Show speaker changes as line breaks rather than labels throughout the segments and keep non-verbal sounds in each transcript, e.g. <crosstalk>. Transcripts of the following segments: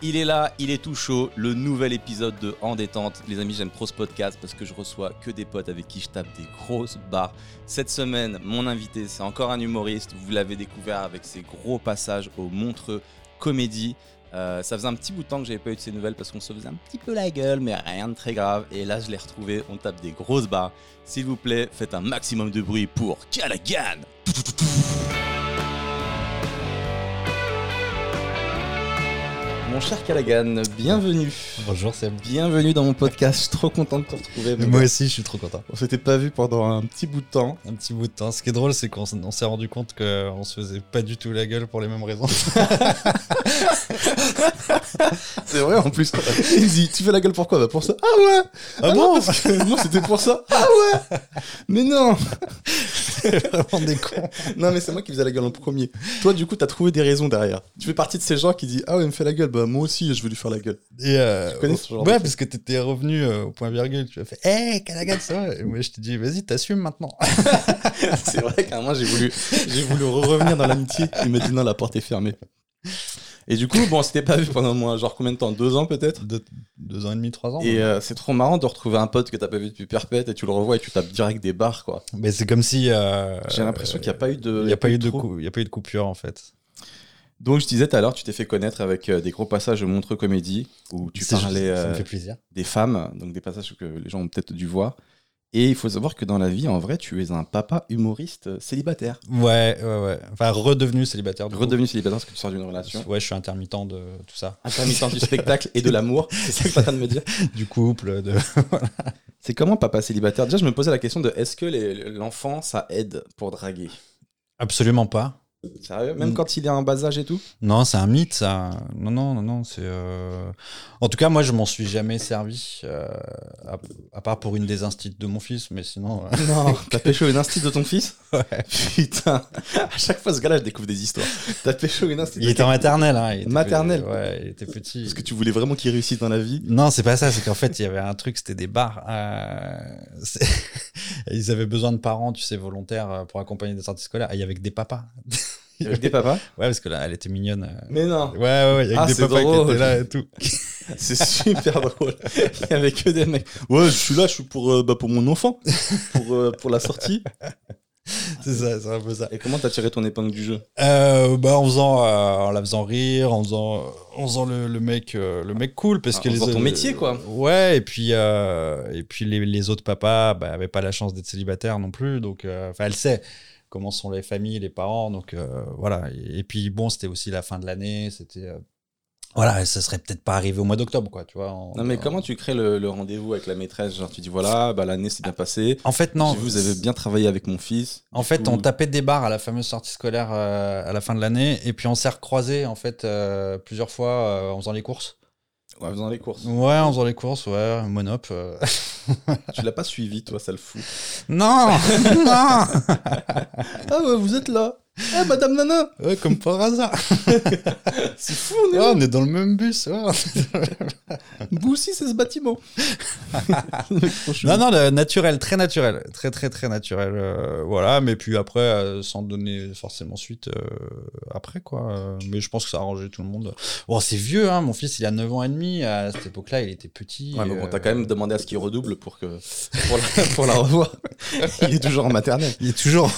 Il est là, il est tout chaud, le nouvel épisode de En détente. Les amis, j'aime trop ce podcast parce que je reçois que des potes avec qui je tape des grosses barres. Cette semaine, mon invité, c'est encore un humoriste. Vous l'avez découvert avec ses gros passages au Montreux Comédie. Euh, ça faisait un petit bout de temps que j'avais pas eu de ses nouvelles parce qu'on se faisait un petit peu la gueule, mais rien de très grave. Et là, je l'ai retrouvé. On tape des grosses barres. S'il vous plaît, faites un maximum de bruit pour Callaghan. Mon cher Callaghan, bienvenue.
Bonjour Seb.
Bienvenue dans mon podcast. Je suis trop content de te retrouver. mon
Moi
gars.
aussi, je suis trop content.
On s'était pas vu pendant un petit bout de temps.
Un petit bout de temps. Ce qui est drôle, c'est qu'on s- on s'est rendu compte qu'on se faisait pas du tout la gueule pour les mêmes raisons. <laughs>
C'est vrai en plus. Il me dit Tu fais la gueule pourquoi Bah pour ça. Ah ouais
Ah
non,
bon
parce que- Non, c'était pour ça. Ah ouais Mais non
Vraiment des cons.
Non, mais c'est moi qui faisais la gueule en premier. Toi, du coup, t'as trouvé des raisons derrière. Tu fais partie de ces gens qui disent Ah ouais, il me fait la gueule. Bah moi aussi, je vais lui faire la gueule.
Et euh,
Tu connais ce genre de
ouais,
truc
parce que t'étais revenu euh, au point virgule. Tu as fait, hé, hey, Callaghan, ça va Et moi, je t'ai dit, vas-y, t'assumes maintenant.
<laughs> c'est vrai qu'à moi, j'ai voulu, <laughs> j'ai voulu revenir dans l'amitié. Il m'a dit Non, la porte est fermée. Et du coup, bon, on s'était pas vu pendant moi, genre combien de temps Deux ans peut-être
deux, deux ans et demi, trois ans.
Et euh, c'est trop marrant de retrouver un pote que t'as pas vu depuis perpète et tu le revois et tu tapes direct des barres quoi.
Mais c'est comme si. euh,
J'ai l'impression qu'il n'y a pas eu de.
il n'y a, pas eu de
trop.
cou- il y a pas eu de coupure, en fait.
Donc je disais tout à l'heure, tu t'es fait connaître avec euh, des gros passages au Montreux Comédie où tu
C'est-
parlais
Ça
euh,
me fait plaisir.
des femmes, donc des passages que les gens ont peut-être dû voir. Et il faut savoir que dans la vie, en vrai, tu es un papa humoriste euh, célibataire.
Ouais, ouais, ouais. Enfin, redevenu célibataire. du coup.
Redevenu célibataire parce que tu sors d'une relation.
Ouais, je suis intermittent de tout ça.
Intermittent
<laughs>
du spectacle et de l'amour, c'est ça que t'es en train de me dire.
Du couple, de. <laughs>
C'est comment papa célibataire Déjà, je me posais la question de est-ce que les- l'enfant, ça aide pour draguer
Absolument pas.
Sérieux Même
Mm.
quand il est en bas âge et
<laughs>
tout
Non, c'est un mythe, ça. Non, non, non, non. C'est. euh, En tout cas, moi, je m'en suis jamais servi, euh, à, à part pour une des instits de mon fils, mais sinon.
<laughs>
euh,
Non, t'as pécho une instite de ton fils Ouais. Putain, à chaque fois ce gars-là, je découvre des histoires. T'as pécho une instite
il
de
était en maternelle, hein. il était
Maternelle.
petit- ouais, il était petit.
Parce que tu voulais vraiment qu'il réussisse dans la vie.
Non, c'est pas ça. C'est qu'en fait, il y avait un truc, c'était des bars. euh, c'est- <laughs> Ils avaient besoin de parents, tu sais, volontaires euh, pour accompagner des sorties scolaires. Et il y avait que des papas.
Avec des papas.
Ouais, parce que là, elle était mignonne. euh.
<laughs> Mais non,
Ouais, ouais, ouais, il y avait
Ah,
que des
c'est
papas qui
drôle.
étaient là et tout.
c'est super <laughs> drôle. Il y avait que des mecs. Ouais, je suis là, je suis pour, euh, bah, pour mon enfant, pour, euh, pour la sortie.
C'est ça, c'est un peu ça.
Et comment t'as tiré ton épingle du jeu
Euh, bah, en faisant euh, en la faisant rire en faisant en faisant le, le mec euh, le mec cool parce
Ah,
euh,
En
que
faisant ton métier, quoi.
ouais et puis euh, et puis les, les autres papas bah, avaient pas la chance d'être célibataires non plus donc euh, enfin elle sait comment sont les familles les parents donc euh, voilà et, et puis bon c'était aussi la fin de l'année c'était euh, voilà ça serait peut-être pas arrivé au mois d'octobre quoi tu vois en-
Non, mais
en-
comment tu crées le, le rendez-vous avec la maîtresse Genre, tu dis voilà, bah, l'année s'est bien passée.
en fait non
J'ai vu, vous avez bien travaillé avec mon fils.
En
Du
fait,
coup,
on tapait des barres à la fameuse sortie scolaire euh, à la fin de l'année, et puis on s'est recroisés en fait euh, plusieurs fois euh, en faisant les courses.
Ouais, faisant les courses.
Ouais, en faisant les courses, ouais, monop. euh. <laughs>
tu l'as pas suivi, toi, ça le fout.
Non <laughs> Non
Ah ouais, vous êtes là. Eh, madame Nana
Ouais, comme par hasard.
C'est fou, on
<laughs> Ouais,
là.
on est dans le même bus. ouais.
Vous aussi, c'est ce bâtiment.
<laughs> Non, non, le naturel, très naturel. Très, très, très naturel. euh, voilà, mais puis après, euh, sans donner forcément suite euh, après, quoi. euh, mais je pense que ça a arrangé tout le monde. Bon, c'est vieux, hein. Mon fils, il a 9 ans et demi. À cette époque-là, il était petit.
Ouais, mais bon,
euh,
t'as quand même demandé à ce qu'il redouble pour que pour la, <laughs> pour la revoir. Il est toujours en maternelle.
Il est toujours.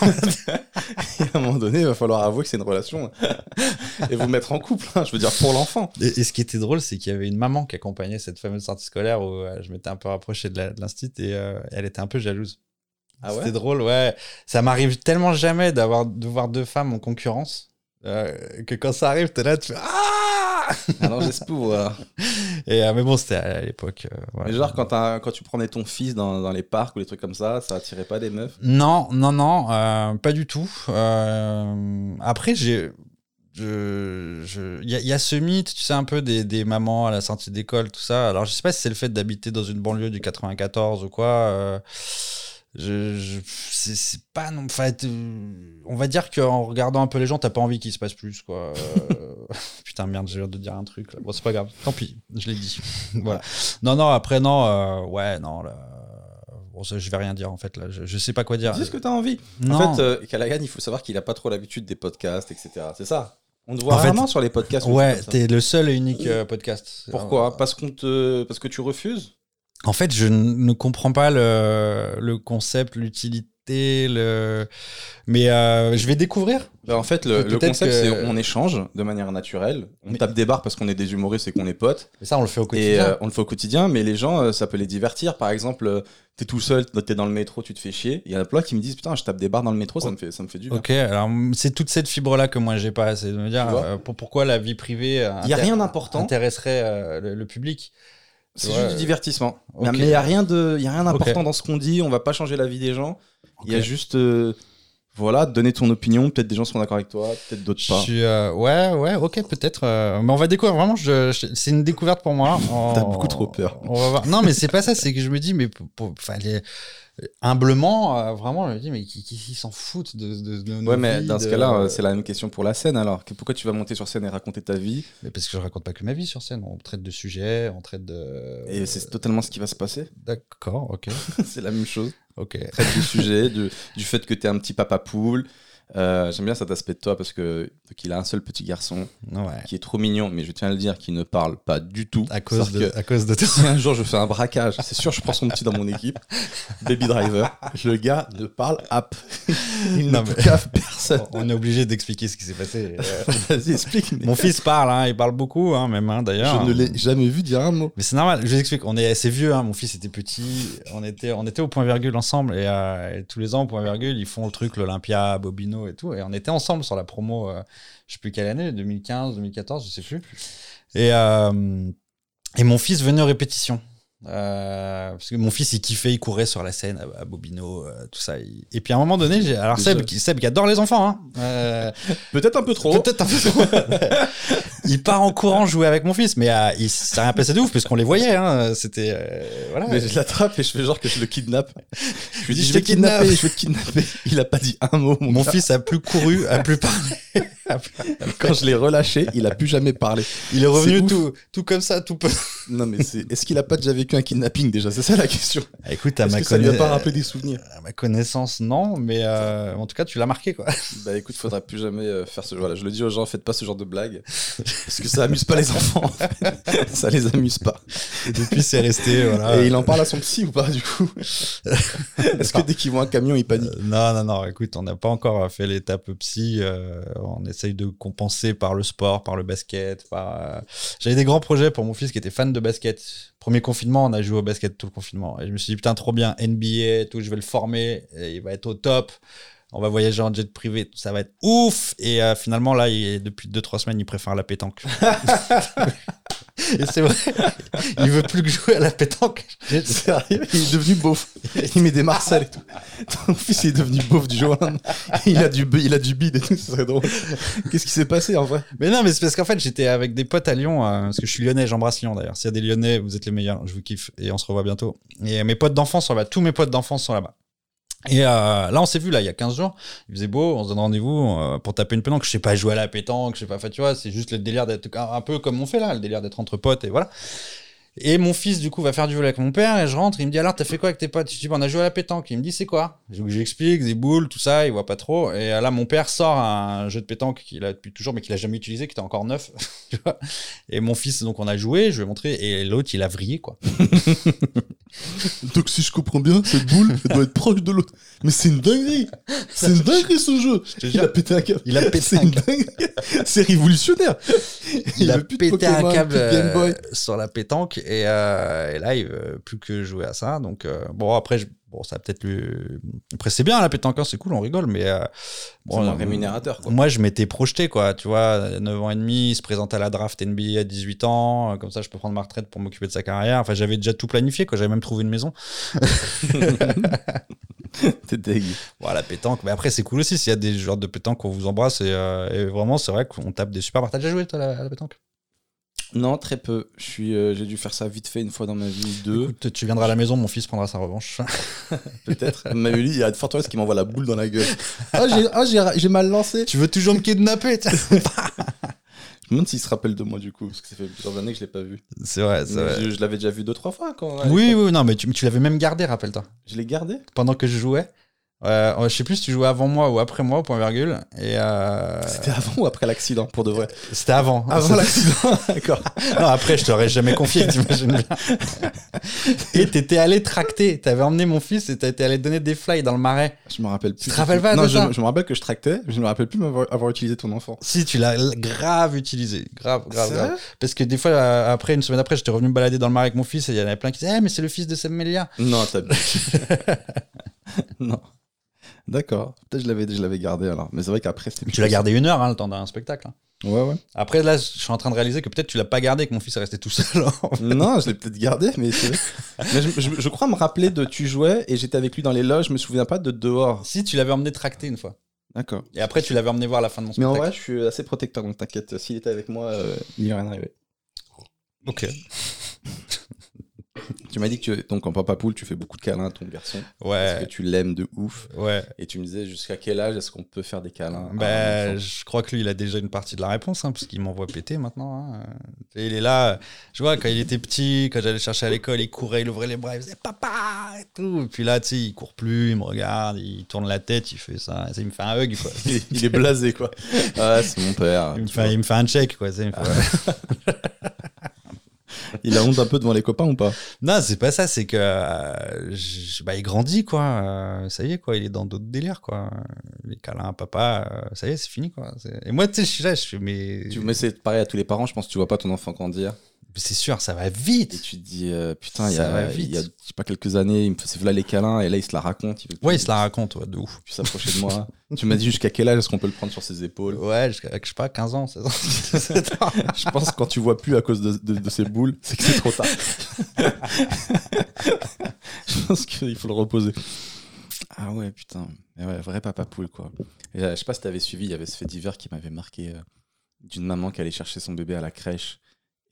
Et à un moment donné, il va falloir avouer que c'est une relation euh, et vous mettre en couple. hein, je veux dire pour l'enfant.
Et, et ce qui était drôle, c'est qu'il y avait une maman qui accompagnait cette fameuse sortie scolaire où euh, je m'étais un peu rapproché de la- de l'instit et euh, elle était un peu jalouse.
Ah ouais.
C'était drôle, ouais. Ça m'arrive tellement jamais d'avoir de voir deux femmes en concurrence euh, que quand ça arrive, t'es là, tu fais ah.
Alors j'espère.
Et euh, mais bon, c'était à l'époque. euh, voilà.
Mais genre quand t'as- quand tu prenais ton fils dans, dans les parcs ou les trucs comme ça, ça attirait pas des meufs.
Non, non, non, euh, pas du tout. Euh, après, j'ai. je- je- Il y, a- il y a ce mythe, tu sais, un peu des, des mamans à la sortie d'école, tout ça. Alors, je sais pas si c'est le fait d'habiter dans une banlieue du 94 ou quoi. euh, je, je- c'est c'est pas non. Enfin, t'es- on va dire qu'en regardant un peu les gens, t'as pas envie qu'il se passe plus, quoi.
<laughs>
Euh, putain, merde, j'ai l'air de dire un truc. Là. Bon, c'est pas grave. Tant pis, je
<laughs>
l'ai dit. voilà. Non, non, après, non. euh, ouais, non. Là, bon, ça, je vais rien dire, en fait. Là, je, je sais pas quoi dire.
Dis ce que euh, t'as envie.
Non.
En fait, euh, Callaghan, il faut savoir qu'il a pas trop l'habitude des podcasts, etc. C'est ça. On te voit
En fait-
rarement sur les podcasts. ou des
Ouais,
trucs comme ça.
t'es le seul et unique euh, podcast.
Pourquoi Parce qu'on te, parce que tu refuses.
En fait, je n- ne comprends pas le, le concept, l'utilité, le... mais euh, je vais découvrir.
Bah, en fait, le, le
Peut-être
concept,
que-
c'est on échange de manière naturelle. On
Mais-
tape des barres parce qu'on est des humoristes et qu'on est potes.
Et ça, on le fait au
Et
quotidien.
euh, on le fait au quotidien, mais les gens, euh, ça peut les divertir. Par exemple, euh, t'es tout seul, t'es dans le métro, tu te fais chier. Il y en a plein qui me disent Putain, je tape des barres dans le métro, ça me fait, ça me fait du bien.
euh, Ok, alors m- c'est toute cette fibre-là que moi j'ai pas, c'est de me dire
Tu vois
euh, pour- pourquoi la vie privée euh,
Il n'y a
inter-
rien d'important,
intéresserait euh, le, le public.
c'est
Ouais.
juste du divertissement. Mais-
Ok.
Mais il n'y a rien de- y a rien d'important
Ok.
dans ce qu'on dit, on va pas changer la vie des gens. Il y a
Ok.
juste, euh, voilà, donner ton opinion. Peut-être des gens sont d'accord avec toi, peut-être d'autres
Je
pas.
suis, euh, ouais, ouais, ok, peut-être. euh, mais on va découvrir vraiment. je- je- c'est une découverte pour moi. On-
<laughs> T'as beaucoup trop peur.
On va voir. Non, mais c'est pas ça. C'est que je me dis, mais pour- pour- fallait humblement, euh, vraiment, je me dis, mais qui, qui- qui s'en foutent de, de, de nos
Ouais, mais
vies,
dans ce
de-
cas-là, euh, c'est la même question pour la scène alors. Que- Pourquoi tu vas monter sur scène et raconter ta vie
Mais parce que je raconte pas que ma vie sur scène. On traite de sujets, on traite de.
Et c'est totalement ce qui va se passer. <laughs>
D'accord, ok,
c'est la même chose.
ok.
traite du sujet, du, du fait que tu es un petit papa poule. Euh, J'aime bien cet aspect de toi parce que qu'il a un seul petit garçon
Ouais.
qui est trop mignon, mais je tiens à le dire, qui ne parle pas du tout.
À cause de,
C'est-à-dire
à cause
<laughs>
de
que si un jour je fais un braquage, c'est sûr, je prends son petit dans mon équipe, Baby Driver. Le gars ne parle app. Il
Non,
ne
mais-
cave personne.
On est obligé d'expliquer ce qui s'est passé. Euh,
<laughs> Vas-y, explique. mais
Mon fils parle, hein, il parle beaucoup, hein, même hein, d'ailleurs.
je ne l'ai jamais vu dire un mot.
Mais c'est normal, je vous explique, on est assez vieux, hein, mon fils était petit, on était, on était au point virgule ensemble, et, euh, et tous les ans au point virgule, ils font le truc, l'Olympia, Bobino et tout, et on était ensemble sur la promo, euh, je sais plus quelle année, 2015, 2014, je sais plus. Et, euh, et mon fils venait aux répétitions. Euh, parce que mon fils il kiffait, il courait sur la scène à, à Bobino, euh, tout ça. Il- Et puis à un moment donné, j'ai- alors
Déjà.
Seb, qui- Seb qui adore les enfants, hein, euh,
Peut-être un peu trop.
Peut-être un peu <laughs> trop. il part en courant jouer avec mon fils, mais euh, il s'est rien passé de ouf, puisqu'on les voyait. hein, C'était. euh, voilà.
Mais je l'attrape et je fais genre que je le kidnappe. Je lui
Il
dis,
dit,
je
je
vais
te kidnappe.
kidnapper, je vais te kidnapper. Il a pas dit un mot, mon,
Mon
gars.
fils a plus couru, a plus parlé. a plus-
Quand je l'ai relâché, il a plus jamais parlé.
Il est
C'est
revenu
ouf.
tout, tout comme ça, tout peu.
Non, mais c'est. Est-ce qu'il a pas déjà vécu un kidnapping déjà C'est ça la question.
Ah, écoute, à
Est-ce
ma,
que ça lui a
conna-
pas rappelé des souvenirs
à ma connaissance, non, mais euh, en tout cas, tu l'as marqué, quoi.
Bah écoute, faudra plus jamais euh, faire ce. Voilà, je le dis aux gens, faites pas ce genre de blague. Parce que ça amuse pas les enfants. en fait. ça les amuse pas.
Et depuis, c'est resté. Voilà.
Et il en parle à son psy ou pas du coup Est-ce que dès qu'ils voient un camion, ils paniquent
Euh, non, non, non, écoute, on n'a pas encore euh, fait l'étape psy. euh, on essaye de compenser par le sport, par le basket. Par, euh, J'avais des grands projets pour mon fils qui était fan de basket. Premier confinement, on a joué au basket tout le confinement. Et je me suis dit, putain, trop bien, NBA, tout, je vais le former. et il va être au top. On va voyager en jet privé, tout, ça va être ouf. Et euh, finalement, là, il est- depuis 2-3 semaines, il préfère la pétanque. Et c'est vrai, il veut plus que jouer à la pétanque.
Sérieux Il est devenu beauf. Il met des Marcel et tout. Ton fils est devenu beauf du jour au lendemain. Il a du, il a du bide et tout, ce serait drôle. Qu'est-ce qui s'est passé en vrai
Mais non, mais c'est parce qu'en fait, j'étais avec des potes à Lyon, euh, parce que je suis lyonnais, j'embrasse Lyon d'ailleurs. S'il y a des lyonnais, vous êtes les meilleurs, je vous kiffe et on se revoit bientôt. Et mes potes d'enfance sont là-bas, tous mes potes d'enfance sont là-bas. Et euh, là, on s'est vu là, il y a 15 jours, il faisait beau, on se donne rendez-vous euh, pour taper une pétanque. Je sais pas jouer à la pétanque, je sais pas, enfin, tu vois, c'est juste le délire d'être un, un peu comme on fait là, le délire d'être entre potes et voilà. Et mon fils, du coup, va faire du volet avec mon père et je rentre. Il me dit Alors, t'as fait quoi avec tes potes Je dis Bah, On a joué à la pétanque. Il me dit C'est quoi Donc, j'explique, des boules, tout ça, il voit pas trop. Et euh, là, mon père sort un jeu de pétanque qu'il a depuis toujours, mais qu'il a jamais utilisé, qui était encore neuf. <laughs> tu vois et mon fils, donc, on a joué, je lui ai montré. Et l'autre, il a vrillé, quoi.
Donc si je comprends bien, cette boule elle doit être proche de l'autre. Mais c'est une dinguerie C'est une dinguerie ce jeu
Je te
Il a <laughs>
jure,
pété un câble.
il a pété
C'est
un
une
câble.
dinguerie C'est révolutionnaire
Il a
veut plus de
pété
Pokémon,
un câble
plus de Game Boy.
euh, sur la pétanque et, euh, et là il veut plus que jouer à ça donc euh, bon après je- bon ça va peut-être lui... après c'est bien la pétanque hein, c'est cool on rigole mais euh, bon, euh,
rémunérateur
Moi, je m'étais projeté, quoi. Tu vois, 9 ans et demi, il se présente à la draft NBA à 18 ans. euh, Comme ça, je peux prendre ma retraite pour m'occuper de sa carrière. Enfin, j'avais déjà tout planifié, quoi. J'avais même trouvé une maison.
T'es dingue.
Voilà, pétanque. Mais après, c'est cool aussi. S'il y a des joueurs de pétanque, qu'on vous embrasse. Et, euh, et vraiment, c'est vrai qu'on tape des super barres. T'as déjà joué, toi, à la, à la pétanque
Non, très peu. Je suis, euh, J'ai dû faire ça vite fait une fois dans ma vie ou deux,
Écoute, tu viendras à la maison, mon fils prendra sa revanche. <laughs>
peut-être. <laughs> Mais lui, il y a de fortes chances qu'il m'envoie la boule dans la gueule. Ah, j'ai- ah, j'ai j'ai mal lancé
tu veux toujours me kidnapper t'as-
Je me demande s'il se rappelle de moi du coup, parce que ça fait plusieurs années que je l'ai pas vu.
C'est vrai, c'est vrai.
Mais Je, je l'avais déjà vu deux trois fois quand. à
Oui,
l'époque.
oui, non, mais tu, tu l'avais même gardé, rappelle-toi.
Je l'ai gardé.
Pendant que je jouais, Euh, je sais plus si tu jouais avant moi ou après moi, au point virgule. Et euh,
C'était avant ou après l'accident, pour de vrai
c'était avant.
<laughs> Avant l'accident, <laughs> d'accord.
Non, après, je t'aurais jamais confié, t'imagines bien. Et t'étais allé tracter. T'avais emmené mon fils et t'étais allé donner des fly dans le marais.
Je me rappelle plus.
te
du
rappelles
tout.
pas de
Non, je,
ça
me- je me rappelle que je tractais, je me rappelle plus m'avoir- avoir utilisé ton enfant.
Si, tu l'as l- grave utilisé. Grave, grave,
Ah, C'est
grave.
vrai
Parce que des fois, euh, après, une semaine après, j'étais revenu me balader dans le marais avec mon fils et il y en avait plein qui disaient Eh, mais c'est le fils de Semmelia.
Non, t'as.
<laughs>
Non. D'accord. Peut-être je l'avais, je l'avais gardé alors. Mais c'est vrai qu'après c'était.
Tu l'as gardé une heure, hein, le temps d'un spectacle. hein.
Ouais, ouais.
Après, là, je suis en train de réaliser que peut-être tu l'as pas gardé et que mon fils est resté tout seul. hein.
<laughs> non, je l'ai peut-être gardé, mais c'est. mais je, je- je crois me rappeler de tu jouais et j'étais avec lui dans les loges. Je me souviens pas de dehors.
si, tu l'avais emmené tracter une fois.
D'accord.
Et après, tu l'avais emmené voir la fin de mon
Mais en
spectacle.
vrai, je suis assez protecteur, donc t'inquiète. S'il était avec moi, euh, il n'y rien arrivé.
Ok.
Tu m'as dit que tu- donc en papa poule, tu fais beaucoup de câlins à ton garçon parce
Ouais.
que tu l'aimes de ouf.
Ouais.
Et tu me disais jusqu'à quel âge est-ce qu'on peut faire des câlins Ah, à un
Ben,
enfant
je crois que lui, il a déjà une partie de la réponse, hein, parce qu'il m'envoie péter maintenant. hein. Et il est là, je vois, quand il était petit, quand j'allais le chercher à l'école, il courait, il ouvrait les bras, il faisait papa et tout. Et puis là, tu sais, il court plus, il me regarde, il tourne la tête, il fait ça, ça il me fait un hug, quoi.
Il est- Il est blasé <laughs> quoi. Ah, c'est mon père.
Il me,
tu
fait, il me fait un check, quoi. tu sais, il me fait-
Il a honte un peu devant les copains ou pas
Non, c'est pas ça, c'est que euh, je- bah, il grandit, quoi. euh, ça y est, quoi, il est dans d'autres délires, quoi. Les câlins à papa, euh, ça y est, c'est fini, quoi. C'est- Et moi, tu sais, je suis là, je fais, mais
Tu mais c'est pareil à tous les parents, je pense que tu vois pas ton enfant grandir
c'est sûr, ça va
et
vite.
tu te dis euh, putain il y
Ça va
a,
vite.
il y a je sais pas quelques années, il me faisait voilà les câlins et là il se la raconte, il veut
Ouais, il se la raconte, ouais, de ouf.
plus s'approcher de <laughs> moi. tu m'as dit jusqu'à quel âge est-ce qu'on peut le prendre sur ses épaules
Ouais, jusqu'à, je sais pas, 15 ans, <laughs> 16 ans, 17 ans.
Je pense que quand tu vois plus à cause de, de, de ces boules, c'est que c'est trop <laughs> tard. je pense qu'il faut le reposer. Ah ouais, putain. Mais ouais, vrai papa poule, quoi. Et, euh, je sais pas si t'avais suivi, il y avait ce fait divers qui m'avait marqué euh, d'une maman qui allait chercher son bébé à la crèche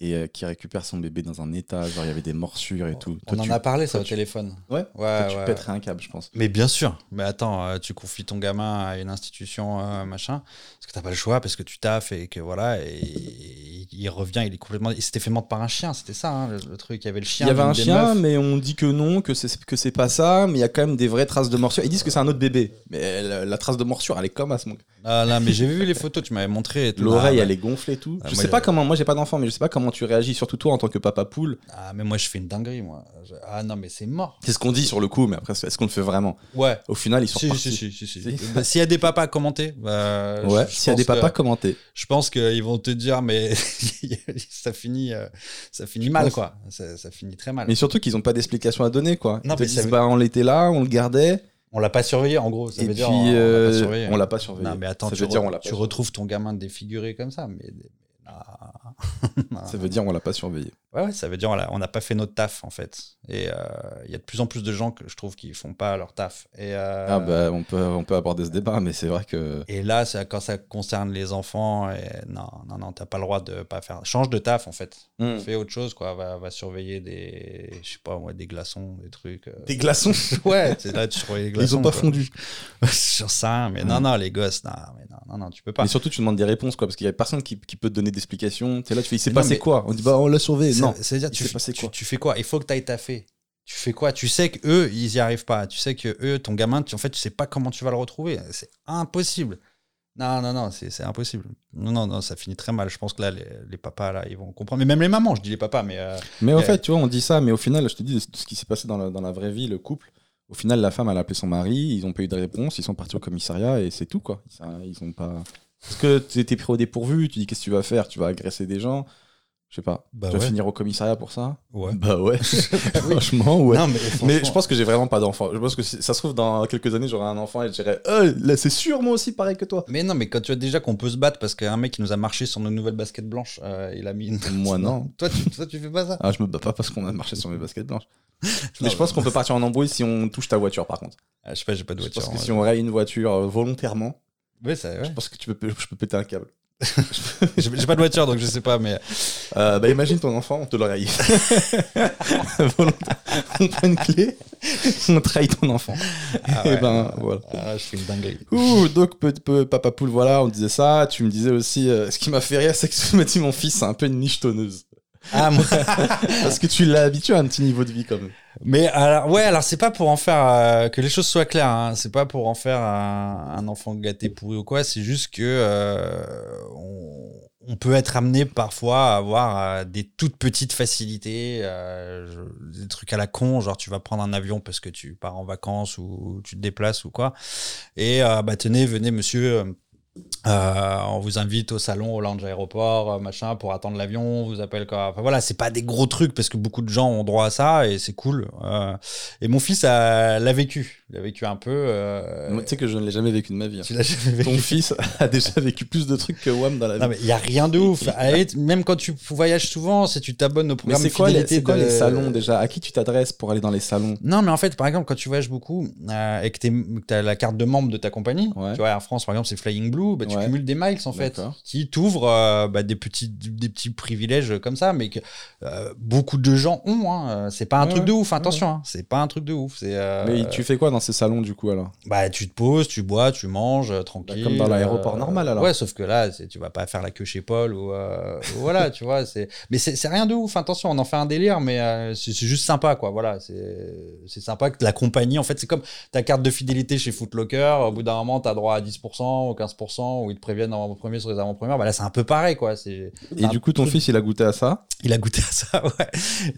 et euh, qui récupère son bébé dans un état. Genre, il y avait des morsures et tout.
On
Toi,
en
tu,
a parlé, ça,
toi,
au
tu-
téléphone.
Ouais,
ouais,
toi, tu
ouais.
pèterais un câble, je pense.
Mais bien sûr. Mais attends, euh, tu confies ton gamin à une institution, euh, machin, parce que t'as pas le choix, parce que tu taffes et que voilà, et il- il revient, il est complètement. Il s'était fait mordre par un chien, c'était ça, hein, le, le truc. Il y avait le
Il
chien.
y avait
d'une
un
des
chien,
meufs.
mais on dit que non, que c'est que c'est pas ça, mais il y a quand même des vraies traces de morsure. Ils disent que c'est un autre bébé, mais la, la trace de morsure, elle est comme à ce moment.
Ah, là, mais j'ai vu les photos, tu m'avais montré. et tout.
L'oreille,
Ah,
elle est gonflée et tout.
Ah,
je
moi,
sais pas
j'ai-
comment, moi j'ai pas d'enfant, mais je sais pas comment tu réagis, surtout toi en tant que papa poule.
Ah, mais moi, je fais une dinguerie, moi. Je- Ah non, mais c'est mort.
C'est ce qu'on dit sur le coup, mais après, est-ce qu'on le fait vraiment
Ouais.
Au final, ils sont
Si,
repartis.
si, si, si, si.
Si.
Bah, S'il y a des papas à commenter, bah,
Ouais,
je- je
s'il y a des
pense que-
papas commentés.
Je pense qu'ils vont te dire, mais <laughs> ça finit, euh, ça finit mal,
pense.
quoi. Ça, ça finit très mal.
Mais surtout qu'ils ont pas d'explication à donner, quoi. Ils
Non,
te
mais ça
disent,
veut-
bah, on l'était là, on le gardait,
On l'a pas surveillé, en gros. Ça
et
veut
puis
dire, on- on l'a pas
euh,
surveillé. hein.
on l'a pas surveillé.
Non, mais attends,
ça
tu,
veut dire
re-
on l'a
tu
pas surveillé.
retrouves ton gamin défiguré comme ça, mais. Ah.
Ça veut dire on l'a pas surveillé.
Ouais, ouais, ça veut dire on l'a- on n'a pas fait notre taf en fait. Et euh, il y a de plus en plus de gens que je trouve qui font pas leur taf. Et, euh,
Ah bah on peut on peut aborder ce débat, mais c'est vrai que
et là, ça- quand ça concerne les enfants, et... non, non, non, t'as pas le droit de pas faire. Change de taf en fait.
Hmm.
Fais autre chose, quoi. Va, va surveiller des, je sais pas, moi, des glaçons, des trucs. euh.
des glaçons.
Ouais, c'est là, tu surveilles les
Ils
glaçons.
ont pas
quoi.
fondu.
<laughs> Sur ça, mais non, non, les gosses, non, mais non, non, non, tu peux pas.
Mais surtout, tu demandes des réponses, quoi, parce qu'il y a personne qui, qui peut te donner d'explications. Tu es là, tu fais, il s'est
Non,
passé
mais-
quoi On dit, bah, on l'a sauvé.
C'est-
Non.
c'est-à-dire,
il
tu,
s'est
fais-
passé
tu-
quoi
tu fais quoi Il faut que t'ailles taffer. Tu fais quoi Tu sais que eux, ils y arrivent pas. Tu sais que eux, ton gamin, tu, en fait, tu sais pas comment tu vas le retrouver. C'est impossible. Non, non, non, c'est c'est impossible. Non, non, non, ça finit très mal. Je pense que là, les, les papas, là, ils vont comprendre. Mais même les mamans, je dis les papas, mais euh,
Mais en
Ouais.
fait, tu vois, on dit ça, mais au final, je te dis de ce qui s'est passé dans la, dans la vraie vie, le couple. Au final, la femme, elle a appelé son mari, ils ont pas eu de réponse, ils sont partis au commissariat et c'est tout, quoi. Ça, Ils ont pas. Parce que tu étais pris au dépourvu, tu dis, qu'est-ce que tu vas faire Tu vas agresser des gens Je sais pas.
bah
tu vas finir au commissariat pour ça
ouais.
Bah <laughs> ouais. Franchement, ouais.
Non, mais,
Mais je
franchement-
pense que j'ai vraiment pas d'enfant. Je pense que si- ça se trouve, dans quelques années, j'aurai un enfant et je dirais, Euh, là, c'est sûr, moi aussi, pareil que toi.
Mais non, mais quand tu vois déjà qu'on peut se battre parce qu'un mec qui nous a marché sur nos nouvelles baskets blanches, euh, il a mis une.
Moi, non.
<laughs> toi, tu, toi, tu fais pas ça
Ah, je me bats pas parce qu'on a marché sur mes baskets blanches.
Non, bah,
Mais je pense qu'on peut partir en embrouille si on touche ta voiture, par contre.
Ah, Je sais pas, j'ai pas de
Je
voiture.
pense que
moi.
si on raye une voiture euh, volontairement,
Ouais, ça, ouais. <laughs>
je pense que tu peux, je peux péter un câble.
J'ai j'ai pas de voiture, donc je sais pas, <laughs> mais.
Euh, bah, imagine ton enfant, on te le raye.
<laughs>
<laughs> Volontaire- on prend une clé, <laughs> on trahit ton enfant.
Ah
Et
ouais.
ben, voilà.
Ah, je fais une dinguerie.
Ouh, donc peu- peu- papa poule, voilà, on disait ça. Tu me disais aussi, euh, ce qui m'a fait rire, c'est que tu m'as dit mon fils, c'est un peu une nichetonneuse.
Ah, moi-
Parce que tu l'as habitué à un petit niveau de vie quand même.
Mais alors, ouais, alors c'est pas pour en faire euh, que les choses soient claires. hein. C'est pas pour en faire un, un enfant gâté pourri ou quoi. C'est juste que euh, on, on peut être amené parfois à avoir euh, des toutes petites facilités, euh, je- des trucs à la con, genre tu vas prendre un avion parce que tu pars en vacances ou tu te déplaces ou quoi. Et euh, bah tenez, venez monsieur. euh, euh, on vous invite au salon, au lounge aéroport, euh, machin, pour attendre l'avion, on vous appelle quoi. Enfin voilà, c'est pas des gros trucs parce que beaucoup de gens ont droit à ça et c'est cool. Euh, et mon fils a- l'a vécu, l'a vécu un peu. euh,
Moi, Tu sais que je ne l'ai jamais vécu de ma vie. hein.
tu l'as jamais vécu.
Ton fils a déjà vécu plus de trucs que Wam dans la vie.
Non mais il y a rien
<laughs>
de ouf. Allez, t- même quand tu voyages souvent, si tu t'abonnes au
mais
programme
c'est quoi, les,
fidélité
c'est quoi
de-
les salons déjà À qui tu t'adresses pour aller dans les salons
Non, mais en fait, par exemple, quand tu voyages beaucoup euh, et que tu as la carte de membre de ta compagnie,
Ouais.
tu vois, Air France, par exemple, c'est Flying Blue, bah, tu
Ouais.
cumules des miles, en fait,
D'accord.
qui t'ouvrent euh, bah, des, petits, des petits privilèges comme ça, mais que euh, beaucoup de gens ont. hein. Euh, C'est pas un
Ouais,
truc
ouais.
de ouf, attention, hein. c'est pas un truc de ouf. c'est, euh,
Mais tu fais quoi dans ces salons du coup alors
bah, tu te poses, tu bois, tu manges, euh, tranquille.
Bah, comme dans l'aéroport
euh,
normal, alors.
Ouais, sauf que là, c'est- tu vas pas faire la queue chez Paul ou euh,
<laughs>
ou voilà, tu vois. C'est mais c'est c'est rien de ouf. Attention, on en fait un délire, mais euh, c'est c'est juste sympa, quoi. Voilà, c'est c'est sympa que la compagnie. En fait, c'est comme ta carte de fidélité chez Footlocker. Au bout d'un moment, t'as droit à 10% ou 15% où ils te préviennent en premier sur les avant-premières. Bah là, c'est un peu pareil, quoi. C'est
Et
un
du coup, ton fils il a goûté à ça <laughs>
il a goûté à ça, <laughs> ouais.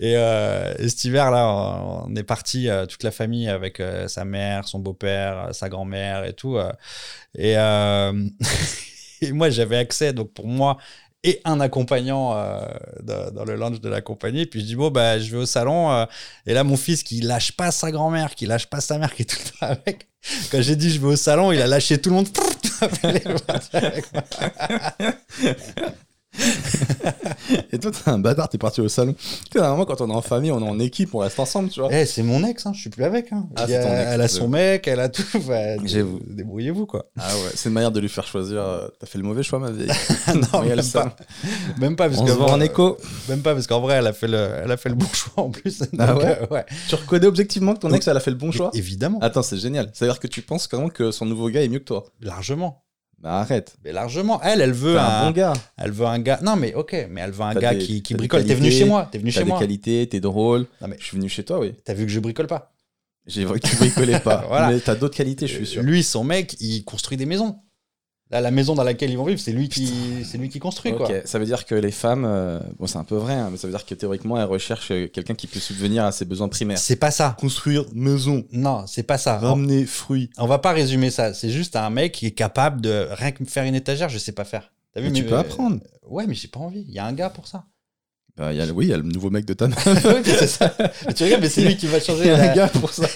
Et, euh, et cet hiver, là, on, on est parti, euh, toute la famille, avec euh, sa mère, son beau-père, euh, sa grand-mère et tout. euh. et, euh, <laughs> et moi, j'avais accès, donc pour moi et un accompagnant euh, dans, dans le lounge de la compagnie. Et puis je dis, bon, bah, je vais au salon. euh. et là, mon fils, qui lâche pas sa grand-mère, qui lâche pas sa mère, qui est tout le temps avec. Quand j'ai dit, je vais au salon, il a lâché tout le monde. <laughs>
Et toi, t'es un bâtard, t'es parti au salon. Tu sais, normalement, quand on est en famille, on est en équipe, on reste ensemble, tu vois.
Eh, c'est mon ex, hein, je suis plus avec. hein.
Oh. Ah,
Il y a-
c'est ton ex,
elle a
c'est-
son mec, elle a tout.
<laughs>
enfin,
J'avoue.
Débrouillez-vous, quoi.
Ah ouais, c'est une manière de lui faire choisir. euh, T'as fait le mauvais choix, ma <laughs> vieille.
non,
Oui, elle
même
sait.
pas. Même pas, parce
On
que- euh,
se voit en écho.
Même pas, parce qu'en vrai, elle a fait le, elle a fait le bon <laughs> choix en plus.
Ah
Donc,
ouais
euh,
Tu reconnais objectivement que ton
Oui.
ex, elle a fait le bon choix
Évidemment,
Attends, c'est génial. C'est-à-dire que tu penses vraiment que son nouveau gars est mieux que toi
largement.
Bah arrête.
Mais largement. Elle, elle
T'es
veut
un
un,
bon gars.
elle veut un gars. Non, mais ok, mais elle veut un
T'as
gars
des-
qui,
t'as
qui
des
bricole. T'es venu
qualités,
chez moi. T'es venu
T'as
chez
des
moi.
qualités, t'es drôle.
Non, mais-
Je suis venu chez toi, oui.
T'as vu que je bricole pas.
J'ai vu que tu bricolais <laughs> pas.
Voilà.
Mais t'as d'autres qualités, je suis sûr.
Lui, son mec, il construit des maisons. Là, la maison dans laquelle ils vont vivre, c'est lui qui, c'est lui qui construit, quoi.
Ok, ça veut dire que les femmes, euh, bon c'est un peu vrai, hein, mais ça veut dire que théoriquement elles recherchent euh, quelqu'un qui peut subvenir à ses besoins primaires.
C'est pas ça.
Construire maison,
Non, c'est pas ça. En-
ramener fruits.
On va pas résumer ça. C'est juste un mec qui est capable de rien que me faire une étagère, je sais pas faire. T'as vu euh,
Mais tu peux apprendre.
Ouais, mais j'ai pas envie. Il y a un gars
<laughs>
pour ça. <laughs>
Bah, il y a, le- oui, il y a le nouveau mec de ta mère.
oui, c'est ça. Mais tu regardes, mais c'est lui qui va
Il y
changer
a
la,
un gars pour ça.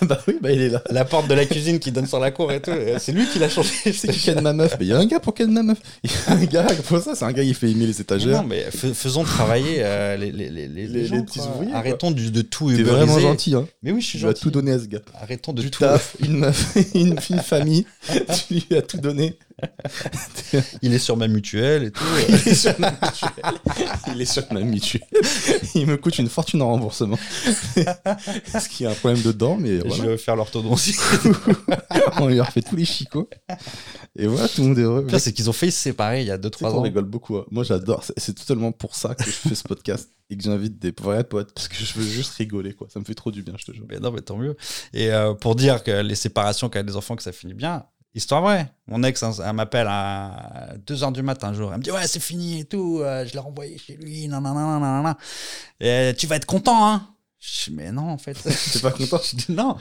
bah oui, bah il est là.
la porte de la cuisine qui donne sur la cour et tout. Euh, C'est lui qui l'a changé.
<laughs>
<laughs>
C'est qui ken ma meuf. Mais il y a un gars pour ken ma meuf. Il y a un gars pour ça. C'est un gars qui fait aimer les étagères.
Non, mais fais- faisons travailler euh, les, les, les, les,
Les-
gens,
les petits
quoi.
ouvriers, quoi.
Arrêtons du- de tout
T'es
uberiser.
vraiment gentil. Hein.
Mais oui, je suis
Tu lui as
gentil.
tout donné à ce gars.
Arrêtons de
Du
tout.
taf, une meuf, <laughs> une, une famille. tu lui as tout donné.
Il est sur ma mutuelle et tout.
<laughs> Il est sur ma mutuelle. Il est sur ma mutuelle. <laughs> Il me coûte une fortune en remboursement. <laughs> Parce qu'il y a un problème dedans, mais
Je
voilà.
vais
<laughs>
faire l'orthodontie.
On lui a refait tous les chicots. Et voilà, tout le monde est heureux.
Le pire, c'est qu'ils ont failli se séparer il y a
Tu sais
2-3
qu'on
ans.
rigole beaucoup. hein. Moi, j'adore. C'est- C'est totalement pour ça que je fais ce podcast et que j'invite des vrais potes parce que je veux juste rigoler, quoi. Ça me fait trop du bien, je te jure.
Mais non, mais tant mieux. Et euh, pour dire que les séparations, quand il y a des enfants, que ça finit bien, histoire vraie. Mon ex, hein, elle m'appelle à 2h du matin un jour. Elle me dit Ouais, c'est fini et tout. euh, je l'ai renvoyé chez lui. Nanana, nanana. Et tu vas être content, hein Je dis Mais non, en fait.
<laughs> T'es pas content
Je dis non,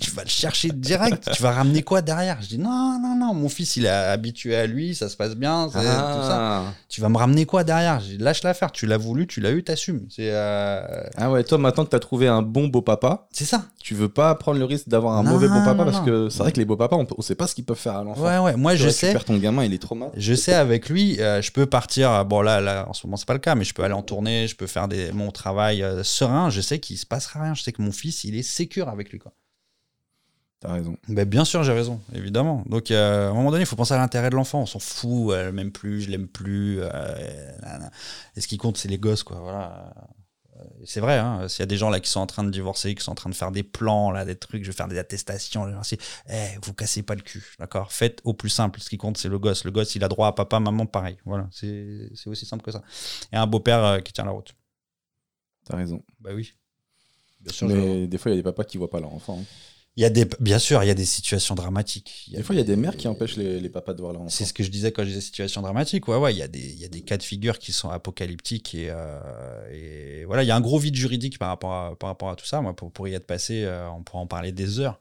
tu vas le chercher direct. Tu vas ramener quoi derrière Je dis non, non, non. Mon fils, il est habitué à lui, ça se passe bien, c'est
Ah.
tout ça. Tu vas me ramener quoi derrière Je dis lâche l'affaire. Tu l'as voulu, tu l'as eu, t'assumes. C'est euh,
Ah ouais, toi, maintenant que t'as trouvé un bon beau papa,
c'est ça.
tu veux pas prendre le risque d'avoir un
Non,
mauvais beau papa
non,
parce
non.
que c'est vrai que les beaux papas, on, peut- on sait pas ce qu'ils peuvent faire à l'enfant.
Ouais, ouais. Moi,
Tu
je sais.
récupères ton gamin, il est trop mal.
Je sais avec lui, euh, je peux partir. euh, Bon là, là, en ce moment c'est pas le cas, mais je peux aller en tournée, je peux faire des, mon travail euh, serein. Je sais qu'il se passera rien. Je sais que mon fils, il est sécure avec lui. Quoi.
T'as raison.
Ben, bien sûr, j'ai raison, évidemment. Donc euh, à un moment donné, il faut penser à l'intérêt de l'enfant. On s'en fout. Elle m'aime plus, je l'aime plus. euh, et nanana. et ce qui compte, c'est les gosses, quoi. Voilà. Euh, C'est vrai, hein, s'il y a des gens là qui sont en train de divorcer, qui sont en train de faire des plans, là, des trucs, je vais faire des attestations, je ainsi, eh, vous cassez pas le cul, d'accord Faites au plus simple, ce qui compte c'est le gosse. Le gosse, il a droit à papa, maman, pareil. Voilà, c'est c'est aussi simple que ça. Et un beau-père euh, qui tient la route.
T'as raison.
Bah oui. Bien sûr. je le vois.
Mais des fois, il y a des papas qui voient pas leur enfant. hein.
Il y a des, bien sûr, il y a des situations dramatiques.
Des fois, il y a des mères qui empêchent les, les papas de voir leur enfant.
C'est ce que je disais quand je disais situation dramatique. Ouais, ouais, il y, a des- il y a des cas de figure qui sont apocalyptiques et, euh, et voilà, il y a un gros vide juridique par rapport à, par rapport à tout ça. Moi, pour, pour y être passé, euh, on pourrait en parler des heures,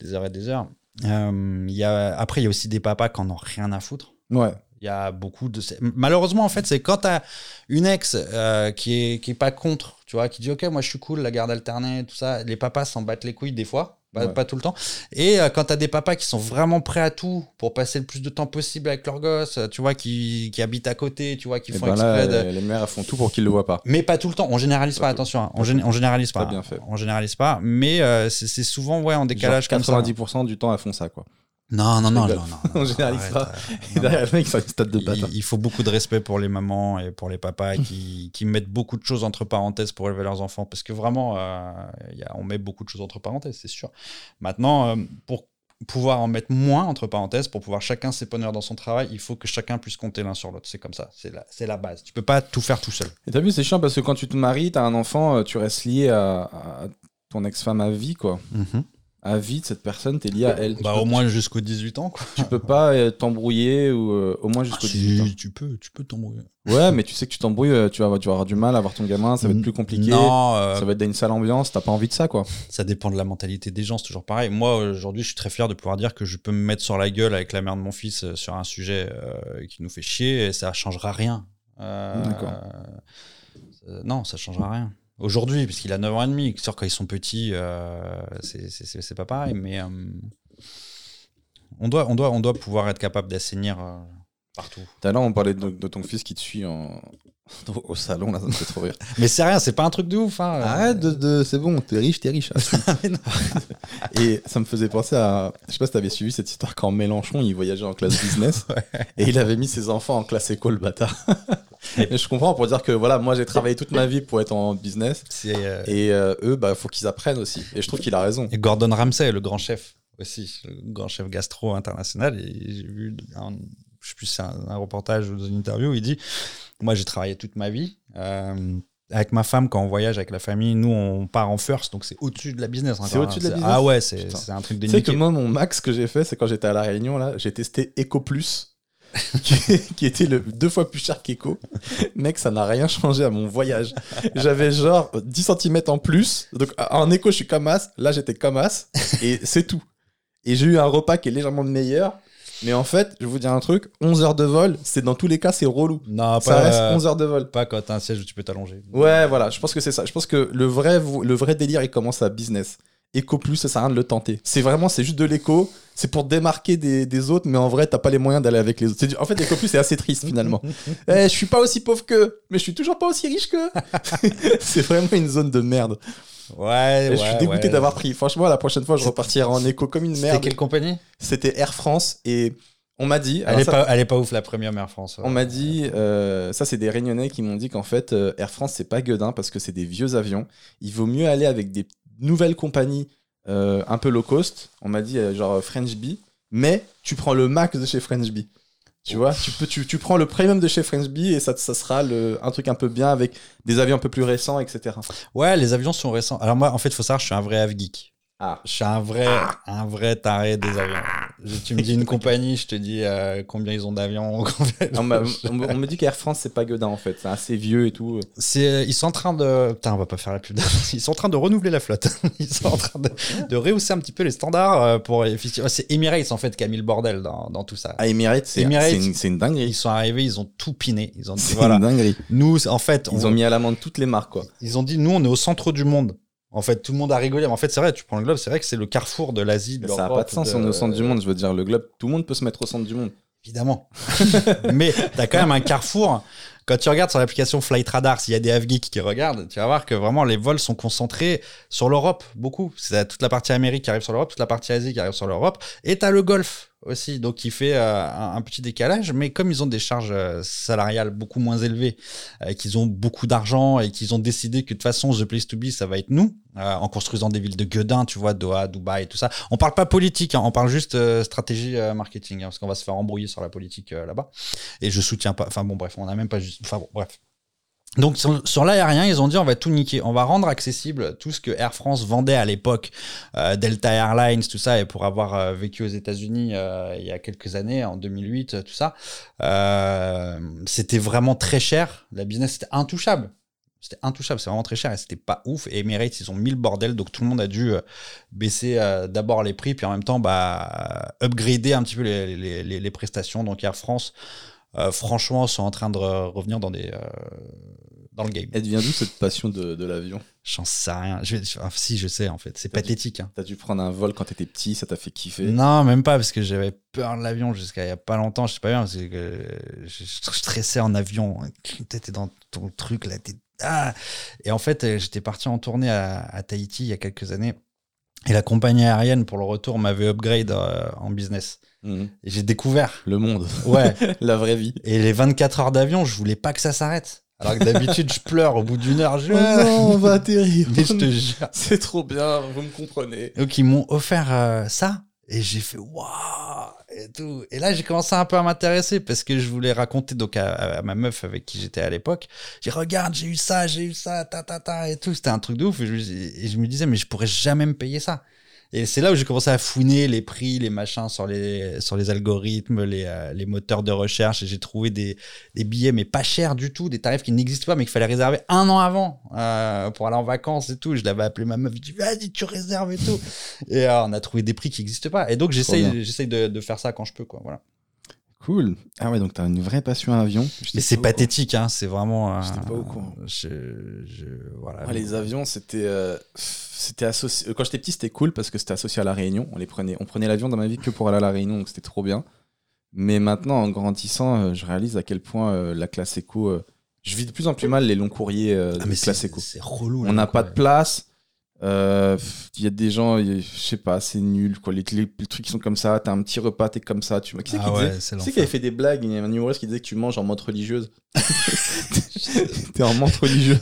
des heures et des heures. Euh, il y a, après, il y a aussi des papas qui en ont rien à foutre.
Ouais.
Il y a beaucoup de. c'est- Malheureusement, en fait, c'est quand t'as une ex euh, qui, est, qui est pas contre, tu vois, qui dit Ok, moi je suis cool, la garde alternée, tout ça, les papas s'en battent les couilles des fois, pas,
Ouais.
pas tout le temps. Et euh, quand t'as des papas qui sont vraiment prêts à tout pour passer le plus de temps possible avec leur gosse, euh, tu vois, qui, qui habitent à côté, tu vois, qui
Et
font
ben là,
exprès de-
les, les mères elles font tout pour qu'ils le voient <laughs> pas.
mais pas tout le temps, on généralise pas,
Pas tout.
attention, hein. on, gén- on généralise pas.
Pas bien
hein.
fait.
On généralise pas, mais euh, c'est c'est souvent ouais, en décalage
Genre,
comme ça.
90% du temps, elles font ça, quoi.
Non,
<laughs>
non, non, non,
rigole.
non, non,
On généralise
arrête,
pas.
euh,
Et
non,
<laughs>
non.
derrière, le mec, il fait une stade de
Il,
bâtard.
il faut beaucoup de respect pour les mamans et pour les papas qui, qui mettent beaucoup de choses entre parenthèses pour élever leurs enfants. Parce que vraiment, euh, il y a- on met beaucoup de choses entre parenthèses, c'est sûr. Maintenant, euh, pour pouvoir en mettre moins entre parenthèses, pour pouvoir chacun s'épanouir dans son travail, il faut que chacun puisse compter l'un sur l'autre. C'est comme ça, c'est la, c'est la base. Tu peux pas tout faire tout seul.
Et t'as vu, c'est chiant parce que quand tu te maries, t'as un enfant, euh, tu restes lié à, à ton ex-femme à vie, quoi. À vie de cette personne, t'es lié à elle.
Bah,
tu,
au
peux,
moins jusqu'aux 18 ans. Quoi.
tu peux pas euh, t'embrouiller ou euh, au moins jusqu'au 18 ans.
tu peux, tu peux t'embrouiller.
Ouais, mais tu sais que tu t'embrouilles, euh, tu vas, avoir- tu vas avoir du mal à voir ton gamin, ça va être plus compliqué.
Non, euh,
Ça va être dans une sale ambiance, t'as pas envie de ça, quoi.
Ça dépend de la mentalité des gens, c'est toujours pareil. Moi, aujourd'hui, je suis très fier de pouvoir dire que je peux me mettre sur la gueule avec la mère de mon fils euh, sur un sujet euh, qui nous fait chier et ça changera rien. Euh,
D'accord.
euh, non, ça changera rien. Aujourd'hui, parce qu'il a 9 ans et demi, sûr quand ils sont petits, euh, c'est- c'est c'est- c'est pas pareil, mais euh, on, doit, on, doit, on doit pouvoir être capable d'assainir euh, partout.
Tout à l'heure, on parlait de, de ton fils qui te suit en... <laughs> au salon, là, ça me fait trop rire.
Mais c'est rien, c'est pas un truc de ouf. hein.
Arrête de. de- c'est bon, t'es riche, t'es riche. <laughs> et ça me faisait penser à. Je sais pas si t'avais suivi cette histoire quand Mélenchon, il voyageait en classe business et il avait mis ses enfants en classe éco, le bâtard. et je comprends pour dire que voilà, moi j'ai travaillé toute ma vie pour être en business
C'est, euh,
et euh, eux, bah, faut qu'ils apprennent aussi. Et je trouve qu'il a raison.
Et Gordon Ramsay, le grand chef aussi, le grand chef gastro international. Et j'ai vu, un, je sais plus, si c'est un, un reportage ou dans une interview où il dit Moi, j'ai travaillé toute ma vie. euh, avec ma femme, quand on voyage avec la famille, nous, on part en first, donc c'est au-dessus de la business. encore,
C'est au-dessus de la business
Ah ouais, c'est
Putain.
c'est un truc
Tu sais que
déniqué.
moi, mon max que j'ai fait, c'est quand j'étais à La Réunion, là, j'ai testé Eco Plus, <laughs> qui, qui était le deux fois plus cher qu'Eco. Mec, ça n'a rien changé à mon voyage. J'avais genre 10 cm en plus. Donc, en Eco, je suis comme as. Là, j'étais comme as. Et c'est tout. Et j'ai eu un repas qui est légèrement meilleur. Mais en fait, je vais vous dire un truc 11 heures de vol, c'est dans tous les cas, c'est relou.
Non,
Ça
pas,
reste
euh,
11 heures de vol.
pas quand t'as un siège où tu peux t'allonger.
Ouais, voilà, je pense que c'est ça. Je pense que le vrai, vo- le vrai délire, il commence à business. Éco plus, ça sert à rien de le tenter. C'est vraiment, c'est juste de l'éco. C'est pour démarquer des, des autres, mais en vrai, t'as pas les moyens d'aller avec les autres. C'est du- En fait, éco plus, c'est assez triste
<laughs>
finalement. Eh, je suis pas aussi pauvre qu'eux, mais je suis toujours pas aussi riche qu'eux. <laughs> c'est vraiment une zone de merde.
Ouais,
Et
ouais.
je suis dégoûté
ouais.
d'avoir pris. Franchement, la prochaine fois, je repartirai en éco comme une
C'était
merde.
quelle compagnie
C'était Air France et on m'a dit.
elle
alors
est,
ça-
pas, elle est pas ouf, la première Air France. ouais.
on m'a dit, euh, ça c'est des Réunionnais qui m'ont dit qu'en fait euh, Air France c'est pas gueudin parce que c'est des vieux avions. Il vaut mieux aller avec des nouvelles compagnies euh, un peu low cost. On m'a dit euh, genre euh, French Bee, mais tu prends le max de chez French Bee. Tu vois, tu, peux, tu, tu prends le premium de chez French Bee et ça, ça sera le, un truc un peu bien avec des avions un peu plus récents, etc.
Ouais, les avions sont récents. Alors moi, en fait, faut savoir, je suis un vrai av geek.
Ah.
Je suis un vrai, un vrai taré des avions. Je- tu me dis une compagnie, je te dis euh, combien ils ont d'avions. combien-
On, m'a- on me- on me dit qu'Air France c'est pas gueudin en fait, c'est assez vieux et tout.
C'est, euh, ils sont en train de, putain, on va pas faire la pub. <laughs> Ils sont en train de renouveler la flotte. <laughs> Ils sont en train de, de rehausser un petit peu les standards euh, pour effectivement. C'est Emirates en fait qui a mis le bordel dans, dans tout ça.
À Ah, Emirates, c'est
Emirates.
c'est une, c'est une
Ils
dinguerie.
sont arrivés, ils ont tout piné.
<laughs>
Ils ont dit
C'est
voilà.
une dinguerie.
Nous, en fait,
Ils
on-
ont mis à l'amende toutes les marques quoi.
Ils ont dit, nous, on est au centre du monde. En fait, tout le monde a rigolé. Mais en fait, c'est vrai, tu prends le globe, c'est vrai que c'est le carrefour de l'Asie, de
Ça n'a
l'Europe.
pas de sens, on est au centre du monde. Je veux dire, le globe, tout le monde peut se mettre au centre du monde.
Évidemment. <laughs> Mais t'as quand même un carrefour. Quand tu regardes sur l'application Flight Radar, s'il y a des Afgeeks qui regardent, tu vas voir que vraiment les vols sont concentrés sur l'Europe, beaucoup. C'est toute la partie Amérique qui arrive sur l'Europe, toute la partie Asie qui arrive sur l'Europe. Et t'as le Golfe aussi, donc qui fait euh, un, un petit décalage. Mais comme ils ont des charges euh, salariales beaucoup moins élevées, euh, et qu'ils ont beaucoup d'argent et qu'ils ont décidé que de toute façon, The Place to Be, ça va être nous, euh, en construisant des villes de Guedin, tu vois, Doha, Dubaï et tout ça. On parle pas politique, hein, on parle juste euh, stratégie euh, marketing, hein, parce qu'on va se faire embrouiller sur la politique euh, là-bas. Et je soutiens pas. Enfin bon, bref, on n'a même pas juste. Enfin bon, bref. Donc sur, sur l'aérien, ils ont dit on va tout niquer, on va rendre accessible tout ce que Air France vendait à l'époque, euh, Delta Airlines, tout ça, et pour avoir euh, vécu aux États-Unis euh, il y a quelques années, en 2008, euh, tout ça, euh, c'était vraiment très cher. La business c'était intouchable, c'était intouchable, c'est vraiment très cher et c'était pas ouf. Et Emirates ils ont mis le bordel, donc tout le monde a dû euh, baisser euh, d'abord les prix, puis en même temps bah upgrader un petit peu les, les- les- les prestations. Donc Air France, euh, franchement, sont en train de re- revenir dans des euh, dans le game.
Elle vient d'où cette passion de, de l'avion
J'en sais rien. Je vais- ah, si, je sais, en fait. C'est
T'as dit-
pathétique. hein.
T'as dû prendre un vol quand t'étais petit, ça t'a fait kiffer.
Non, même pas, parce que j'avais peur de l'avion jusqu'à il n'y a pas longtemps. Je sais pas bien, parce que euh, je, je stressais en avion. hein, <laughs> T'étais dans ton truc, là. t'es- Ah et en fait, euh, j'étais parti en tournée à, à Tahiti il y a quelques années. Et la compagnie aérienne, pour le retour, m'avait upgrade euh, en business.
Mhm.
Et j'ai découvert.
Le monde, <laughs>
Ouais.
la vraie vie.
et les 24 heures d'avion, je voulais pas que ça s'arrête. Alors que d'habitude, je pleure au bout d'une heure. Je...
on va <laughs> atterrir.
<laughs> Mais je te jure.
C'est trop bien, vous me comprenez.
Donc ils m'ont offert euh, ça et j'ai fait waouh et tout. Et là j'ai commencé un peu à m'intéresser parce que je voulais raconter donc à, à ma meuf avec qui j'étais à l'époque. J'ai dit, regarde j'ai eu ça j'ai eu ça ta ta ta et tout. C'était un truc de ouf et je, me dis- et je me disais mais je pourrais jamais me payer ça. Et c'est là où j'ai commencé à fouiner les prix, les machins sur les, sur les algorithmes, les, euh, les moteurs de recherche. Et j'ai trouvé des, des billets, mais pas chers du tout, des tarifs qui n'existent pas, mais qu'il fallait réserver un an avant euh, pour aller en vacances et tout. Je l'avais appelé ma meuf, je dis vas-y, tu réserves
<laughs>
et tout. Et euh, on a trouvé des prix qui n'existent pas. Et donc,
Trop
j'essaye j'essaye de, de faire ça quand je peux. Quoi, voilà.
Cool. Ah ouais, donc t'as une vraie passion à avion.
Et c'est
oh,
pathétique, hein, c'est vraiment. euh,
J'étais pas au courant.
Je, je- voilà.
Ah, les avions, c'était euh, c'était associé. euh, Quand j'étais petit, c'était cool parce que c'était associé à la Réunion. On les prenait, on prenait l'avion dans ma vie que pour aller à la Réunion, donc c'était trop bien. Mais maintenant, en grandissant, euh, je réalise à quel point euh, la classe éco. euh, je vis de plus en plus mal les longs courriers euh,
Ah,
de
mais
classe
c'est hein,
éco.
c'est relou.
On
là,
n'a
quoi.
pas de place. euh, pff, Il y a des gens, il y a- je sais pas, c'est nul. Quoi. Les, les- les trucs qui sont comme ça. T'as un petit repas, t'es comme ça. Tu... vois. Qui c'est qui
Ah
disait-
ouais, c'est
Tu sais
l'enfer.
qu'il avait fait des blagues, il y avait un humoriste qui disait que tu manges en menthe religieuse.
<laughs>
T'es en menthe religieuse.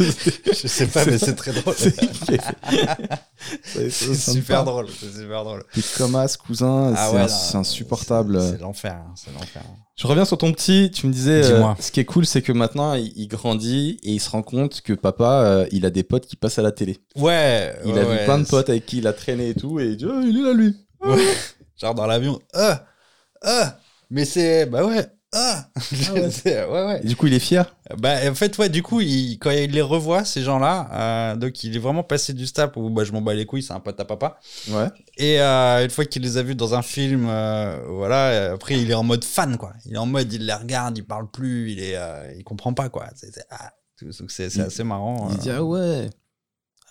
Je sais pas,
<laughs>
mais c'est très drôle.
C'est qui avait fait-
C'est
sympa.
super drôle, c'est super drôle.
T'es comme as, cousin,
Ah
c'est
ouais,
ins-
non,
c'est insupportable.
C'est c'est l'enfer, hein, c'est l'enfer.
Je reviens sur ton petit, tu me disais, euh,
Dis-moi.
ce qui est cool, c'est que maintenant, il, il grandit et il se rend compte que papa, euh, il a des potes qui passent à la télé.
Ouais.
Il
ouais,
a vu
ouais,
plein de
c'est-
potes avec qui il a traîné et tout, et il dit, Oh, il est là lui.
Genre dans l'avion, ah, ah, mais c'est, bah ouais, ah, <laughs> C'est- ouais, ouais.
Et du coup, il est fier.
Bah, en fait, ouais, du coup, il, quand il les revoit, ces gens-là, euh, donc il est vraiment passé du step où bah, je m'en bats les couilles, c'est un pote à papa.
Ouais.
Et euh, une fois qu'il les a vus dans un film, euh, voilà, euh, après, il est en mode fan, quoi. Il est en mode, il les regarde, il parle plus, il, est, euh, il comprend pas, quoi. C'est c'est- ah, tout- donc c'est c'est
Il-
assez marrant. euh.
ah ouais.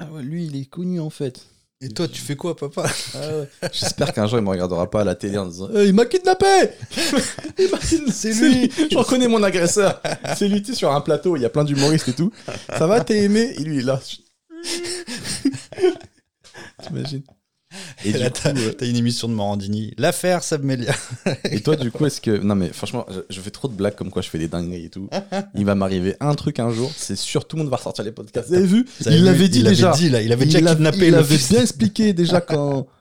Ah ouais, lui, il est connu en fait.
Et toi, tu fais quoi, papa
Ah J'espère qu'un jour il me regardera pas à la télé en disant Eh, Il m'a kidnappé <laughs> Il m'a kidnappé <laughs>
C'est
C'est
lui
lui Je reconnais mon agresseur C'est lui, tu sais, sur un plateau, il y a plein d'humoristes et tout. Ça va, t'es aimé Et lui, il est là. <laughs> T'imagines et,
Et
du
là,
coup, euh,
t'as <laughs> t'as une émission de Morandini. L'affaire Sab Melia.
et toi, du coup, est-ce que. Non, mais franchement, je, je fais trop de blagues comme quoi je fais des dingueries et tout. Il va m'arriver un truc un jour, c'est sûr, tout le monde va ressortir les podcasts. Vous avez vu
Ça,
Il l'avait dit
il
déjà.
Avait dit, là, il avait déjà
l'a-
kidnappé
il
le
l'avait
fils.
bien expliqué déjà quand. <laughs>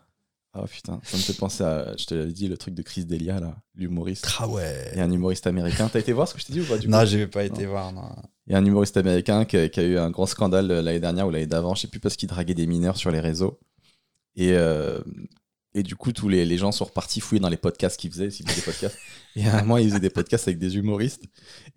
Ah putain, ça me fait penser à. Je te l'avais dit, le truc de Chris Delia, là, l'humoriste.
Ah ouais.
Il y a un humoriste américain. T'as été voir ce que je t'ai dit ou pas du coup
Non, j'ai pas été voir. Non.
Il y a un humoriste américain qui a, qui a eu un grand scandale euh, l'année dernière ou l'année d'avant, je sais plus, parce qu'il draguait des mineurs sur les réseaux. Et, euh, et du coup, tous les, les gens sont repartis fouiller dans les podcasts qu'ils faisaient, s'ils faisaient des podcasts. Et à un moment, ils faisaient des podcasts avec des humoristes.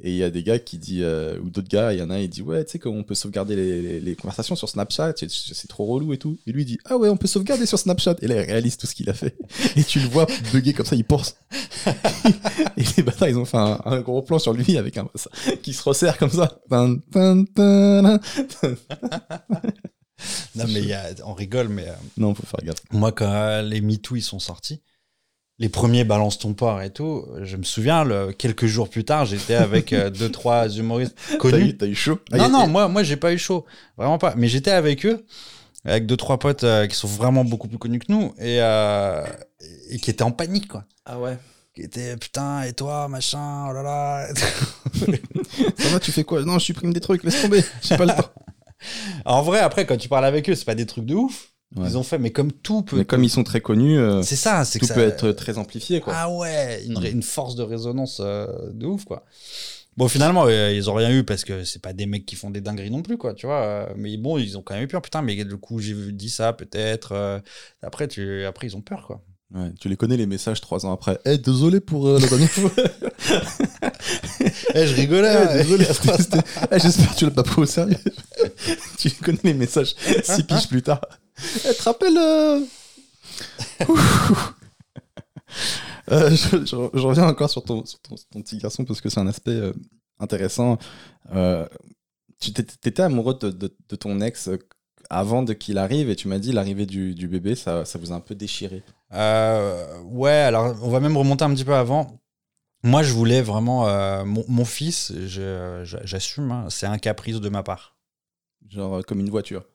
Et il y a des gars qui disent, euh, ou d'autres gars, il y en a un, il dit Ouais, tu sais qu'on peut sauvegarder les, les- les conversations sur Snapchat, c'est- c'est trop relou et tout. Et lui, il dit Ah ouais, on peut sauvegarder sur Snapchat. Et là, il réalise tout ce qu'il a fait. Et tu le vois bugger comme ça, il pense. <laughs> et les bâtards, ils ont fait un, un gros plan sur lui avec un, qui se resserre comme ça. Tin, tin, tin, tin.
Non, mais il y a- on rigole, mais euh,
Non, faut faire gaffe.
moi, quand euh, les MeToo ils sont sortis, les premiers Balance ton port et tout, je me souviens, le- quelques jours plus tard, j'étais avec euh, deux, trois humoristes
<laughs> T'as
connus.
eu, t'as eu chaud Ah,
Non, non, moi, moi j'ai pas eu chaud. Vraiment pas. Mais j'étais avec eux, avec deux, trois potes euh, qui sont vraiment beaucoup plus connus que nous et, euh, et qui étaient en panique, quoi.
Ah ouais.
Qui étaient putain, et toi, machin, oh là là. <laughs>
Ça va, tu fais quoi Non, je supprime des trucs, laisse tomber. <laughs> J'ai pas le temps.
en vrai, après, quand tu parles avec eux, c'est pas des trucs de ouf.
Ouais.
Ils ont fait, mais comme tout peut.
Mais comme ils sont très connus, euh,
C'est ça, c'est
tout
que ça.
peut être très amplifié, quoi.
Ah ouais, une, ré- une force de résonance euh, de ouf, quoi. Bon, finalement, euh, ils ont rien eu parce que c'est pas des mecs qui font des dingueries non plus, quoi, tu vois. euh, Mais bon, ils ont quand même eu peur. Putain, mais le coup, j'ai dit ça, peut-être. euh, après, tu... après, ils ont peur, quoi.
Ouais, tu les connais les messages trois ans après. Eh, désolé pour euh, la <laughs> dernière fois.
Eh, je rigolais.
Eh, <laughs>
hein.
désolé. c'était- c'était- Eh, J'espère que tu l'as pas pris au sérieux. <laughs> tu les connais les messages six piges plus tard. Hein, Eh, te rappelles euh, Ouh. <laughs> Euh, je, je- je reviens encore sur ton, sur ton- sur ton petit garçon parce que c'est un aspect euh, intéressant. Euh, tu t'étais- t'étais amoureux de, de- de ton ex euh, avant de qu'il arrive et tu m'as dit l'arrivée du, du bébé, ça, ça vous a un peu déchiré.
<laughs> Euh, ouais, alors on va même remonter un petit peu avant. Moi, je voulais vraiment. euh, mon, mon fils, je- je- j'assume, hein, c'est un caprice de ma part.
Genre euh, comme une voiture.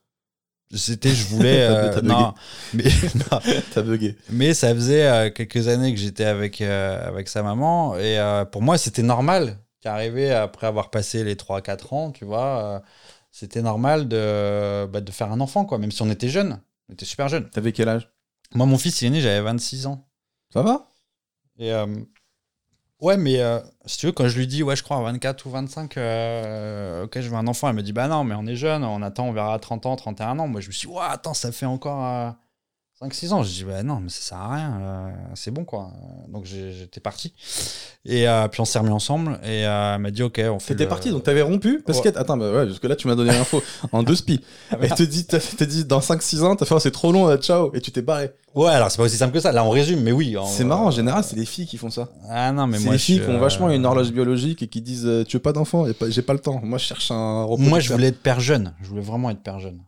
C'était, je voulais. euh,
T'as bugué.
non, mais, <laughs> non.
T'as bugué.
Mais ça faisait euh, quelques années que j'étais avec, euh, avec sa maman. Et euh, pour moi, c'était normal qu'arriver après avoir passé les 3-4 ans, tu vois. euh, c'était normal de, bah, de faire un enfant, quoi. Même si on était jeune. On était super jeune.
T'avais quel âge
Moi, mon fils, il est né, j'avais 26 ans.
Ça va
Et euh, ouais, mais euh, si tu veux, quand je lui dis, ouais, je crois à 24 ou 25, euh, ok, je veux un enfant, elle me dit, bah non, mais on est jeune, on attend, on verra à 30 ans, 31 ans. Moi, je me suis dit, ouais, attends, ça fait encore 5-6 ans. Je dis, bah non, mais ça sert à rien, euh, c'est bon, quoi. Donc, j'ai- j'étais parti. Et euh, puis, on s'est remis ensemble, et euh, elle m'a dit, ok, on fait.
T'étais
le-
parti, donc t'avais rompu parce que attends, bah ouais, parce que là tu m'as donné l'info en deux
<laughs>
spies.
Ah,
Et te dit, t'as t'as dit dans 5-6 ans, t'as fait oh, c'est trop long, euh, ciao, et tu t'es barré.
Ouais, alors, c'est pas aussi simple que ça. Là, on résume, mais oui. on- euh,
C'est marrant, en général, c'est les filles qui font ça.
Ah non, mais
C'est
moi.
les
je
filles
suis,
qui ont
euh,
vachement une horloge biologique et qui disent euh, tu veux pas d'enfant, Et pas- j'ai pas le temps. Moi je cherche un repos.
Moi,
de
je
fer.
voulais être père jeune. Je voulais vraiment être père jeune.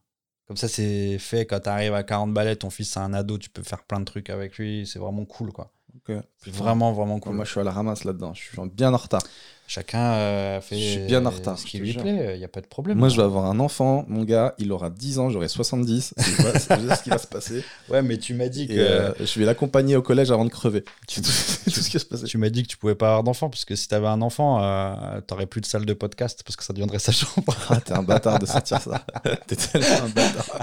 Comme ça, c'est fait quand t'arrives à 40 balais, ton fils c'est un ado, tu peux faire plein de trucs avec lui. C'est vraiment cool, quoi.
Ok.
C'est vraiment, vraiment cool.
Moi je suis à la ramasse là-dedans, je suis en- bien en retard.
Chacun euh, fait
Je suis bien en retard,
ce
je
qui
te
lui
jure.
plaît. Il n'y a pas de problème. hein.
Moi je vais avoir un enfant, mon gars, il aura 10 ans, j'aurai 70. Je sais pas- je sais ce qui va se
<laughs>
passer.
Ouais, mais tu m'as dit que
Et euh, je vais l'accompagner au collège avant de crever. C'est tout, <laughs> c'est tout ce qui va se passer.
tu m'as dit que tu pouvais pas avoir d'enfant parce que si t'avais un enfant, euh, t'aurais plus de salle de podcast parce que ça deviendrait sa chambre. <laughs>
Ah, t'es un bâtard de sortir ça. <laughs> T'es tellement un bâtard.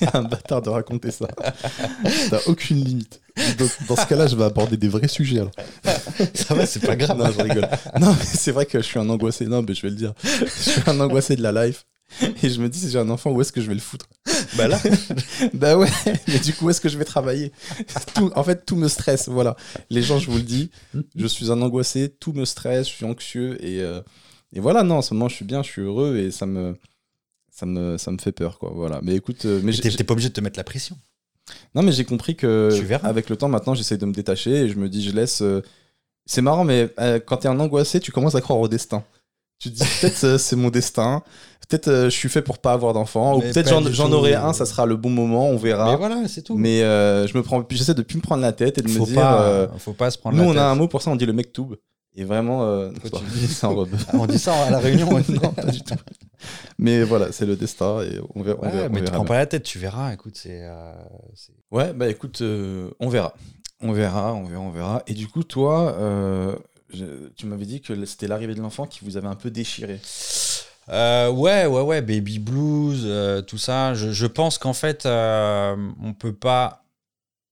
T'es un bâtard de raconter ça. T'as aucune limite. Donc, dans ce cas-là, je vais aborder des vrais sujets. alors.
ça va, c'est pas grave.
Non, je rigole. Non, mais c'est vrai que je suis un angoissé. Non, mais je vais le dire. Je suis un angoissé de la life. Et je me dis, si j'ai un enfant, où est-ce que je vais le foutre
bah là,
Bah ouais, <laughs> mais du coup, où est-ce que je vais travailler <laughs> Tout- En fait, tout me stresse. Voilà. Les gens, je vous le dis, je suis un angoissé, tout me stresse, je suis anxieux. Et, euh, et voilà, non, en ce moment, je suis bien, je suis heureux et ça me. Ça me, ça me fait peur, quoi. Voilà. Mais écoute, euh, mais j'ai-
t'es t'es pas obligé de te mettre la pression.
Non, mais j'ai compris que
Tu verras.
avec le temps, maintenant, j'essaie de me détacher et je me dis, je laisse. euh, C'est marrant, mais euh, quand t'es un angoissé, tu commences à croire au destin. Tu te dis, peut-être euh, c'est mon destin, peut-être euh, je suis fait pour pas avoir d'enfant, ou
Mais
peut-être
pas
j'en
du
j'en
tout.
aurai un, ça sera le bon moment, on
Mais
verra.
voilà, c'est tout.
Ah. Mais, euh, je me prends, puis j'essaie de plus me prendre la tête et de
faut
me dire.
pas,
euh,
faut pas se prendre
nous,
la
on
tête.
a un mot pour ça, on dit le mec tube. Et vraiment, euh,
Faut que tu
non,
le dises.
c'est un rub.
On dit ça à la réunion. ouais.
<laughs> non, pas du tout. <laughs> Mais voilà, c'est le destin et on verra. on
Ouais,
verra- on
mais tu
verra
prends
bien.
pas la tête, tu verras. Écoute, c'est. euh, c'est-
Ouais, bah écoute, euh, on verra. On verra, on verra, on verra. Et du coup, toi, euh, je- tu m'avais dit que c'était l'arrivée de l'enfant qui vous avait un peu déchiré.
Euh, ouais, ouais, ouais, baby blues, euh, tout ça. Je, je pense qu'en fait, euh, on peut pas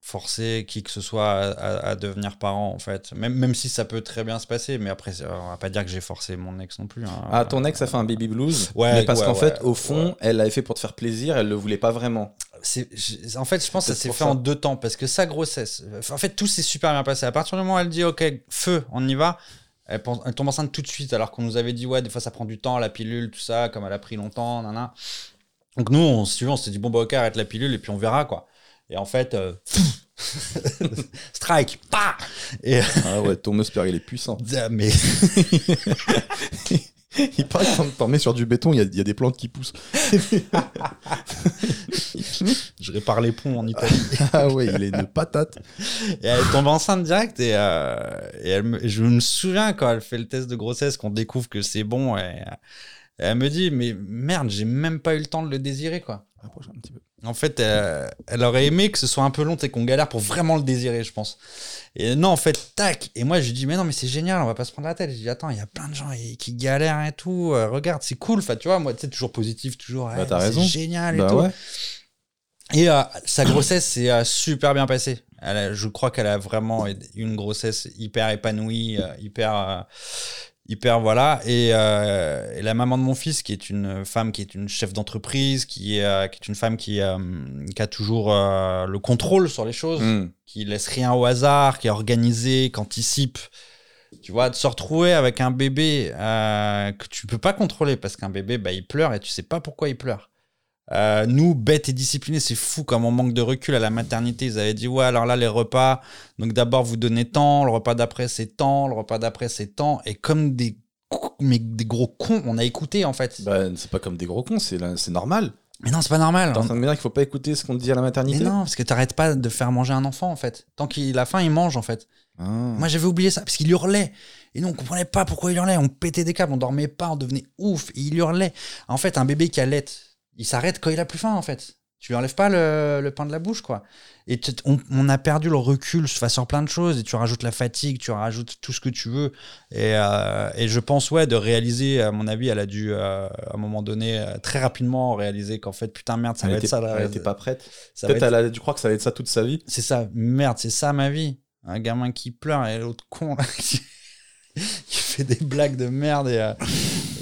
forcer qui que ce soit à, à- à devenir parent, en fait. Même, même si ça peut très bien se passer, mais après, c'est- on va pas dire que j'ai forcé mon ex non plus. hein.
Ah, ton ex a fait un baby blues.
Ouais,
mais parce
ouais,
qu'en
ouais,
fait, au fond, elle l'avait fait pour te faire plaisir, elle le voulait pas vraiment.
C'est- je- en fait, je pense que ça
Peut-être
s'est
pour
fait
ça.
en deux temps parce que sa grossesse, en fait, tout s'est super bien passé. À partir du moment où elle dit OK, feu, on y va, elle, pense- elle tombe enceinte tout de suite alors qu'on nous avait dit ouais, des fois ça prend du temps, la pilule, tout ça, comme elle a pris longtemps, nana. Donc nous, on, si tu veux, on s'est dit bon bah ok, arrête la pilule et puis on verra quoi. Et en fait, euh, <laughs> strike, pas.
Ah ouais, ton musper, il est puissant.
Mais
<laughs> Il paraît que t'en- t'en mets sur du béton, il y a- il y, a des plantes qui poussent.
je répare les ponts en Italie.
Ah ouais, il est <laughs> une patate.
Et elle tombe enceinte direct et, euh, et elle me- je me souviens quand elle fait le test de grossesse qu'on découvre que c'est bon et, euh, elle me dit mais merde j'ai même pas eu le temps de le désirer quoi.
Approche un petit peu.
En fait euh, elle aurait aimé que ce soit un peu long et qu'on galère pour vraiment le désirer je pense. Et non en fait tac et moi je lui dis mais non mais c'est génial on va pas se prendre la tête. Je dis attends il y a plein de gens et- qui galèrent et tout euh, regarde c'est cool enfin tu vois moi tu sais toujours positif toujours ouais,
Bah, t'as
c'est
raison.
génial et
Bah
tout.
ouais.
Et euh, sa grossesse s'est euh, super bien passée. Elle a- je crois qu'elle a vraiment une grossesse hyper épanouie, euh, hyper, euh, hyper voilà et, euh, et la maman de mon fils qui est une femme qui est une chef d'entreprise qui est, euh, qui est une femme qui, euh, qui a toujours euh, le contrôle sur les choses
Mmh.
Hmm.
qui laisse rien au hasard qui est organisée qui anticipe tu vois de se retrouver avec un bébé euh, que tu peux pas contrôler parce qu'un bébé bah, il pleure et tu sais pas pourquoi il pleure Euh, nous, bêtes et disciplinés, c'est fou comme on manque de recul à la maternité. Ils avaient dit, ouais, alors là, les repas, donc d'abord vous donnez tant, le repas d'après c'est tant, le repas d'après c'est tant. Et comme des, cou- mais des gros cons, on a écouté en fait.
Bah, c'est pas comme des gros cons, c'est la- c'est normal.
Mais non, c'est pas normal.
T'es en train de me dire qu'il faut pas écouter ce qu'on te dit à la
Mais
maternité
non, parce que t'arrêtes pas de faire manger un enfant en fait. Tant qu'il a faim, il mange en fait.
Ah.
Moi, j'avais oublié ça parce qu'il hurlait. Et nous, on comprenait pas pourquoi il hurlait. On pétait des câbles, on dormait pas, on devenait ouf. Et il hurlait. En fait, un bébé qui allait, il s'arrête quand il a plus faim, en fait. Tu lui enlèves pas le, le pain de la bouche, quoi. Et tu- on, on a perdu le recul face sur plein de choses. Et tu rajoutes la fatigue, tu rajoutes tout ce que tu veux. Et, euh, et je pense, ouais, de réaliser, à mon avis, elle a dû, euh, à un moment donné, euh, très rapidement réaliser qu'en fait, putain, merde, ça
elle
va
était,
être ça. la-
elle était pas prête.
ça va
Peut-être
être-
elle a dû croire que ça allait être ça toute sa vie.
c'est ça, merde, c'est ça ma vie. Un gamin qui pleure et l'autre con là, qui, <laughs> qui fait des blagues de merde et, euh,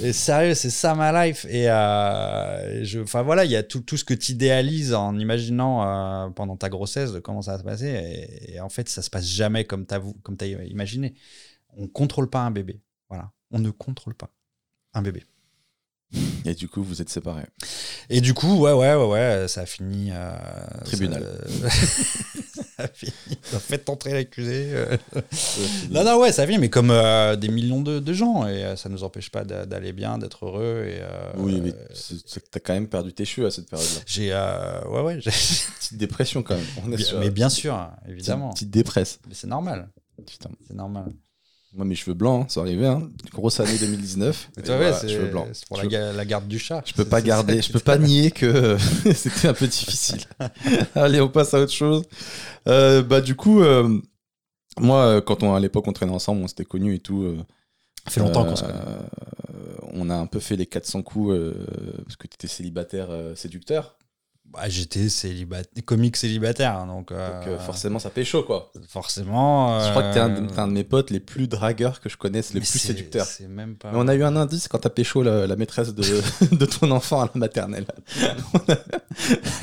et sérieux, c'est ça ma life. Et euh, je, enfin voilà, il y a tout, tout ce que tu idéalises en imaginant euh, pendant ta grossesse de comment ça va se passer et, et en fait ça se passe jamais comme t'as vou- comme t'as imaginé. On contrôle pas un bébé, voilà, on ne contrôle pas un bébé.
Et du coup, vous êtes séparés.
Et du coup, ouais, ouais, ouais, ouais, ça a fini. euh,
Tribunal.
Ça, <laughs> ça a fini. Faites entrer l'accusé. euh. Non, non, ouais, ça a fini, mais comme euh, des millions de, de gens. Et euh, ça nous empêche pas d'a- d'aller bien, d'être heureux. Et, euh,
oui, mais
euh,
c'est- c'est que t'as quand même perdu tes cheveux à cette période-là.
J'ai. euh, ouais, ouais.
<laughs>
j'ai-
Petite dépression quand même. On est sur-
mais <laughs> bien sûr, hein,
petite-
évidemment.
Petite dépresse.
Mais c'est normal.
Putain.
C'est normal.
Moi, mes cheveux blancs, hein, c'est arrivé. Hein. Grosse année 2019.
Mais
Et
toi, ouais,
voilà,
c'est
cheveux blancs.
c'est pour la,
Cheveux-
ga- la garde du chat.
Je peux
C'est-
pas
c'est
garder,
ça
je
qui
peux
te-
pas nier que <laughs> euh, c'était un peu difficile. <laughs> Allez, on passe à autre chose. Euh, bah du coup, euh, moi, euh, quand on à l'époque on traînait ensemble, on s'était connus et tout. euh,
Ça fait longtemps qu'on se
euh,
connaît.
On a un peu fait les 400 coups euh, parce que tu étais célibataire euh, séducteur,
Bah, J'étais célibataire, comique célibataire, hein, donc, euh,
donc euh, forcément ça pécho quoi.
forcément.
Je crois que t'es un,
euh,
de- t'es un de mes potes les plus dragueurs que je connaisse, les
mais
plus
c'est-
séducteurs.
C'est même pas.
Mais on a eu un indice quand t'as pécho la, la maîtresse de, <laughs> de ton enfant à la maternelle. <laughs> On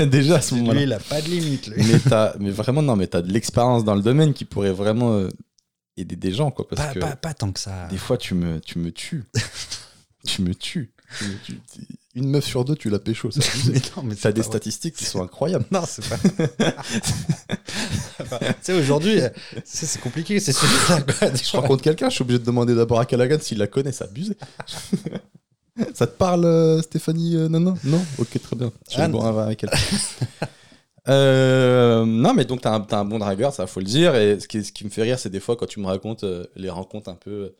a- <laughs> Déjà à ce moment-là.
Lui, il a pas de limite. lui.
mais t'as mais vraiment non mais t'as de l'expérience dans le domaine qui pourrait vraiment euh, aider des gens quoi parce
Pas,
que
pas- pas tant que ça.
des fois tu me tu me <laughs> tues tu me tues Tu me tues. une meuf sur deux tu la pécho ça
Mais non, mais c'est
<laughs> t'as des
pas vrai.
statistiques qui sont incroyables
Non, c'est pas. Enfin, <laughs> tu sais, aujourd'hui, euh, c'est c'est compliqué. <laughs> C'est sûr.
je rencontre quelqu'un je suis obligé de demander d'abord à Callaghan s'il la connaît c'est abusé <laughs> ça te parle euh, Stéphanie euh, non non non ok très bien je vais
Ah,
boire un verre avec elle <laughs> Euh, non mais donc t'as un, t'as un bon dragueur ça faut le dire et ce qui, ce qui me fait rire c'est des fois quand tu me racontes euh, les rencontres un peu euh,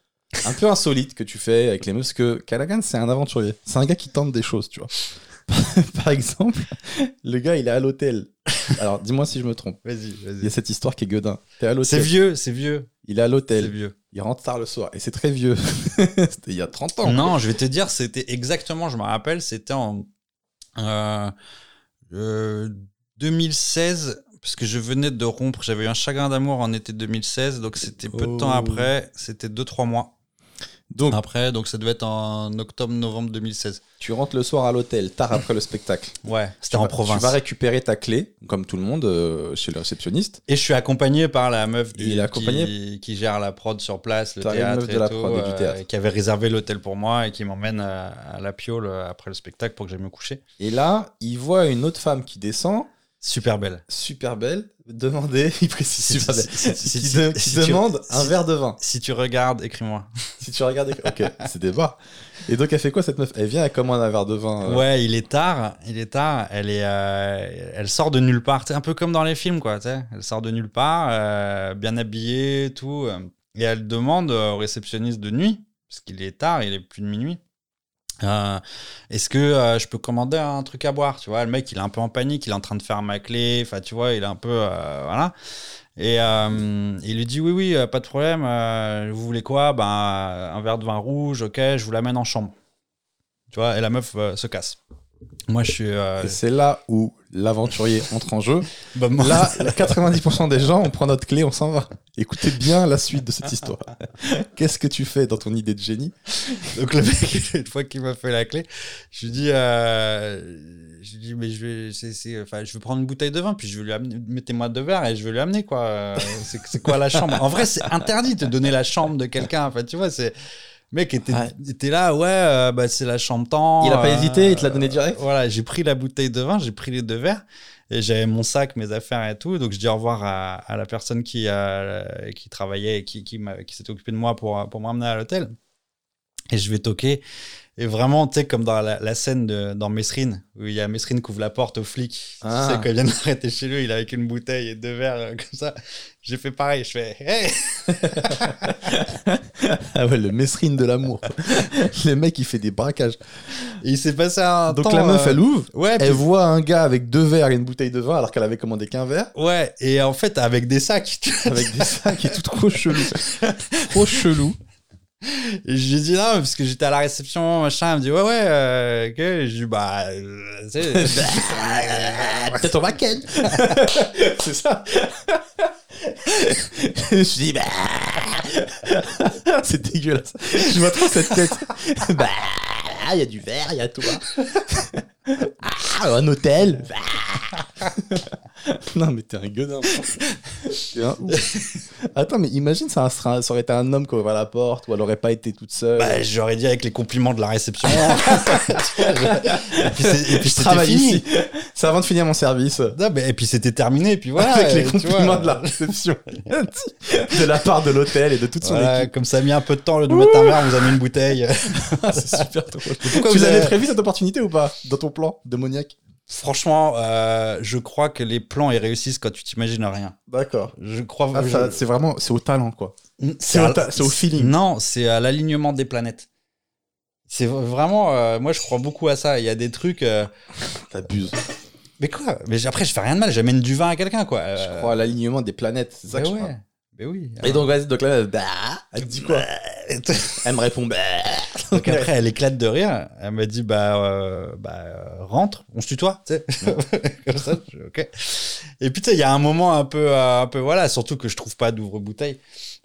un peu insolites que tu fais avec les meufs parce que Callaghan c'est un aventurier c'est un gars qui tente des choses tu vois <laughs> par exemple le gars il est à l'hôtel alors dis-moi si je me trompe
Vas-y,
il y a
vas-y.
cette histoire qui est gueudin t'es à
C'est
l'hôtel
vieux, c'est vieux.
il est à
C'est
l'hôtel
vieux.
il rentre tard le soir et c'est très vieux <laughs> c'était il y a 30 ans
Non, je vais te dire, c'était exactement, je me rappelle, c'était en euh, euh, 2016, parce que je venais de rompre, j'avais eu un chagrin d'amour en été 2016, donc c'était peu de temps
Oh.
après, c'était 2-3 mois
donc
après, donc ça devait être en octobre-novembre 2016.
tu rentres le soir à l'hôtel tard après le spectacle
Ouais,
Tu
c'était en
vas-
province.
Tu vas récupérer ta clé, comme tout le monde, euh, chez le réceptionniste.
Et je suis accompagné par la meuf
Il
du,
est
qui,
accompagné.
qui gère la prod sur place, le
T'as la
théâtre
meuf de
et
la
tout,
prod et du
euh,
théâtre.
qui avait réservé l'hôtel pour moi et qui m'emmène à, à la piole euh, après le spectacle pour que j'aille me coucher.
Et là, il voit une autre femme qui descend,
Super
<laughs>
belle.
super belle, demander, <laughs> il précise super belle,
si, si-
qui,
si-
de-
si
qui
tu-
demande un
si-
verre de vin.
Si tu regardes, écris-moi.
Si tu regardes, ok, <laughs> c'est des bars. Et donc, elle fait quoi cette meuf Elle vient, elle commande un verre de vin. euh,
Ouais, il est tard, il est tard. Elle est, euh, elle sort de nulle part. C'est un peu comme dans les films, quoi. tu sais. Elle sort de nulle part, euh, bien habillée, et tout. euh. Et elle demande euh, au réceptionniste de nuit, parce qu'il est tard, il est plus de minuit. euh, Est-ce que euh, je peux commander un truc à boire Tu vois, le mec, il est un peu en panique, il est en train de faire ma clé. Enfin, tu vois, il est un peu, euh, voilà. Et euh, il lui dit oui, oui, euh, pas de problème. euh, vous voulez quoi Ben, un verre de vin rouge, ok. Je vous l'amène en chambre. Tu vois, et la meuf euh, se casse. Moi, je suis. euh,
Et c'est là où l'aventurier entre en jeu.
Bob Marley.
Là, 90% des gens, on prend notre clé, on s'en va. Écoutez bien la suite de cette
<laughs>
histoire. Qu'est-ce que tu fais dans ton idée de génie
Donc le mec, <laughs> une fois qu'il m'a fait la clé, je lui dis, euh, je lui dis mais je vais, c'est, c'est- enfin, je vais prendre une bouteille de vin, puis je vais lui amener, mettez-moi deux verres et je vais lui amener quoi. Euh, C'est, c'est quoi la chambre En vrai, c'est interdit de donner la chambre de quelqu'un. Enfin, tu vois, c'est le mec était,
Ouais.
était là, ouais, euh, bah, c'est la chambre temps.
Il a pas
euh,
hésité, il te l'a donné direct
Voilà, j'ai pris la bouteille de vin, j'ai pris les deux verres. Et j'avais mon sac, mes affaires et tout. Donc, je dis au revoir à, à la personne qui, euh, qui travaillait et qui, qui, m'a- qui s'était occupée de moi pour, pour me ramener à l'hôtel. Et je vais toquer. Et vraiment, tu sais, comme dans la, la scène de, dans Mesrine, où il y a Mesrine qui ouvre la porte au flic.
Ah.
Tu sais, quand il vient de l'arrêter chez lui, il est avec une bouteille et deux verres, euh, comme ça. J'ai fait pareil. Je fais, hey
Ah ouais, le mesrine de
<laughs>
l'amour. le mec, il fait des braquages.
Et il s'est passé un
Donc
temps,
la meuf,
euh,
elle ouvre,
Ouais,
elle
puis-
voit un gars avec deux verres et une bouteille de vin alors qu'elle avait commandé qu'un verre,
ouais. Et en fait, avec des sacs. tu vois.
avec des sacs et tout trop
<laughs>
chelou. trop chelou.
Et je lui ai dit non, parce que j'étais à la réception, machin. Elle me dit ouais, ouais, euh, que je lui dis bah, euh, tu sais, <laughs>
<laughs> Peut-être on va ken. C'est ça. <laughs> je me suis dit, bah. C'est dégueulasse. Je vois trop cette tête. <laughs> bah. Il y a du verre, il y a toi. ah, un hôtel. Bah. non, mais t'es un gueudin. T'es un ouf. Attends, mais imagine, ça, sera- ça aurait été un homme qui aurait ouvert la porte ou elle aurait pas été toute seule.
bah, j'aurais dit avec les compliments de
<laughs>
la réception. Tu vois, je- et puis, c'est- et
je
puis c'était
travaille
fini.
ici. C'est avant de finir mon service.
Non, mais- et puis c'était terminé, et puis voilà.
avec les
et tu
compliments
vois,
de la réception <laughs> de la part de l'hôtel et de toute son
voilà,
équipe. <laughs>
comme ça a mis un peu de temps, le de mettre un verre, on vous a mis une bouteille. <laughs>
c'est super drôle.
Pourquoi
tu
vous
l'avais
avez-
prévu cette opportunité ou pas dans ton plan démoniaque
Franchement, euh, je crois que les plans ils réussissent quand tu t'imagines rien.
D'accord.
Je crois.
Ah,
je-
ça, c'est vraiment c'est au talent quoi.
C'est
au
à-
ta- c'est au feeling.
Non, c'est à l'alignement des planètes. C'est v- vraiment, euh, moi je crois beaucoup à ça. Il y a des trucs. euh,
T'abuses.
mais quoi Mais j- après, je fais rien de mal. J'amène du vin à quelqu'un, quoi. Euh,
Je crois à l'alignement des planètes, c'est ça
mais
que je
ouais.
crois.
Mais
<laughs>
oui.
Et donc vas-y donc là bah, elle te dit quoi <laughs> Elle me répond bah. <laughs>
Donc après, elle éclate de rire. Elle me dit, bah, euh, bah, euh, rentre, on se tutoie, tu sais. <laughs> Comme ça, je fais, ok. Et puis, tu sais, il y a un moment un peu, euh, un peu, voilà, surtout que je trouve pas d'ouvre-bouteille.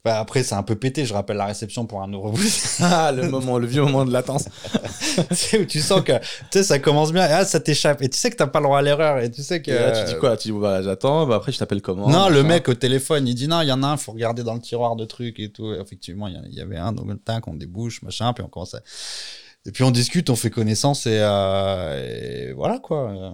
Enfin, après, c'est un peu pété. Je rappelle la réception pour un ouvre-bouteille.
Ah le moment, le vieux moment de latence.
<laughs> tu sais, où tu sens que, tu sais, ça commence bien. Et, ah, ça t'échappe. Et tu sais que t'as pas le droit à l'erreur. Et tu sais que. Euh,
Et là, tu dis quoi Tu dis bah j'attends, bah après je t'appelle comment
Non, le
machin.
mec au téléphone, il dit non, il y en a un, faut regarder dans le tiroir de trucs et tout. Et effectivement, il y en- il y, avait un, donc tac, on débouche, machin, puis on commence à... Et puis on discute, on fait connaissance et, euh, et voilà quoi. euh,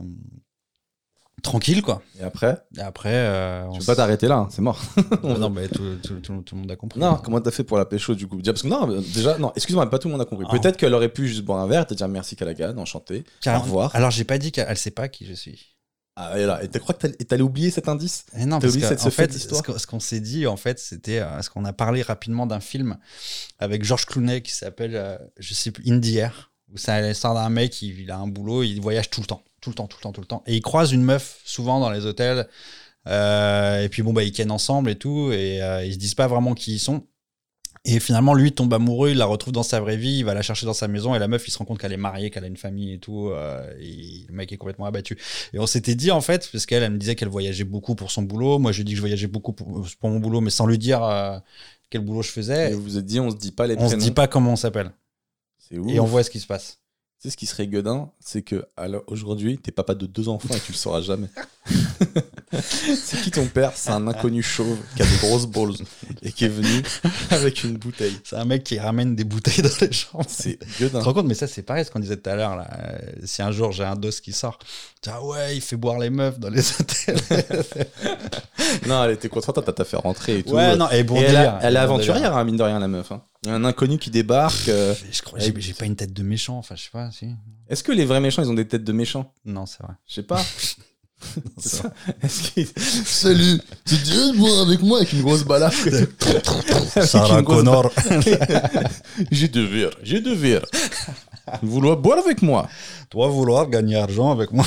tranquille quoi.
Et après,
Et après, euh, on
tu peux
s-
pas t'arrêter là, hein, c'est mort.
Ah <laughs> non, mais tout, tout- tout- tout le monde a compris.
Non, comment t'as fait pour la pécho du coup Déjà, Parce que non, déjà, non, excuse-moi, pas tout le monde a compris.
Ah.
Peut-être qu'elle aurait pu juste boire un verre, te dire merci Calagan, enchanté.
Car-
au revoir.
Alors j'ai pas dit qu'elle elle sait pas qui je suis.
Ah, et là, et tu crois que t'allais- et t'allais oublier cet indice
Et non,
T'as
parce
oublié
que,
cette- ce
en
fait
fait,
d'histoire
ce qu'on ce qu'on s'est dit, en fait, c'était euh, ce qu'on a parlé rapidement d'un film avec Georges Clooney qui s'appelle, euh, je sais plus, Indie Air, où c'est l'histoire d'un mec, il, il a un boulot, il voyage tout le temps, tout le temps, tout le temps, tout le temps. Et il croise une meuf souvent dans les hôtels. euh, et puis bon, bah, ils kennent ensemble et tout, et euh, ils se disent pas vraiment qui ils sont. Et finalement, lui il tombe amoureux, il la retrouve dans sa vraie vie, il va la chercher dans sa maison, et la meuf, il se rend compte qu'elle est mariée, qu'elle a une famille et tout, euh, et le mec est complètement abattu. Et on s'était dit, en fait, parce qu'elle, elle me disait qu'elle voyageait beaucoup pour son boulot. Moi, je lui ai dit que je voyageais beaucoup pour, euh, pour mon boulot, mais sans lui dire euh, quel boulot je
Et
faisais.
vous vous êtes dit, on se dit pas les
on se
prénoms.
dit pas comment on s'appelle.
C'est ouf.
Et on voit ce qui se passe.
Tu sais ce qui serait gueudin, c'est que alors, aujourd'hui, t'es papa de deux enfants et tu le sauras
<laughs>
jamais. c'est qui ton père C'est un inconnu chauve qui a des grosses balls et qui est venu avec une bouteille.
C'est un mec qui ramène des bouteilles <laughs> dans les chambres.
C'est
Tu te
gueudin.
rends compte, mais ça, c'est pareil ce qu'on disait tout à l'heure. là. Euh, si un jour j'ai un dos qui sort, tu dis, ah ouais, il fait boire les meufs dans les <laughs> hôtels.
Non, elle était contente, t'as- t'as fait rentrer et tout.
ouais, non, et bon,
Et elle,
délire,
a- elle est
bon
aventurière, hein, mine de rien, la meuf. hein. Un inconnu qui débarque. euh,
délire. Je crois, j'ai j'ai pas une tête de méchant, enfin, je sais pas, si.
Est-ce que les vrais méchants, ils ont des têtes de méchants
Non, c'est vrai.
Je sais pas. <laughs> C'est
c'est
ça. <laughs> Est-ce qu'ils- Salut, tu te dirais de boire avec moi avec une grosse balafre <laughs> Avec
<laughs> Sarah
une grosse
Connor.
J'ai deux verres, j'ai deux verres. Vouloir boire avec moi.
Toi, vouloir gagner argent avec moi.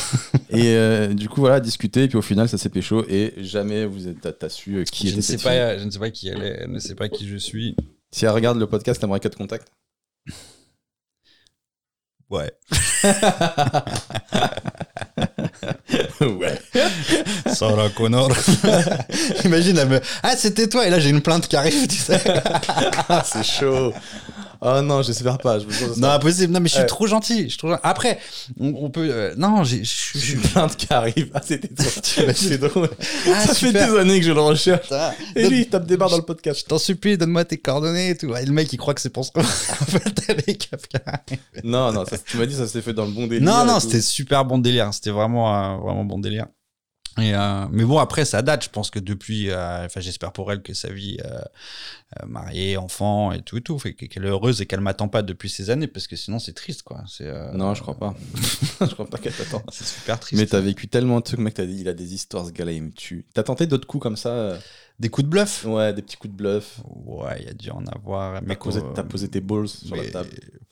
Et euh, du coup, voilà, discuter. Et puis au final, ça s'est pécho. Et jamais vous êtes- t'as- t'as su euh, qui
je
était
ne sais
cette fille.
pas, je ne sais pas qui elle est, je ne sais pas qui je suis.
Si elle regarde le podcast, t'aimerais qu'elle te contacte
Ouais.
<laughs> ouais.
Sarah Connor. <laughs> Imagine, elle me. Ah, c'était toi, et là j'ai une plainte qui arrive, tu <laughs> sais. Ah,
c'est chaud. Oh non, j'espère pas. Je vous jure,
<laughs> Non,
j'espère
impossible. Non, mais je suis
Ouais.
trop gentil. Je suis trop gentil. Après, on, on peut. euh, non, j'ai- je suis. je
J'ai
suis-
une plainte qui arrive. Ah, <laughs> c'était toi. c'est drôle.
Ah,
ça fait
super.
des années que je le recherche.
Ça.
Et lui, il tape des barres dans le podcast.
Je t'en supplie, donne-moi tes coordonnées et tout. Et le mec, il croit que c'est pour ça. <laughs> en fait, elle est Kafka.
Non, non, ça, tu m'as dit ça s'est fait dans le bon délire.
Non,
et
non,
tout.
c'était super bon délire. C'était vraiment, euh, vraiment bon délire. Et, euh, mais bon, après, ça date. Je pense que depuis, euh, enfin, j'espère pour elle que sa vie euh, euh, mariée, enfant et tout et tout, fait que- qu'elle est heureuse et qu'elle m'attend pas depuis ces années parce que sinon, c'est triste, quoi. C'est euh,
Non, je
<laughs>
crois pas. je crois pas qu'elle t'attend.
c'est super triste.
Mais t'as vécu tellement de trucs, mec, t'as dit, il a des histoires, ce gars-là, il me tue. T'as tenté d'autres coups comme ça euh,
Des coups de bluff
Ouais, des petits coups de bluff.
Ouais, il y a dû en avoir.
T'as
Mais
posé,
qu'au-
t'as posé tes balls sur la
euh, mais-
table.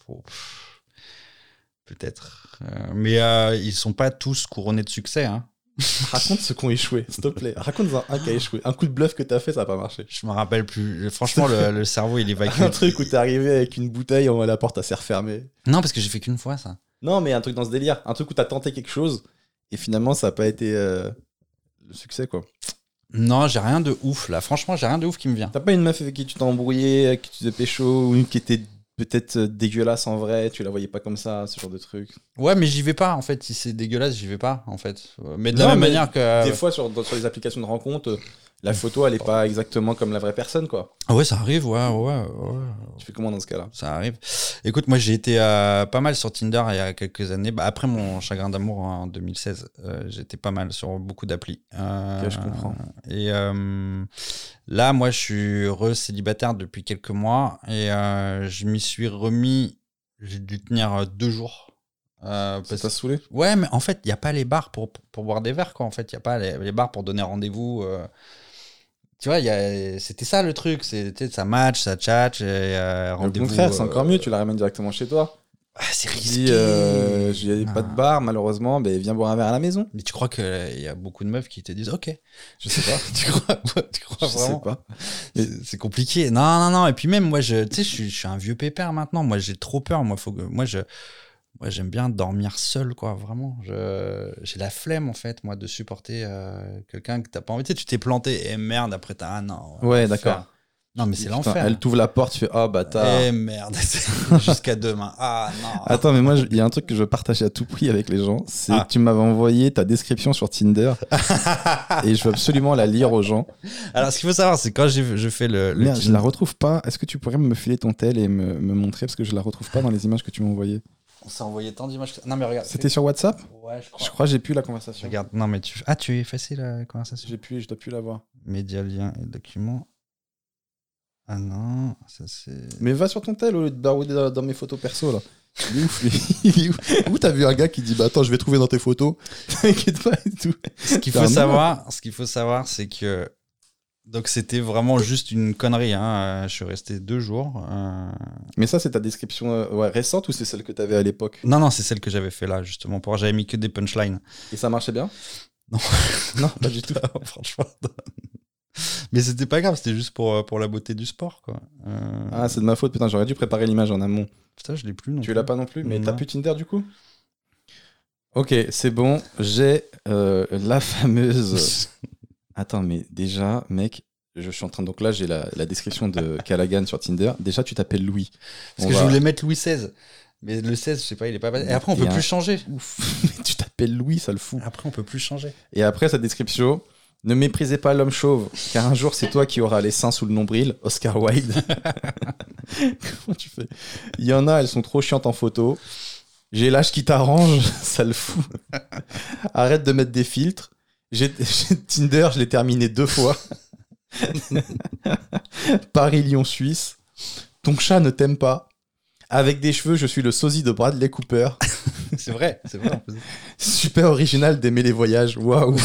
faut- pff, Peut-être. Euh, mais euh, ils sont pas tous couronnés de succès. hein.
Raconte ce qu'on échoué, s'il te plaît. Raconte-en un qui a échoué. Un coup de bluff que t'as fait, ça a pas marché.
Je me rappelle plus. Franchement, le, le cerveau, il
<laughs>
évacue.
Un truc où t'es arrivé avec une bouteille en haut à la porte, à s'est refermée.
Non, parce que j'ai fait qu'une fois ça.
Non, mais un truc dans ce délire. Un truc où t'as tenté quelque chose et finalement, ça a pas été euh, le succès, quoi.
Non, j'ai rien de ouf là. Franchement, j'ai rien de ouf qui me vient.
T'as pas une meuf avec qui tu t'es embrouillé, avec qui tu t'es pécho, ou une qui était peut-être euh, dégueulasse en vrai, tu la voyais pas comme ça, ce genre de truc.
Ouais, mais j'y vais pas en fait. Si c'est dégueulasse, j'y vais pas en fait. Euh, Mais de la
Non,
même
mais
manière que. euh,
Des fois, sur, dans- sur les applications de rencontre, euh, la photo, elle est pas exactement comme la vraie personne, quoi.
Ah ouais, ça arrive, ouais, ouais, ouais.
Tu fais comment dans ce cas-là
Ça arrive. Écoute, moi j'ai été euh, pas mal sur Tinder il y a quelques années. Bah, après mon chagrin d'amour hein, en 2016, euh, j'étais pas mal sur beaucoup d'applis. Euh,
Ok, je comprends.
Et euh, là, moi je suis re-célibataire depuis quelques mois et euh, je m'y suis remis. J'ai dû tenir euh, deux jours.
Ça
Euh, parce-
t'a saoulé
Ouais, mais en fait, il n'y a pas les bars pour, pour boire des verres, quoi. En fait, il n'y a pas les, les bars pour donner rendez-vous. euh. Tu vois, il y a- c'était ça le truc. c'est- tu sais, Ça match, ça chat, et euh,
Au
rendez-vous.
contraire, c'est
euh,
encore mieux, tu la ramènes directement chez toi.
ah, c'est
Tu
risqué.
dis, euh, j'ai
Ah.
pas de bar, malheureusement, ben viens boire un verre à la maison.
Mais tu crois qu'il y a beaucoup de meufs qui te disent OK.
Je <laughs> sais pas.
tu crois, tu crois
je
vraiment
sais pas. Mais-
C'est c'est compliqué. Non, non, non. Et puis même, moi, je, tu sais, je, suis- je suis un vieux pépère maintenant. Moi, j'ai trop peur. Moi, faut que, moi, je, moi, j'aime bien dormir seul, quoi. Vraiment, Je- j'ai la flemme en fait, moi, de supporter euh, quelqu'un que t'as pas envie. Tu sais, tu t'es planté. Et merde, après t'as ah non.
Ouais,
l'enfer.
d'accord.
Non, mais c'est
Putain,
l'enfer.
Elle t'ouvre la porte, tu fais oh bâtard.
Eh merde, <laughs> jusqu'à demain. Ah non.
Attends, mais moi, je- il y a un truc que je veux partager à tout prix avec les gens. C'est
Ah.
que tu m'avais envoyé ta description sur
<laughs>
Tinder et je veux absolument la lire aux gens.
Alors, ce qu'il faut savoir, c'est quand j'ai- je fais le, le
Merde, je la
Tinder,
retrouve pas. Est-ce que tu pourrais me filer ton tel et me, me montrer parce que je la retrouve pas dans les images que tu m'as envoyées.
on s'est envoyé tant d'images. que ça. Non, mais regarde.
C'était sur WhatsApp
Ouais, je crois.
Je crois que j'ai plus la conversation.
Regarde, non mais tu... Ah, tu as effacé la conversation
J'ai plus, je dois plus la voir.
Média, lien et documents. Ah non, ça c'est...
Mais va sur ton tel au lieu de barouder dans, dans mes photos perso là. Il est ouf, lui. <laughs> Il est ouf. Où t'as vu un gars qui dit bah attends je vais trouver dans tes photos. <laughs> T'inquiète pas et tout.
Ce <laughs> qu'il
T'as
faut
un
savoir, ce qu'il faut savoir, c'est que... Donc c'était vraiment juste une connerie. hein. Euh, Je suis resté deux jours. euh.
Mais ça c'est ta description euh, ouais, récente ou c'est celle que t'avais à l'époque
Non, non, c'est celle que j'avais fait là, justement. Pour... J'avais mis que des <laughs> punchlines.
Et ça marchait bien
Non.
<laughs> non pas du tout.
<laughs> Franchement. non. Mais c'était pas grave, c'était juste pour, euh, pour la beauté du sport, quoi. Euh,
Ah c'est de ma faute putain j'aurais dû préparer l'image en amont.
Putain, je l'ai plus non
Tu
plus.
l'as pas non plus, mais t'as
Non.
plus Tinder du coup Ok, c'est bon, j'ai euh, la <laughs> fameuse. Attends, mais déjà, mec, je suis en train. Donc là, j'ai la, la description de Callaghan sur Tinder. Déjà, tu t'appelles Louis.
Parce
On
que je
va-
voulais mettre Louis XVI. Mais le 16, je sais pas, il est pas passé. Et après, on
Et
peut
un-
plus changer.
Ouf, <laughs> mais tu t'appelles Louis, ça le fout.
Après, on peut plus changer.
Et après sa description, ne méprisez pas l'homme chauve, car un jour c'est toi qui auras les seins sous le nombril, Oscar Wilde. <laughs> Comment tu fais Il y en a, elles sont trop chiantes en photo. J'ai l'âge qui t'arrange, <laughs> ça le fout. Arrête de mettre des filtres. J'ai <laughs> j'ai- Tinder, je l'ai terminé deux fois. <laughs> Paris, Lyon, Suisse. Ton chat ne t'aime pas. Avec des cheveux, je suis le sosie de Bradley Cooper.
C'est vrai, c'est vrai.
Super original d'aimer les
<laughs>
voyages, waouh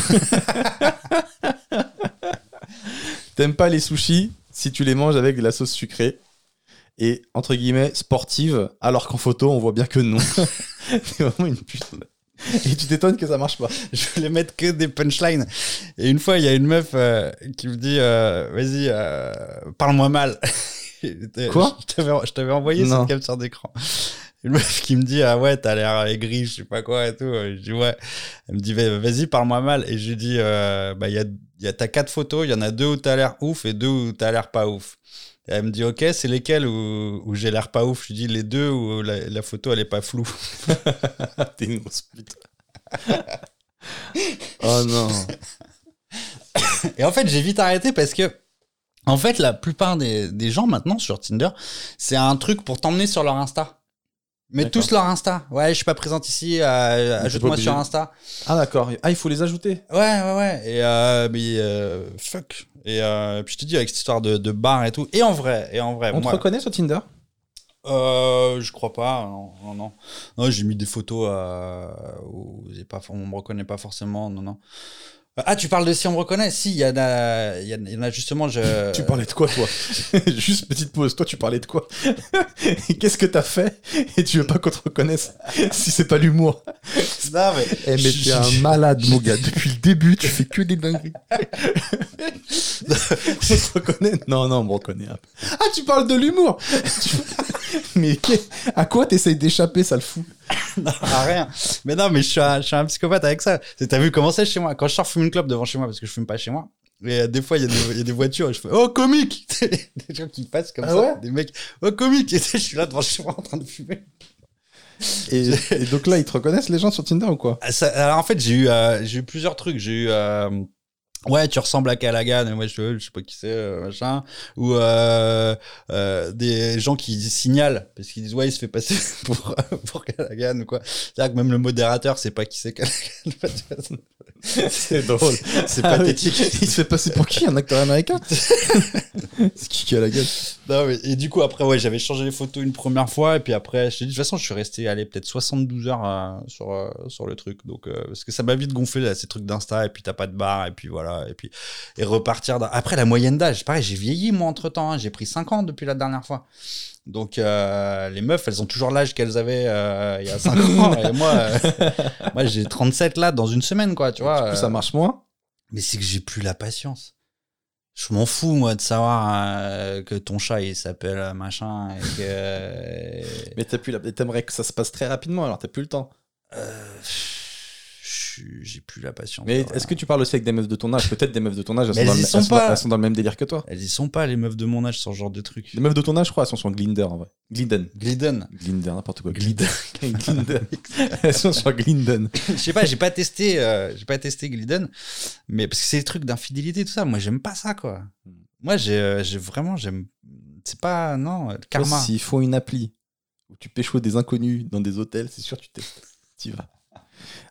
T'aimes pas les sushis si tu les manges avec de la sauce sucrée et entre guillemets sportive, alors qu'en photo on voit bien que non.
<laughs>
<laughs> C'est vraiment une pute. Et tu t'étonnes que ça marche pas.
<laughs> je voulais mettre que des punchlines. Et une fois, il y a une meuf euh, qui me dit euh, Vas-y, euh, parle-moi mal. <laughs> Et t'as-
Quoi
Je t'avais- je t'avais envoyé
Non.
cette capture d'écran. Une meuf qui me dit Ah ouais, t'as l'air aigri, je sais pas quoi et tout. Je dis Ouais. Elle me dit Va- Vas-y, parle-moi mal. Et je lui dis Euh, Bah, il y a, il y a- t'as quatre photos, il y en a deux où t'as l'air ouf et deux où t'as l'air pas ouf. Et elle me dit Ok, c'est lesquelles où, où j'ai l'air pas ouf Je lui dis Les deux où la, la photo elle est pas floue.
<laughs> T'es une grosse pute.
Oh non.
Et en fait, j'ai vite arrêté parce que. En fait, la plupart des, des gens maintenant sur Tinder, c'est un truc pour t'emmener sur leur Insta. Mais
D'accord.
tous leur Insta. Ouais, je suis pas présente ici, euh,
pas
ajoute-moi
obligé.
sur Insta.
Ah d'accord. Ah, il faut les ajouter.
Ouais, ouais, ouais. Et euh, mais euh, fuck. Et euh, puis je te dis avec cette histoire de, de bar et tout. Et en vrai, et en vrai,
On
moi,
te reconnaît sur Tinder
euh, je crois pas. Non, non, non. Non, j'ai mis des photos euh, où j'ai pas, on me reconnaît pas forcément. Non, non. Ah, tu parles de si on me reconnaît Si, il y en a, il y en a- il y en a justement.
<laughs>
Je...
Tu parlais de quoi, toi Euh, Juste petite pause. Toi, tu parlais de quoi <laughs> Qu'est-ce que t'as fait Et tu veux pas qu'on te reconnaisse si c'est pas l'humour
Non, mais
Eh, mais
Je-
t'es
je-
un malade, mon gars. <laughs> Depuis le début, tu fais que des <laughs> dingueries. on se reconnaît Non, non, on me reconnaît. un peu. Ah, tu parles de l'humour <laughs> Tu- Mais qu'est- à quoi t'essayes d'échapper, ça le fout
Ah, rien. Mais non, mais je suis un, je suis un psychopathe avec ça. C'est- T'as vu comment c'est chez moi Quand je sors fume une clope devant chez moi, parce que je fume pas chez moi, et euh, des fois, il y, a des- il y a des voitures, et je fais Oh, comique <laughs> Des gens qui passent comme
Ah
ça,
ouais
des mecs Oh, comique <laughs> Et je suis là devant chez moi en train de fumer.
et, et donc là, ils te reconnaissent, les gens, sur Tinder ou quoi
Ah, ça- alors, en fait, j'ai eu, euh, j'ai eu plusieurs trucs. J'ai eu. euh, Ouais, tu ressembles à Callaghan, et moi je, je sais pas qui c'est, euh, machin. Ou euh, euh, des gens qui signalent, parce qu'ils disent ouais, il se fait passer <laughs> pour, euh, pour Callaghan ou quoi. C'est-à-dire que même le modérateur sait pas qui c'est Callaghan. <laughs>
C'est drôle.
C'est
Ah oui.
pathétique.
Il se fait passer pour qui Un acteur <laughs> américain C'est qui qui a la gueule
Non, mais- et du coup, après, ouais, j'avais changé les photos une première fois. Et puis après, je t'ai dit, de toute façon, je suis resté, allez, peut-être 72 heures euh, sur, euh, sur le truc. Donc, euh, parce que ça m'a vite gonflé, là, ces trucs d'Insta. Et puis, t'as pas de barre. Et puis, voilà. Et puis, et repartir. dans- Après, la moyenne d'âge, pareil, j'ai vieilli, moi, entre temps. j'ai pris 5 ans depuis la dernière fois. Donc, euh, les meufs, elles ont toujours l'âge qu'elles avaient euh, il
<laughs>
y a 5 ans. Et moi, euh, moi j'ai 37 là, dans une semaine, quoi, tu vois.
Du coup, ça
euh.
marche moins.
Mais c'est que j'ai plus la patience. Je m'en fous, moi, de savoir euh, que ton chat, il s'appelle euh, machin. Et euh, que.
Mais t'as plus la- t'aimerais que ça se passe très rapidement, alors t'as plus le temps.
Euh, je suis- j'ai plus la patience.
Mais
voilà.
est-ce que tu parles aussi avec des meufs de ton âge Peut-être des meufs de ton âge, elles,
Mais
sont, dans
elles y
le,
sont
elles sont
pas. Euh,
dans- elles sont dans le même délire que toi.
Elles y sont pas, les meufs de mon âge, sur ce genre de truc.
Les meufs de ton âge, je crois, elles sont sur Glinder en vrai. Glinden.
Glidden. <laughs>
Glinder, n'importe quoi.
Glidden.
<laughs> Glinden. elles sont sur Glinden.
je sais pas, j'ai pas testé, euh, j'ai pas testé Glidden, mais parce que c'est des trucs d'infidélité tout ça. Moi, j'aime pas ça, quoi.
Hmm.
Moi, j'ai, euh, j'ai vraiment, j'aime. C'est pas, non, euh, le karma.
Toi, S'ils font une appli où tu pécho des inconnus dans des hôtels, c'est sûr tu testes. tu y vas.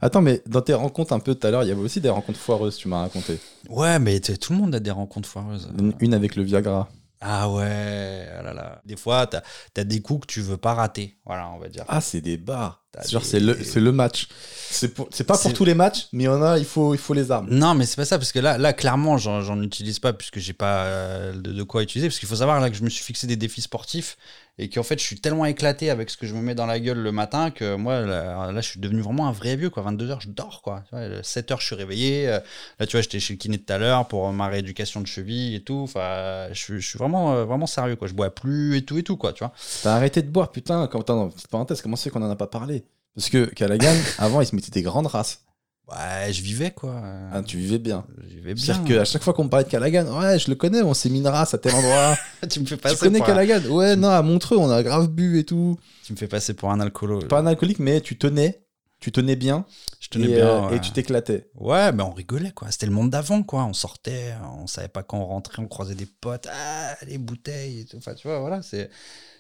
Attends, mais dans tes rencontres un peu tout à l'heure, il y avait aussi des rencontres foireuses, tu m'as raconté.
Ouais, mais t'sais, tout le monde a des rencontres foireuses.
Une, une avec le Viagra.
Ah ouais, ah là là. Des fois, t'as as des coups que tu veux pas rater. Voilà, on va dire.
Ah, c'est des bars.
T'as
Genre,
des-
c'est le, c'est le match. C'est pour- c'est pas pour
C'est-
tous les matchs, mais il y en a, il faut, il faut les armes.
Non, mais c'est pas ça, parce que là, là clairement, j'en j'en utilise pas, puisque j'ai pas euh, de, de quoi utiliser. Parce qu'il faut savoir là que je me suis fixé des défis sportifs et qu'en fait, je suis tellement éclaté avec ce que je me mets dans la gueule le matin que moi, là, là, je suis devenu vraiment un vrai vieux, quoi. 22h, je dors, quoi. 7h, je suis réveillé. Euh, Là, tu vois, j'étais chez le kiné tout à l'heure pour euh, ma rééducation de cheville et tout. Enfin, je, suis- je suis vraiment, euh, vraiment sérieux, quoi. Je bois plus et tout et tout, quoi, tu vois.
T'as arrêté Bah, de boire, putain. Quand, attends, petite parenthèse, comment c'est qu'on en a pas parlé Parce que
<laughs>
Callaghan, avant, il se mettait des grandes races.
Ouais, je vivais, quoi.
Ah, tu vivais bien.
Je vais bien.
C'est-à-dire qu'à chaque fois qu'on me parlait de Callaghan, ouais, je le connais, on s'est mis une race à tel
<laughs>
endroit.
hein. tu me fais
tu
passer
connais
pour un...
Callaghan Ouais, non, à Montreux, on a grave bu et tout.
tu me fais passer pour un alcoolo.
Pas un alcoolique, mais tu tenais. Tu tenais bien.
Je tenais
et,
bien.
euh,
ouais.
et tu t'éclatais.
Ouais, mais on rigolait quoi. C'était le monde d'avant quoi. On sortait, on savait pas quand on rentrait, on croisait des potes, ah, les bouteilles et tout. Enfin, tu vois, voilà, c'est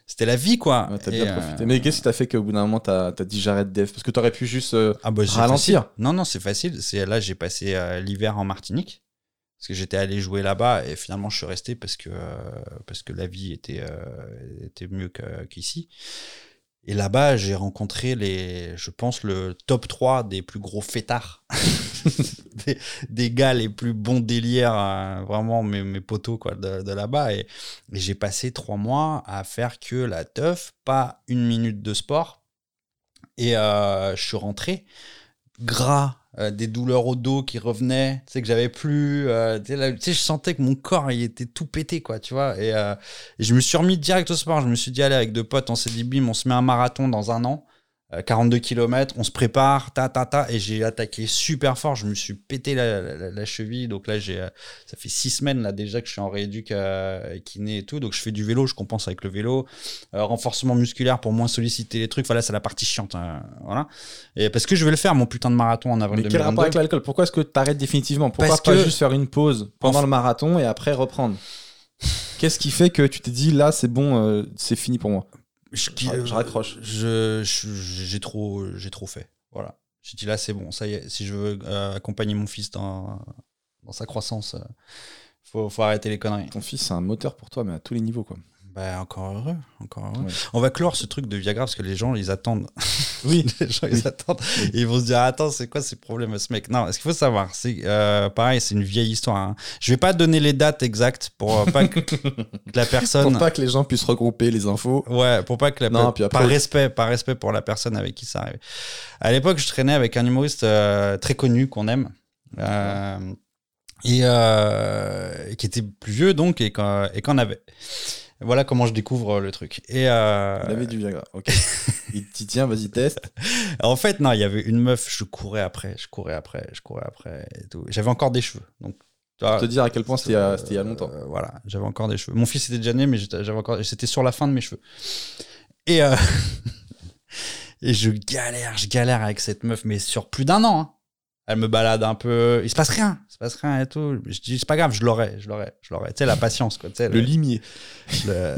c'était la vie quoi.
Ouais, t'as
Et,
bien
euh,
profité. Mais qu'est-ce qui t'a fait qu'au bout d'un moment, t'as t'as dit j'arrête Dev Parce que t'aurais pu juste euh,
ah bah, c'est
ralentir.
facile. Non non, c'est facile. C'est là j'ai passé euh, l'hiver en Martinique parce que j'étais allé jouer là-bas et finalement je suis resté parce que euh, parce que la vie était euh, était mieux que- qu'ici. Et là-bas, j'ai rencontré les, je pense, le top 3 des plus gros fêtards. <laughs> des, des gars les plus bons délires, euh, vraiment mes, mes potos quoi, de, de là-bas. Et, et j'ai passé trois mois à faire que la teuf, pas une minute de sport. Et euh, je suis rentré. gras, euh, des douleurs au dos qui revenaient, tu sais, que j'avais plus. euh, tu sais, là, tu sais, je sentais que mon corps, il était tout pété, quoi, tu vois. Et, euh, et je me suis remis direct au sport. Je me suis dit, allez, avec deux potes, on s'est dit, bim, on se met un marathon dans un an. euh, 42 km, on se prépare, ta ta ta, et j'ai attaqué super fort. Je me suis pété la, la- la- la cheville, donc là j'ai, euh, ça fait six semaines là déjà que je suis en rééduc euh, kiné et tout, donc je fais du vélo, je compense avec le vélo, Euh, renforcement musculaire pour moins solliciter les trucs. Voilà, c'est la partie chiante, hein, voilà. Et parce que je vais le faire mon putain de marathon en avril
Mais quel
2022.
rapport avec l'alcool Pourquoi est-ce que tu arrêtes définitivement Pourquoi
Parce
pas
que-
juste faire une pause pendant
Enfin-
le marathon et après reprendre Qu'est-ce qui fait que tu t'es dit là c'est bon, euh, c'est fini pour moi
je,
Je- je raccroche.
Je, je- j'ai trop, j'ai trop fait. Voilà. J'ai dit là, c'est bon. Ça y est, si je veux euh, accompagner mon fils dans, dans sa croissance, euh, faut, faut arrêter les conneries.
Ton fils c'est un moteur pour toi mais à tous les niveaux quoi.
Bah, encore heureux, encore heureux.
Ouais.
On va clore ce truc de Viagra parce que les gens, ils attendent.
Oui.
<laughs> les gens,
Oui.
ils attendent. Et ils vont se dire, attends, c'est quoi ces problèmes à ce mec Non, ce qu'il faut savoir, c'est euh, pareil, c'est une vieille histoire. hein. Je vais pas donner les dates exactes pour euh,
<laughs>
pas que la personne.
Pour pas que les gens puissent regrouper les infos.
Ouais, pour pas que la
Non,
pe-
puis après-
par respect, par respect pour la personne avec qui ça arrive. À l'époque, je traînais avec un humoriste euh, très connu qu'on aime. euh, et euh, qui était plus vieux donc et qu'en et qu'en avait. Voilà comment je découvre le truc. Et euh,
Il avait du Viagra. <laughs> Ok. Il t'y tient, vas-y teste.
en fait, non, il y avait une meuf, je courais après, je courais après, je courais après et tout. J'avais encore des cheveux. Donc tu vois,
Pour te dire à quel point c'était il y a-
euh,
c'était il y a longtemps.
euh, voilà, j'avais encore des cheveux. Mon fils était déjà né, mais j'étais- j'avais encore. C'était sur la fin de mes cheveux. Et euh, <laughs> et je galère, je galère avec cette meuf, mais sur plus d'un an. hein. Elle me balade un peu. Il se passe rien, il se passe rien et tout. Je dis c'est pas grave, je l'aurai, je l'aurai, je l'aurai. Tu sais la patience quoi. Tu sais,
Le limier. <laughs>
le-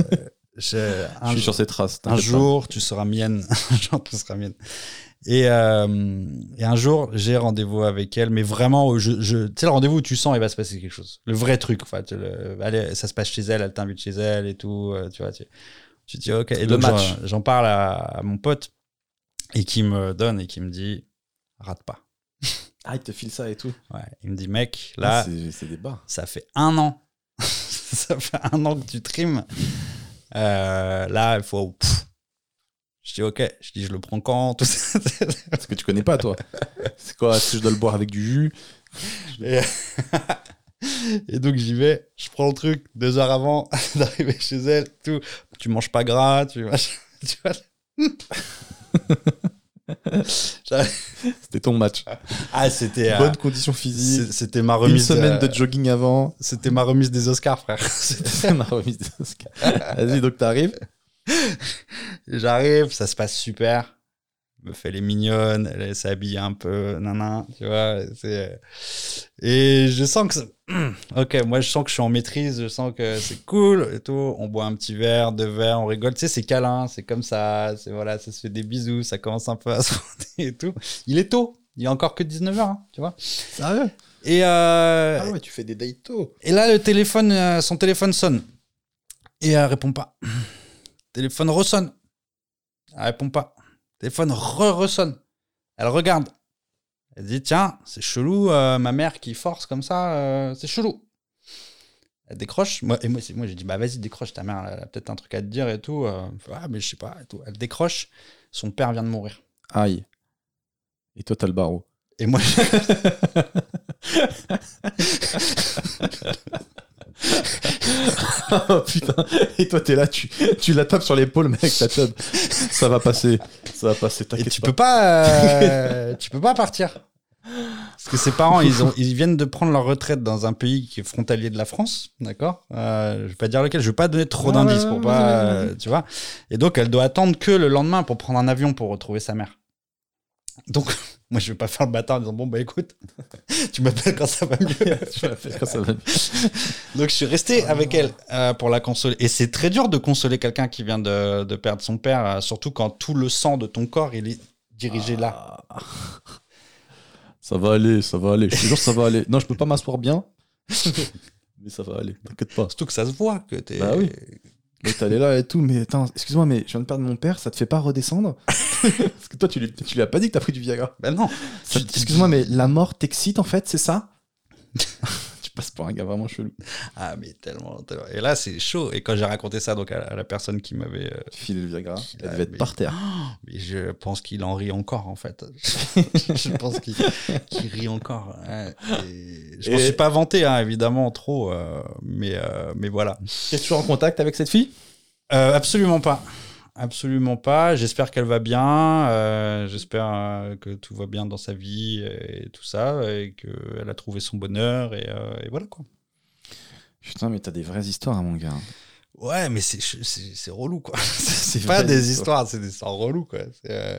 je- un
je suis
jour-
sur ses traces.
un
t'inquiète pas.
jour, tu seras mienne. <laughs> un jour, tu seras mienne. Et, euh, et un jour, j'ai rendez-vous avec elle, mais vraiment, je, je, tu sais, le rendez-vous où tu sens, il va se passer quelque chose. Le vrai truc, enfin, tu le- allez, ça se passe chez elle, elle t'invite chez elle et tout, euh, tu vois. Tu, tu dis, ok. Et
Le
donc, j'en-
match.
J'en parle à, à mon pote et qui me donne et qui me dit, rate pas.
Ah, il te file ça et tout. Ah,
Ouais. Il me dit, mec, là,
C'est c'est des bars.
ça fait un an. <laughs> ça fait un an que tu trimes. Euh, là, il faut. pff. Je dis ok, je dis je le prends quand tout ça. <laughs>
Parce que tu connais pas, <laughs> toi. C'est quoi Est-ce que je dois le boire avec du jus
<laughs> Et donc j'y vais, je prends le truc deux heures avant <laughs> d'arriver chez elle, tout. Tu manges <laughs> pas gras, tu, mach- tu vois.
C'était ton match.
Ah c'était euh,
Bonne condition physique.
c'est- c'était ma
Une
remise
semaine
euh,
de jogging avant.
c'était ma remise des Oscars frère.
<laughs>
<laughs>
C'est ma remise d'Oscar. Vas-y, donc t'arrives.
J'arrive, ça se passe super. Elle me fait les mignonnes, elle s'habille un peu, nanan, tu vois. c'est- Et je sens que. ça- <clears throat> Ok, moi je sens que je suis en maîtrise, je sens que c'est cool et tout. On boit un petit verre, deux verres, on rigole. Tu sais, c'est câlin, c'est comme ça, c'est voilà, ça se fait des bisous, ça commence un peu à <laughs> se frotter et tout. Il est tôt, il est encore que 19h, tu vois.
Sérieux
Et, euh,
Ah ouais, tu fais des dates tôt.
et là, le téléphone, euh, son téléphone sonne. Et elle répond pas. <clears throat> Téléphone ressonne. Elle répond pas. Téléphone re-ressonne. Elle regarde. Elle dit Tiens, c'est chelou, euh, ma mère qui force comme ça, euh, c'est chelou. Elle décroche. Moi, et moi, c'est- moi j'ai dit Bah vas-y, décroche, ta mère, elle a- elle a peut-être un truc à te dire et tout. Euh, ah, mais je sais pas. Et tout. Elle décroche. Son père vient de mourir.
Aïe. Et toi, t'as le <laughs> barreau.
Et moi, je-
oh putain. Et toi, t'es là, tu, tu la tapes sur l'épaule, mec, ta tub. Ça va passer. Ça va passer,
et
t'inquiète
tu peux pas, euh, tu peux pas partir. Parce que ses parents, ils, ont, ils viennent de prendre leur retraite dans un pays qui est frontalier de la France, d'accord Euh, Je vais pas dire lequel, je vais pas donner trop
Ouais,
d'indices
ouais,
pour
ouais,
pas,
vas-y, vas-y,
euh, tu vois. Et donc, elle doit attendre que le lendemain pour prendre un avion pour retrouver sa mère. Donc, <laughs> moi, je vais pas faire le bâtard en disant bon bah écoute, <laughs> tu m'appelles quand ça va
<laughs>
mieux.
tu vas faire quand ça va.
Donc je suis resté avec elle euh, pour la consoler. Et c'est très dur de consoler quelqu'un qui vient de, de perdre son père, euh, surtout quand tout le sang de ton corps il est dirigé là.
Ah. Ça va aller, ça va aller. Je te jure, ça va aller. Non, je peux pas m'asseoir <laughs> bien. mais ça va aller, t'inquiète pas.
Surtout que ça se voit que t'es.
Bah oui. Mais t'allais là et tout, mais attends, excuse-moi, mais je viens de perdre mon père, ça te fait pas <laughs> redescendre Parce que toi, tu lui, tu lui as pas dit que t'as pris du Viagra.
Bah non.
Ça-
Tu-
<laughs>
tu-
Excuse-moi, mais la mort t'excite en fait, c'est ça tu passes pour un gars vraiment chelou.
Ah, mais tellement, tellement. Et là, c'est chaud. Et quand j'ai raconté ça donc à, à la personne qui m'avait. euh,
Tu files le Viagra,
Qu'il
elle
a-
devait être
mais-
par terre.
mais je pense qu'il en rit encore, en fait. <laughs> je pense qu'il qu'il rit encore. ouais. Et je m'en
Et-
suis pas vanté, hein, évidemment, trop. euh, mais, euh, mais voilà.
<gasps> T'es toujours en contact avec cette fille
Euh, absolument pas. Absolument pas. J'espère qu'elle va bien. euh, J'espère euh, que tout va bien dans sa vie et tout ça. Et qu'elle a trouvé son bonheur. Et, euh, et voilà quoi.
Putain, mais t'as des vraies histoires, hein, mon gars.
Ouais, mais c'est- c'est c'est relou quoi. <laughs> C'est
C'est
pas
vrai,
des
histoire.
histoires, c'est des histoires reloues quoi. C'est, euh,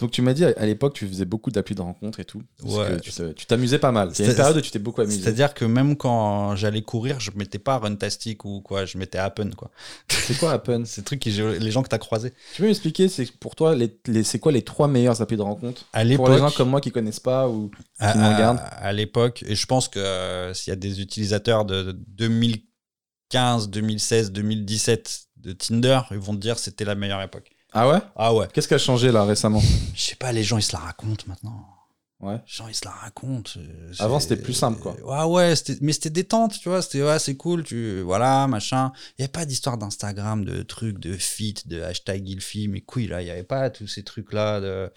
Donc tu m'as dit à l'époque tu faisais beaucoup d'applis de rencontres et tout. Parce
Ouais.
que tu te- tu t'amusais pas mal. C'est une
C'est-
période où tu t'es beaucoup amusé.
C'est-à-dire que même quand j'allais courir, je mettais pas Runtastic ou quoi, je mettais Happen quoi.
C'est quoi Happen
C'est le truc qui les gens que t'as croisés.
Tu peux m'expliquer c'est pour toi les, les- c'est quoi les trois meilleurs applis de rencontre
À
pour les
l'époque,
gens comme moi qui connaissent pas ou
à,
qui nous
à-
regardent.
à l'époque, et je pense que euh, s'il y a des utilisateurs de 2015, 2016, 2017 de Tinder, ils vont te dire c'était la meilleure époque.
ah ouais
Ah ouais.
Qu'est-ce qui a changé là récemment
Je sais pas, les gens ils se la racontent maintenant.
Ouais.
Les gens ils se la racontent. euh,
Avant,
c'est-
c'était plus simple, quoi.
Ouais ouais, c'était- mais c'était détente, tu vois. C'était ouais, c'est cool, tu voilà machin. Il y avait pas d'histoire d'Instagram, de trucs, de fit, de hashtag ilfi, mais couilles là, il y avait pas tous ces trucs là de.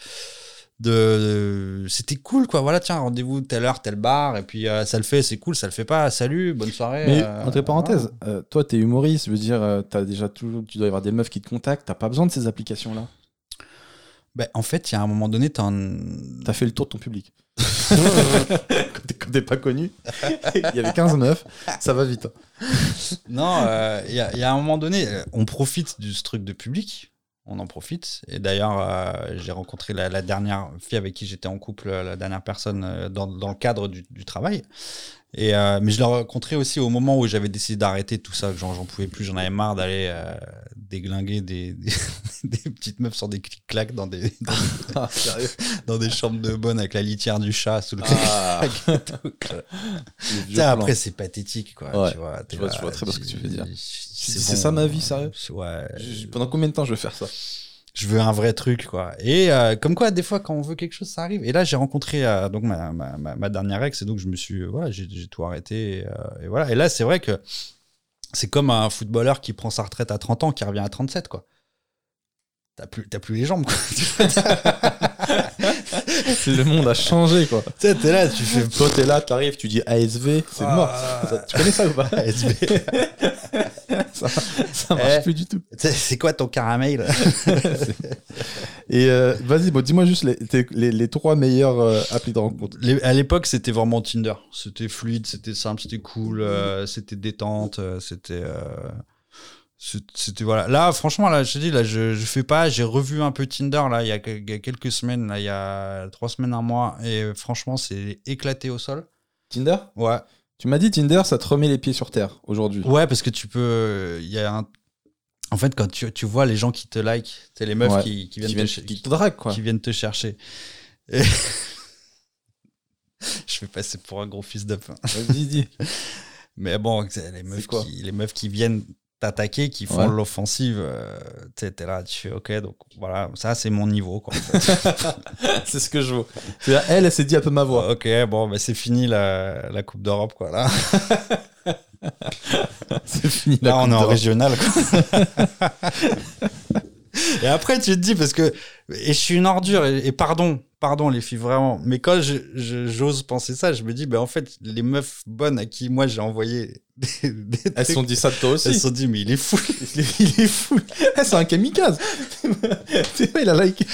De, de- c'était cool quoi voilà tiens rendez-vous telle heure tel bar et puis euh, ça le fait c'est cool ça le fait pas salut bonne soirée
Mais
euh,
entre parenthèses, euh, toi t'es humoriste, je veux dire, euh, t'as déjà tout, tu dois y avoir des meufs qui te contactent, t'as pas besoin de ces applications là.
voilà. Ben, en fait il y a un moment donné t'as un...
T'as fait le tour de ton public. quand t'es- quand t'es pas connu, il y avait 15 meufs, ça va vite. hein.
Non, euh, il y, a- il y a un moment donné, euh, on profite de ce truc de public. On en profite. Et d'ailleurs, euh, j'ai rencontré la, la dernière fille avec qui j'étais en couple, euh, la dernière personne euh, dans, dans le cadre du, du travail. Et, euh, mais je l'ai rencontrée aussi au moment où j'avais décidé d'arrêter tout ça, que j'en j'en pouvais plus, j'en avais marre d'aller euh, déglinguer des, <laughs> des, des petites meufs sur des clics-clacs dans des,
<laughs> Ah, sérieux
dans des chambres de bonne avec la litière du chat sous le
<laughs> Ah,
clic-clac.
le vieux
Tu sais,
plan.
après, c'est pathétique, quoi.
Ouais.
tu vois, t'es
Je vois- je
là,
vois très bien ce que tu veux dire.
C'est
dis, c'est ça ma vie, sérieux
Ouais.
Je- je- Pendant combien de temps je vais faire ça
Je veux un vrai truc, quoi. Et euh, comme quoi, des fois, quand on veut quelque chose, ça arrive. Et là, j'ai rencontré euh, donc ma, ma, ma, ma dernière ex, et donc je me suis, euh, voilà, j'ai j'ai tout arrêté. Et, euh, et voilà. Et là, c'est vrai que c'est comme un footballeur qui prend sa retraite à 30 ans, qui revient à 37, quoi. T'as plus, t'as plus les
<laughs>
jambes, quoi. tu vois,
Le monde a changé quoi.
t'es t'es là, tu fais.
Toi t'es là, t'arrives, tu dis ASV, c'est mort. Ça-
<laughs> Ah,
tu connais ça ou pas <laughs>
<laughs> SB.
ça, ça marche
Eh.
plus du tout.
Tu sais, C'est quoi ton caramel
Et euh, vas-y, bon, dis-moi juste les, tes- les- les trois meilleurs euh, applis de rencontre.
Les- à l'époque, c'était vraiment Tinder. C'était fluide, c'était simple, c'était cool, euh, c'était détente, euh, c'était. euh, c'est- c'était voilà. Là, franchement, là, je te dis, là, je, je fais pas. J'ai revu un peu Tinder là il y, a, que- il y a quelques semaines, là, il y a trois semaines, un mois, et euh, franchement, c'est éclaté au sol.
Tinder
Ouais.
Tu m'as dit Tinder, ça te remet les pieds sur terre aujourd'hui.
Ouais, parce que tu peux. euh, Il y a un. En fait, quand tu, tu vois les gens qui te like, c'est les meufs
Ouais.
qui,
Qui
qui viennent,
viennent-
te, ch-
qui te draguent quoi.
qui viennent te chercher. <laughs> Et- je vais passer pour un gros fils de pain.
Vas-y, dis.
Mais bon, c'est les meufs,
quoi
qui, les meufs qui viennent t'attaquer, qui font
Ouais.
l'offensive, euh, tu sais, t'es là, tu fais ok, donc voilà, ça c'est mon niveau. Quoi.
<laughs> c'est ce que je veux. C'est-à-dire, Elle, elle s'est dit un peu ma voix.
ok, bon, bah, c'est fini la, la Coupe d'Europe, quoi. Là,
C'est fini.
là
la
on
Coupe
est en
d'Europe.
régional.
<laughs>
quoi. et après, tu te dis, parce que. Et je suis une ordure, et, et pardon, pardon les filles, vraiment. Mais quand je- je- j'ose penser ça, je me dis, bah, en fait, les meufs bonnes à qui moi j'ai envoyé des. des
Elles se
trucs,
sont dit ça de toi aussi.
elles se sont dit, mais il est fou.
Il est, <laughs> il est fou. Eh, c'est un kamikaze. C'est vrai, il a like.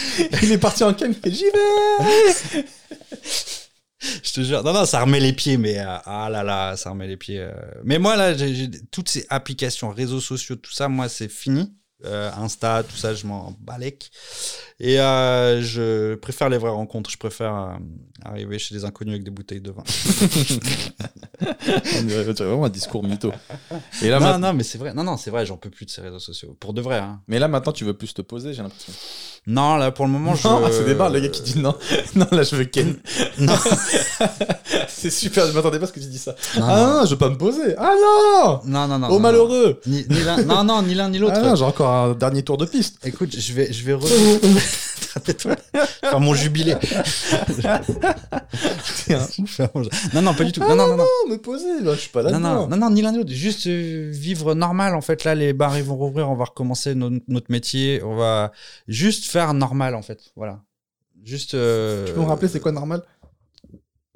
Il est parti en kamikaze. J'y vais.
Je te jure. Non, non, ça remet les pieds, mais euh, ah là là, ça remet les pieds. euh. Mais moi, là, j'ai j'ai toutes ces applications, réseaux sociaux, tout ça, moi, c'est fini. Euh, Insta, tout ça, je m'en balèque. Et euh, je préfère les vraies rencontres. Je préfère euh, arriver chez des inconnus avec des bouteilles de vin.
On dirait on dirait vraiment un discours mytho. Et là,
non,
maintenant-
non, mais c'est vrai. Non, non, c'est vrai, j'en peux plus de ces réseaux sociaux. Pour de vrai. hein.
Mais là, maintenant, tu veux plus te poser, j'ai l'impression.
Non,
ah,
là, pour le moment,
<laughs>
je.
Non, c'est des barres, le gars qui dit non. Non, là, je veux Ken.
Non.
<laughs> C'est super, je m'attendais pas à ce que tu dis ça.
Non,
ah
non.
non, je veux pas me poser. Ah non
Non, non, non.
Oh
non,
malheureux
non. Ni, ni l'un- non, non, ni l'un ni l'autre.
Ah non, j'ai encore un dernier tour de <laughs> piste.
Écoute, je vais, je vais
Oh,
re... Tais-toi. <laughs> faire
<laughs>
mon jubilé. Faire mon- non, non, pas du tout. Non, non, non,
Ah
non.
Non, Oh, me poser, là, je suis pas
Non,
là-dedans.
non, non, non, ni l'un ni l'autre. Juste euh, vivre normal, en fait. Là, les bars, ils vont rouvrir. On va recommencer no- notre métier. On va juste faire normal, en fait. Voilà. Juste. euh,
Tu peux me rappeler c'est quoi normal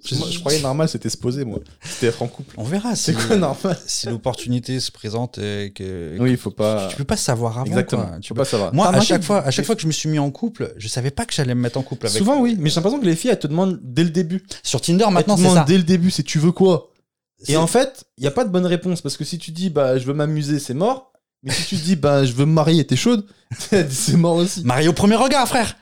Je-
Moi, je croyais normal c'était se poser moi. C'était être en couple.
On verra.
C'est
si-
quoi normal
Si l'opportunité se présente et que.
Oui, il faut pas.
Tu peux pas savoir avant.
Exactement.
quoi. Tu
Tu
peux
peux pas savoir.
Moi,
T'as
à
remarqué
chaque,
que-
fois, à chaque fois que je me suis mis en couple, je savais pas que j'allais me mettre en couple avec.
Souvent oui, mais j'ai l'impression que les filles elles te demandent dès le début.
Sur Tinder, maintenant,
elles te
c'est
demandent
ça.
dès le début, Ah, c'est tu veux quoi
C'est-
Et en fait, il y a pas de bonne réponse parce que si tu dis bah je veux m'amuser, c'est mort. Mais si tu dis bah je veux me marier, t'es chaude, <laughs> c'est mort aussi.
Marie au premier regard, frère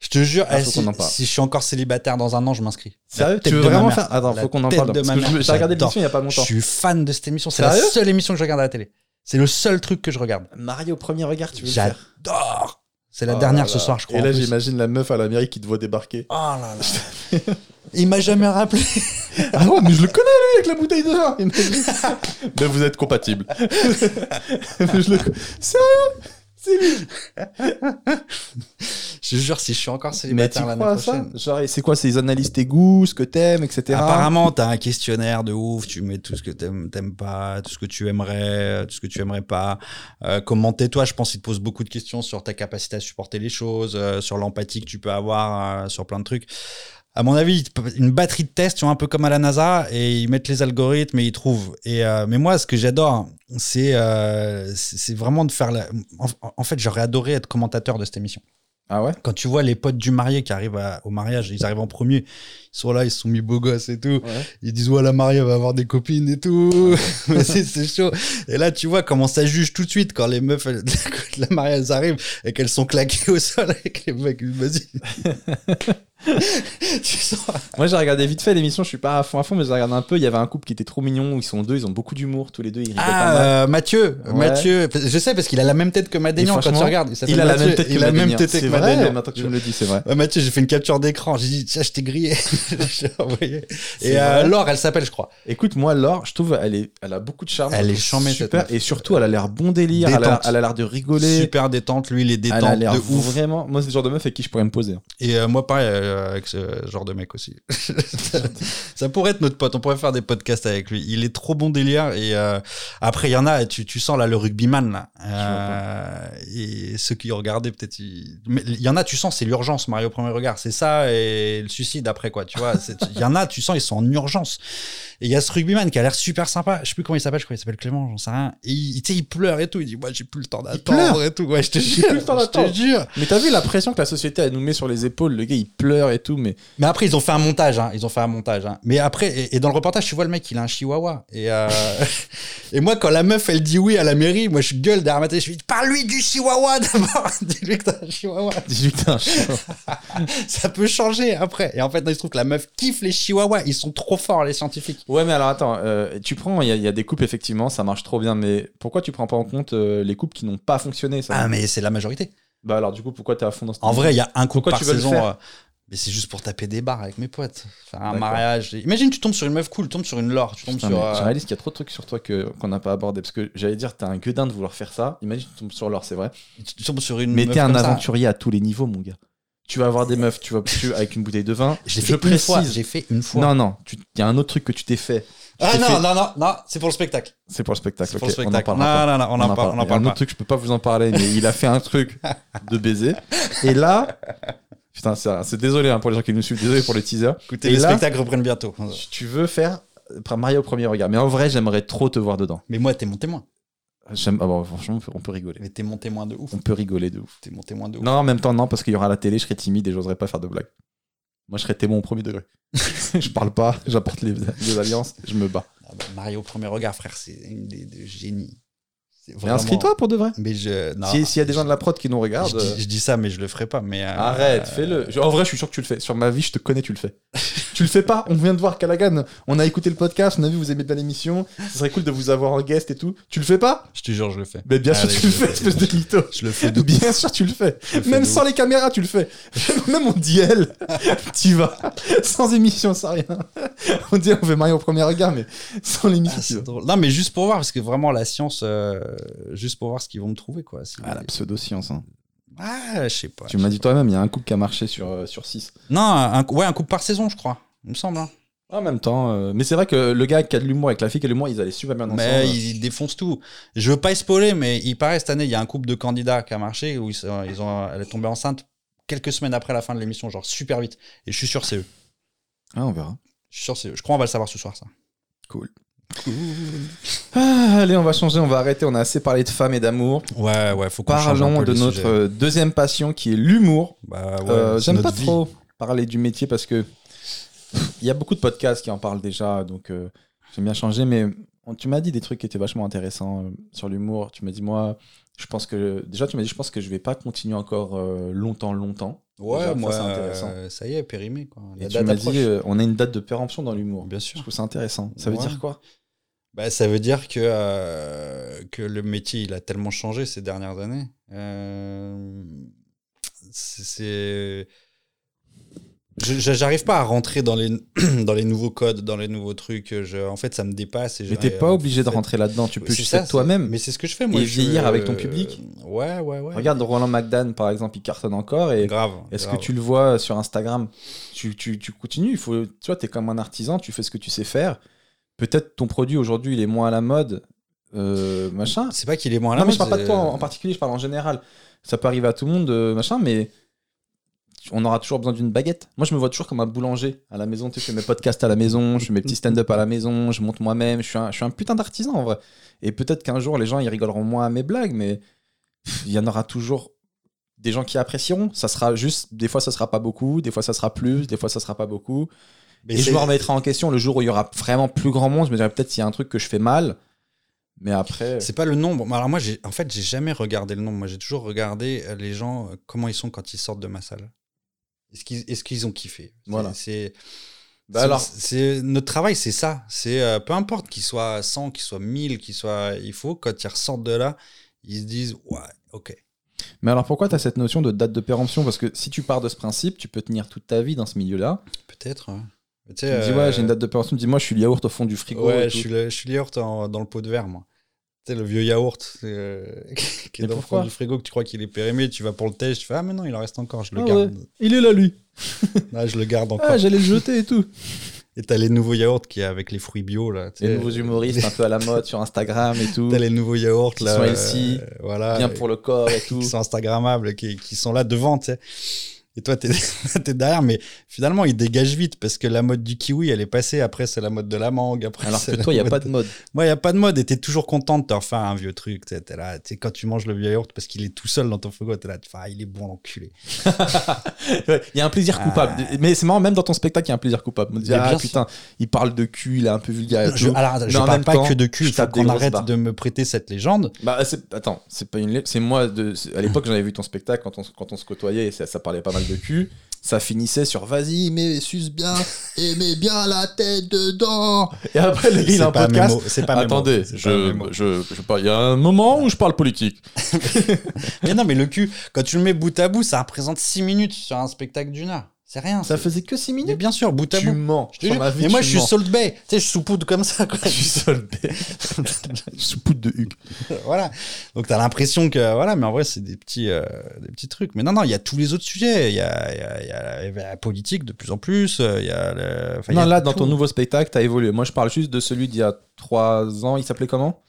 Je te jure,
Ah,
eh,
faut
si,
qu'on en parle.
si je suis encore célibataire dans un an, je m'inscris.
Sérieux,
tête
tu veux
de ma
vraiment
mère.
faire Attends,
La
faut qu'on en
tête
parle
de ma
parce que je-
mère,
j'ai regardé
j'adore.
l'émission il y a pas
Je
longtemps.
suis fan de cette émission. C'est la
Sérieux
seule émission que je regarde à la télé. C'est le seul truc que je regarde.
Marié au premier regard, tu veux le faire
J'adore C'est la
Oh
dernière
là
ce
là.
soir, je crois.
Et
en
là,
plus.
j'imagine la meuf à la mairie qui te voit débarquer.
Oh là là. Il m'a jamais rappelé. <laughs>
Ah ouais, mais je le connais lui avec la bouteille de vin. Imagine. <laughs> mais vous êtes compatibles. Mais <laughs> je le co- Sérieux C'est lui.
Je te jure, si je suis encore
Mais tu
célibataire l'année
crois à ça
prochaine.
Genre, c'est quoi Ils analysent tes goûts, ce que t'aimes, etc.
Apparemment, t'as un questionnaire de ouf. Tu mets tout ce que t'aimes, t'aimes pas, tout ce que tu aimerais, euh, tout ce que tu aimerais pas. Euh, comment tais-toi Je pense qu'il te pose beaucoup de questions sur ta capacité à supporter les choses, euh, sur l'empathie que tu peux avoir, euh, sur plein de trucs. À mon avis, ils te posent une batterie de tests, tu vois, un peu comme à la NASA, et ils mettent les algorithmes et ils trouvent. Et euh, mais moi, ce que j'adore, c'est euh, c'est c'est vraiment de faire. La... En, en fait, j'aurais adoré être commentateur de cette émission
Ah ouais
quand tu vois les potes du marié qui arrivent à- au mariage, ils arrivent en premier, ils sont là, ils se sont mis beaux gosses et tout.
Ouais.
Ils disent, ouais, la mariée va avoir des copines et tout. <laughs> Mais c'est c'est chaud. Et là, tu vois comment ça juge tout de suite quand les meufs, elles- <laughs> quand la mariée, elles arrivent et qu'elles sont claquées au sol avec les mecs.
<laughs>
Vas-y. tu sens.
Moi, j'ai regardé vite fait l'émission. Je suis pas à fond à fond, mais j'ai regardé un peu. Il y avait un couple qui était trop mignon. Ils sont deux. Ils ont beaucoup d'humour. Tous les deux, ils rigolent pas mal.
Ah, euh, Mathieu,
Ouais.
Mathieu, je sais parce qu'il a la même tête que
Et
Madénian quand tu
franchement,
regardes. s'appelle
Il a la
Mathieu,
même tête que
il a la même
Madénian.
tête que
C'est vrai,
Madénian.
Maintenant que tu me le dis, c'est vrai.
Ouais, Mathieu, j'ai fait une capture d'écran. J'ai dit, tiens, je t'ai grillé. <laughs> Je l'ai envoyé.
C'est
Et euh,
vrai.
Laure, elle s'appelle, je crois.
Écoute, moi, Laure, je trouve, elle, est, elle a beaucoup de charme.
Elle est
Je trouve
charmée, cette
super.
meuf.
Et surtout, elle a l'air bon délire. Elle a-
Détente.
Elle a l'air de rigoler.
Super détente. Lui, il est
elle a
détente
l'air
de ouf.
vraiment. Moi, c'est le genre de meuf avec qui je pourrais me poser. hein.
Et euh, moi, pareil, euh, avec ce genre de mec aussi. <laughs> ça pourrait être notre pote. On pourrait faire des podcasts avec lui. Il est trop bon délire. Et euh, après, il y en a, tu, tu sens là le rugbyman. Là. Euh, et ceux qui regardaient, peut-être. ils- Mais Il y en a, tu sens, c'est l'urgence, Mario, au premier regard. C'est ça et le suicide après, quoi. Tu vois, C'est- il y en a, tu sens, ils sont en urgence. Et il y a ce rugbyman qui a l'air super sympa. Je sais plus comment il s'appelle, je crois qu'il s'appelle Clément, j'en sais rien. Et il, tu sais, il pleure et tout. Il dit, moi, j'ai plus le temps d'attendre et tout. Ouais, je te
J'ai
jure.
plus le temps
je te
d'attendre.
jure.
Mais t'as vu la pression que la société elle nous met sur les épaules Le gars il pleure et tout, mais <laughs>
Mais après, ils ont fait un montage. hein, Ils ont fait un montage. hein. Mais après, et, et dans le reportage, tu vois le mec, il a un chihuahua. Et, euh, <laughs> et moi, quand la meuf, elle dit oui à la mairie, moi, je gueule derrière ma télé. Je lui dis, parle-lui du chihuahua <laughs> d'abord. Dis-lui que t'as un chihuahua.
dis-lui que t'es un chien.
Ça peut changer après. Et en fait, non, il se trouve que la meuf kiffe les chihuahuas. Ils sont trop forts, les scientifiques.
Ouais, mais alors attends, euh, tu prends, il y, a- il y a des coupes effectivement, ça marche trop bien, mais pourquoi tu prends pas en compte euh, les coupes qui n'ont pas fonctionné ça
Ah, mais c'est la majorité.
Bah alors du coup, pourquoi t'es à fond dans ce
En vrai, il y a un coup
Pourquoi
par
tu veux le
saison.
faire
euh, mais c'est juste pour taper des bars avec mes potes. Faire un
D'accord.
mariage. Imagine, tu tombes sur une meuf cool, tu tombes sur une lore, tu tombes
Putain,
sur.
mais je
euh,
réalise qu'il y a trop de trucs sur toi que- qu'on n'a pas abordé parce que j'allais dire t'es un gueudin de vouloir faire ça. Imagine tu tombes sur l'or, c'est vrai.
tu tombes sur une.
Mais
meuf
t'es un
comme ça.
aventurier à tous les niveaux, mon gars. Tu vas avoir des meufs, tu vas tu, avec une bouteille de vin.
Je l'ai fait une fois. J'ai fait une fois.
Non non, tu- il y a un autre truc que tu t'es fait.
Ah
t'ai
non,
fait-
non, non, non, c'est pour le spectacle.
C'est pour le spectacle.
C'est pour
ok,
le spectacle.
On
Non,
en parlera
non, non, on en parle,
parle.
on en
Il y a un
parle
autre
pas.
truc, je peux pas vous en parler, mais il a fait un truc de
<laughs>
baiser. Et là, putain, ça- c'est désolé hein, pour les gens qui nous suivent, désolé pour les teasers.
Écoutez,
Et
les
là-
spectacles reprennent bientôt.
Tu- Tu veux faire euh, Mario au premier regard, mais en vrai, j'aimerais trop te voir dedans.
Mais moi, t'es mon témoin.
J'aime, ah bon, franchement, on peut, on peut rigoler.
Mais t'es mon témoin de ouf.
On peut rigoler de ouf.
T'es mon témoin de ouf.
Non, en même temps, non, parce qu'il y aura la télé, je serais timide et j'oserais pas faire de blagues. Moi, je serais témoin au premier
<laughs>
degré. je parle pas, j'apporte les, les alliances, je me bats.
Ah bah, Mario, au premier regard, frère, c'est une des des génies. C'est
Mais
vraiment-
inscris-toi pour de vrai.
Mais je. non.
Si- S'il y a des gens de la prod qui nous
Je,
regardent.
dis,
euh,
je dis ça, mais je le ferai pas. Mais euh,
Arrête,
euh,
fais-le. Je- En vrai, je suis sûr que tu le fais. Sur ma vie, je te connais, tu le fais. Tu le fais pas. On vient de voir Callaghan. On a écouté le podcast. On a vu que vous aimez bien l'émission. Ce serait cool de vous avoir en guest et tout. Tu le fais pas
Je te jure, je le fais.
Mais bien
Allez,
sûr, tu le
je
fais, espèce de mytho.
Je le fais de
Bien sûr, tu le fais.
je le fais
Même
de
sans les caméras, tu le fais. <laughs> Même en DL, tu y vas. Sans émission, sans rien. On dit, on fait Mario au premier regard, mais sans l'émission.
Ah,
tu y vas.
c'est drôle. Non, mais juste pour voir, parce que vraiment, la science, euh, juste pour voir ce qu'ils vont me trouver, quoi. C'est-
Ah, la pseudo-science. Hein.
Ah, je sais pas.
tu m'as dit toi-même, il y a un couple qui a marché sur, euh, sur 6.
Non, un, ouais, un couple par saison, je crois. Il me semble. hein.
En même temps, euh, mais c'est vrai que le gars qui a de l'humour avec la fille qui a de l'humour, ils allaient super bien ensemble.
Mais ils ils défoncent tout. Je veux pas spoiler, mais il paraît cette année, il y a un couple de candidats qui a marché où ils, sont- ils ont, elle est tombée enceinte quelques semaines après la fin de l'émission, genre super vite. Et je suis sûr, c'est eux.
Ah, on verra.
Je suis sûr, c'est eux. Je crois qu'on va le savoir ce soir, ça.
Ah, allez, on va changer, on va arrêter. On a assez parlé de femmes et d'amour.
Ouais, ouais, faut qu'on change un
Parlons
peu
de
le
notre
sujet.
euh, deuxième passion qui est l'humour.
Bah, ouais,
Euh,
c'est
J'aime
notre
pas
vie.
trop parler du métier parce que il y a beaucoup de podcasts qui en parlent déjà, donc euh, j'aime bien changer. Mais on- tu m'as dit des trucs qui étaient vachement intéressants euh, sur l'humour. Tu m'as dit moi, je pense que déjà tu m'as dit je pense que je vais pas continuer encore euh, longtemps, longtemps.
Ouais,
Déjà, ça,
moi,
c'est intéressant.
euh, ça y est, périmé. Quoi. La
Et tu
date
m'as
approche.
dit euh, on a une date de péremption dans l'humour.
Bien
Je
sûr.
trouve ça intéressant. Ça veut
Ouais.
dire quoi
Bah, ça veut dire que, euh, que le métier, il a tellement changé ces dernières années. Euh, c'est- c'est. je- je- J'arrive pas à rentrer dans les, <clears throat> dans les nouveaux codes, dans les nouveaux trucs. Je, en fait, ça me dépasse. Et je-
Mais t'es pas
en
obligé de
fait,
rentrer là-dedans. Tu peux
c'est
juste
ça,
être toi-même.
c'est- Mais c'est ce que je fais, moi.
Et
je- euh,
vieillir avec ton public.
Ouais, ouais, ouais.
Regarde Roland McDan par exemple, il cartonne encore et
grave.
Est-ce que
grave.
tu le vois sur Instagram tu, tu, tu continues, il faut, tu vois, tu es comme un artisan, tu fais ce que tu sais faire. Peut-être ton produit aujourd'hui, il est moins à la mode, euh, machin.
C'est pas qu'il est moins là.
non, mais je parle pas de toi
euh,
en, en particulier, je parle en général. Ça peut arriver à tout le monde, euh, machin, mais tu- on aura toujours besoin d'une baguette. Moi, je me vois toujours comme un boulanger à la maison. Tu sais, je fais mes podcasts à la maison, je fais mes petits stand-up à la maison, je monte moi-même. Je, suis un- je suis un putain d'artisan en vrai. Et peut-être qu'un jour, les gens, ils rigoleront moins à mes blagues, mais pff, il y en aura toujours des gens qui apprécieront. Ça sera juste, des fois, ça sera pas beaucoup, des fois, ça sera plus, des fois, ça sera pas beaucoup.
Mais
Et je
c'est-
me remettrai en question le jour où il y aura vraiment plus grand monde. Je me dirai peut-être s'il y a un truc que je fais mal. Mais après.
C'est pas le nombre. Mais Alors moi, j'ai- en fait, j'ai jamais regardé le nombre. Moi, j'ai toujours regardé euh, les gens euh, comment ils sont quand ils sortent de ma salle. Est-ce qu'ils est-ce qu'ils ont kiffé C'est-
Voilà.
C'est
Bah
c'est-
alors.
c'est notre travail, c'est ça. C'est euh, peu importe qu'ils soient 100, qu'ils soient 1000, qu'ils soient il faut quand ils ressortent de là, ils se disent ouais, OK.
Mais alors pourquoi tu as cette notion de date de péremption Parce que si tu pars de ce principe, tu peux tenir toute ta vie dans ce milieu-là.
Peut-être. hein. Tu
Tu
sais,
te dis,
euh,
ouais, j'ai une date de péremption. Tu te dis, moi, je suis le yaourt au fond du frigo.
ouais,
et
je
tout.
suis le, je suis le yaourt en- dans le pot de verre moi. Tu sais, le vieux yaourt euh, <laughs> qui est
Mais
dans le
pourquoi
fond du frigo que tu crois qu'il est périmé, tu vas pour le test, tu fais ah mais non, il en reste encore, je le
Ah
garde.
Il est là, lui.
Ah, je le garde encore.
Ah, j'allais le jeter et tout.
Et t'as les nouveaux yaourts qui est avec les fruits bio là. tu
Les
sais.
nouveaux humoristes un peu à la mode sur Instagram et tout.
T'as les nouveaux yaourts
Qui
là.
sont healthy,
euh, voilà.
Bien pour le corps et tout.
Qui sont instagrammables, qui, qui sont là devant, tu sais. Et toi, t'es <laughs> t'es derrière, mais finalement, ils dégagent vite parce que la mode du kiwi, elle est passée. Après, c'est la mode de la mangue. Après,
Alors
c'est
que
la
toi, il n'y a
mode
pas de mode.
Moi, il n'y a pas de mode et t'es toujours content de te refaire un vieux truc. T'es t'es là, tu sais, quand tu manges le vieux yaourt parce qu'il est tout seul dans ton frigo, t'es là, tu fais, ah, il est bon l'enculé.
Ouais, Il y a un plaisir coupable. Ah. Mais c'est marrant, même dans ton spectacle, il y a un plaisir coupable. On te dit,
Mais
ah
bien
putain, il parle de cul, il est un peu vulgaire. et
Je,
tout.
alors,
Euh, Mais
je
en
parle
même
pas
temps,
que de cul,
je
il faut
tape des
qu'on
grosses
arrête
barres.
de me prêter cette légende.
Bah, c'est- attends, c'est pas une lé- c'est moi de c'est- à l'époque j'en avais vu ton spectacle quand on se- quand on se côtoyait et ça, ça parlait pas mal de cul. Ça finissait sur vas-y mais suce bien et mets bien la tête dedans. Et
<laughs>
après le gars, il a
C'est
un
pas mes
podcast.
mots, c'est pas mes mots,
Attendez,
c'est pas mes
je,
mots.
je, je parle- il y a un moment où je parle politique.
Mais non, mais le cul, quand tu le mets bout à bout, ça représente 6 minutes sur un spectacle d'une heure. C'est rien.
Ça
c'est-
faisait que 6
Mais
minutes.
bien sûr, bout à
Tu
bout.
mens.
Je te jure. mais moi, je suis Salt Bay. Tu sais, je soupoudre comme ça.
<laughs>
Quoi. Je suis Salt <laughs>
sous poudre de Hugues.
voilà. Donc, t'as l'impression que. Voilà, mais en vrai, c'est des, petits, euh, des petits trucs. Mais non, non, il y a tous les autres sujets. Il y a, il y a- il y a- il y a la politique de plus en plus. euh, Il y a. le- enfin, il y
Non,
a
là,
tout.
dans ton nouveau spectacle, t'as évolué. Moi, je parle juste de celui d'il y a 3 ans. Il s'appelait comment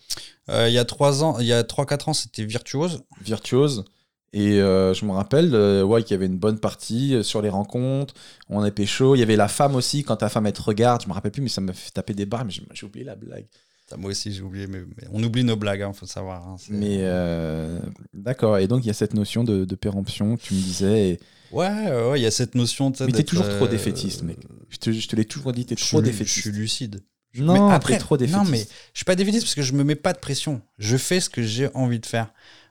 Euh, Il y a 3 ans, il y a 3-4 ans, c'était virtuose.
virtuose. Et euh, je me rappelle euh, ouais, qu'il y avait une bonne partie euh, sur les rencontres. On est pécho. Il y avait la femme aussi, quand ta femme elle te regarde. Je me rappelle plus, mais ça m'a fait taper des barres. Mais j'ai j'ai oublié la blague.
Ça, Moi aussi, j'ai oublié. Mais, mais on oublie nos blagues, hein, faut le savoir. hein, c'est-
Mais euh, d'accord. Et donc, il y a cette notion de, de péremption, tu me disais. et-
Ouais, euh, ouais, il y a cette notion. tu sais,
Mais t'es
d'être,
toujours trop
euh,
défaitiste, mec. Je te, je te l'ai toujours dit, t'es
je
trop
suis lu- Je suis
défaitiste.
lucide.
Non,
Mais
t'es
après-
trop
non,
défaitiste.
mais- Je suis pas défaitiste parce que je me mets pas de pression. Je fais ce que j'ai envie de faire.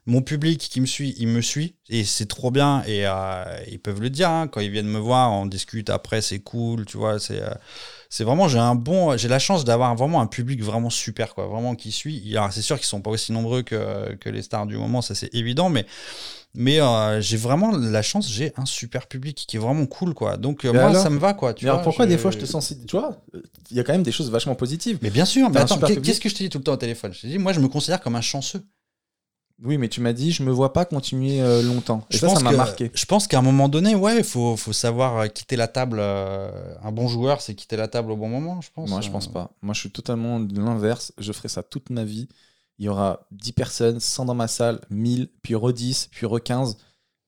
Mon public qui me suit, il me suit et c'est trop bien. Et euh, ils peuvent le dire hein, quand ils viennent me voir, on discute après, c'est cool, tu vois. C'est euh, c'est vraiment, j'ai un bon, j'ai la chance d'avoir vraiment un public vraiment super, quoi, vraiment qui suit. Il- alors, C'est sûr qu'ils sont pas aussi nombreux que, que les stars du moment, ça c'est évident, mais mais euh, j'ai vraiment la chance, j'ai un super public qui est vraiment cool, quoi. Donc euh,
Mais
moi,
alors
ça me va, quoi. Tu
Mais alors
vois,
pourquoi
je-
des fois je te sens si. Tu vois, euh, il y a quand même des choses vachement positives.
mais bien sûr, mais
T'as un
attends,
super
qu'est-
public.
qu'est-ce que je te dis tout le temps au téléphone Je te dis, moi, je me considère comme un chanceux.
Oui, mais tu m'as dit, je me vois pas continuer euh, longtemps. Et
Je
ça,
pense
ça m'a
que-
marqué.
Je pense qu'à un moment donné, ouais, il faut, faut savoir euh, quitter la table. euh, un bon joueur, c'est quitter la table au bon moment, je pense. euh,
Moi, je pense pas. Moi, je suis totalement de l'inverse. Je ferai ça toute ma vie. Il y aura 10 personnes, 100 dans ma salle, 1000, puis re 10, puis re 15.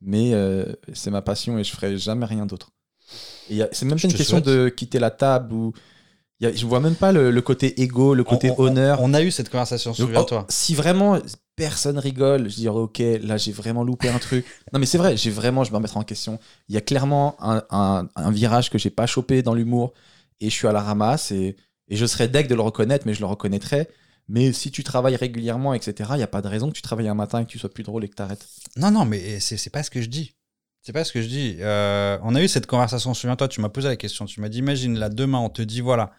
Mais euh, c'est ma passion et je ferai jamais rien d'autre. Et il y a- C'est même
Je
pas une
te
question
souhaite.
de quitter la table ou. il y a- Je vois même pas le, le côté égo, le côté
On- on-
honneur.
On a eu cette conversation,
Donc,
souviens-toi.
oh, si vraiment personne rigole, je dirais ok, là j'ai vraiment loupé un truc. non mais c'est vrai, j'ai vraiment, je me remettrai en question. Il y a clairement un, un- un virage que j'ai pas chopé dans l'humour et je suis à la ramasse et, et je serais deg de le reconnaître, mais je le reconnaîtrai. Mais si tu travailles régulièrement, etc., il n'y a pas de raison que tu travailles un matin et que tu sois plus drôle et que t'arrêtes.
Non, non, mais eh, c'est c'est pas ce que je dis. C'est pas ce que je dis. Euh, on a eu cette conversation, souviens-toi, tu m'as posé la question. Tu m'as dit, imagine, là, demain, on te dit, voilà,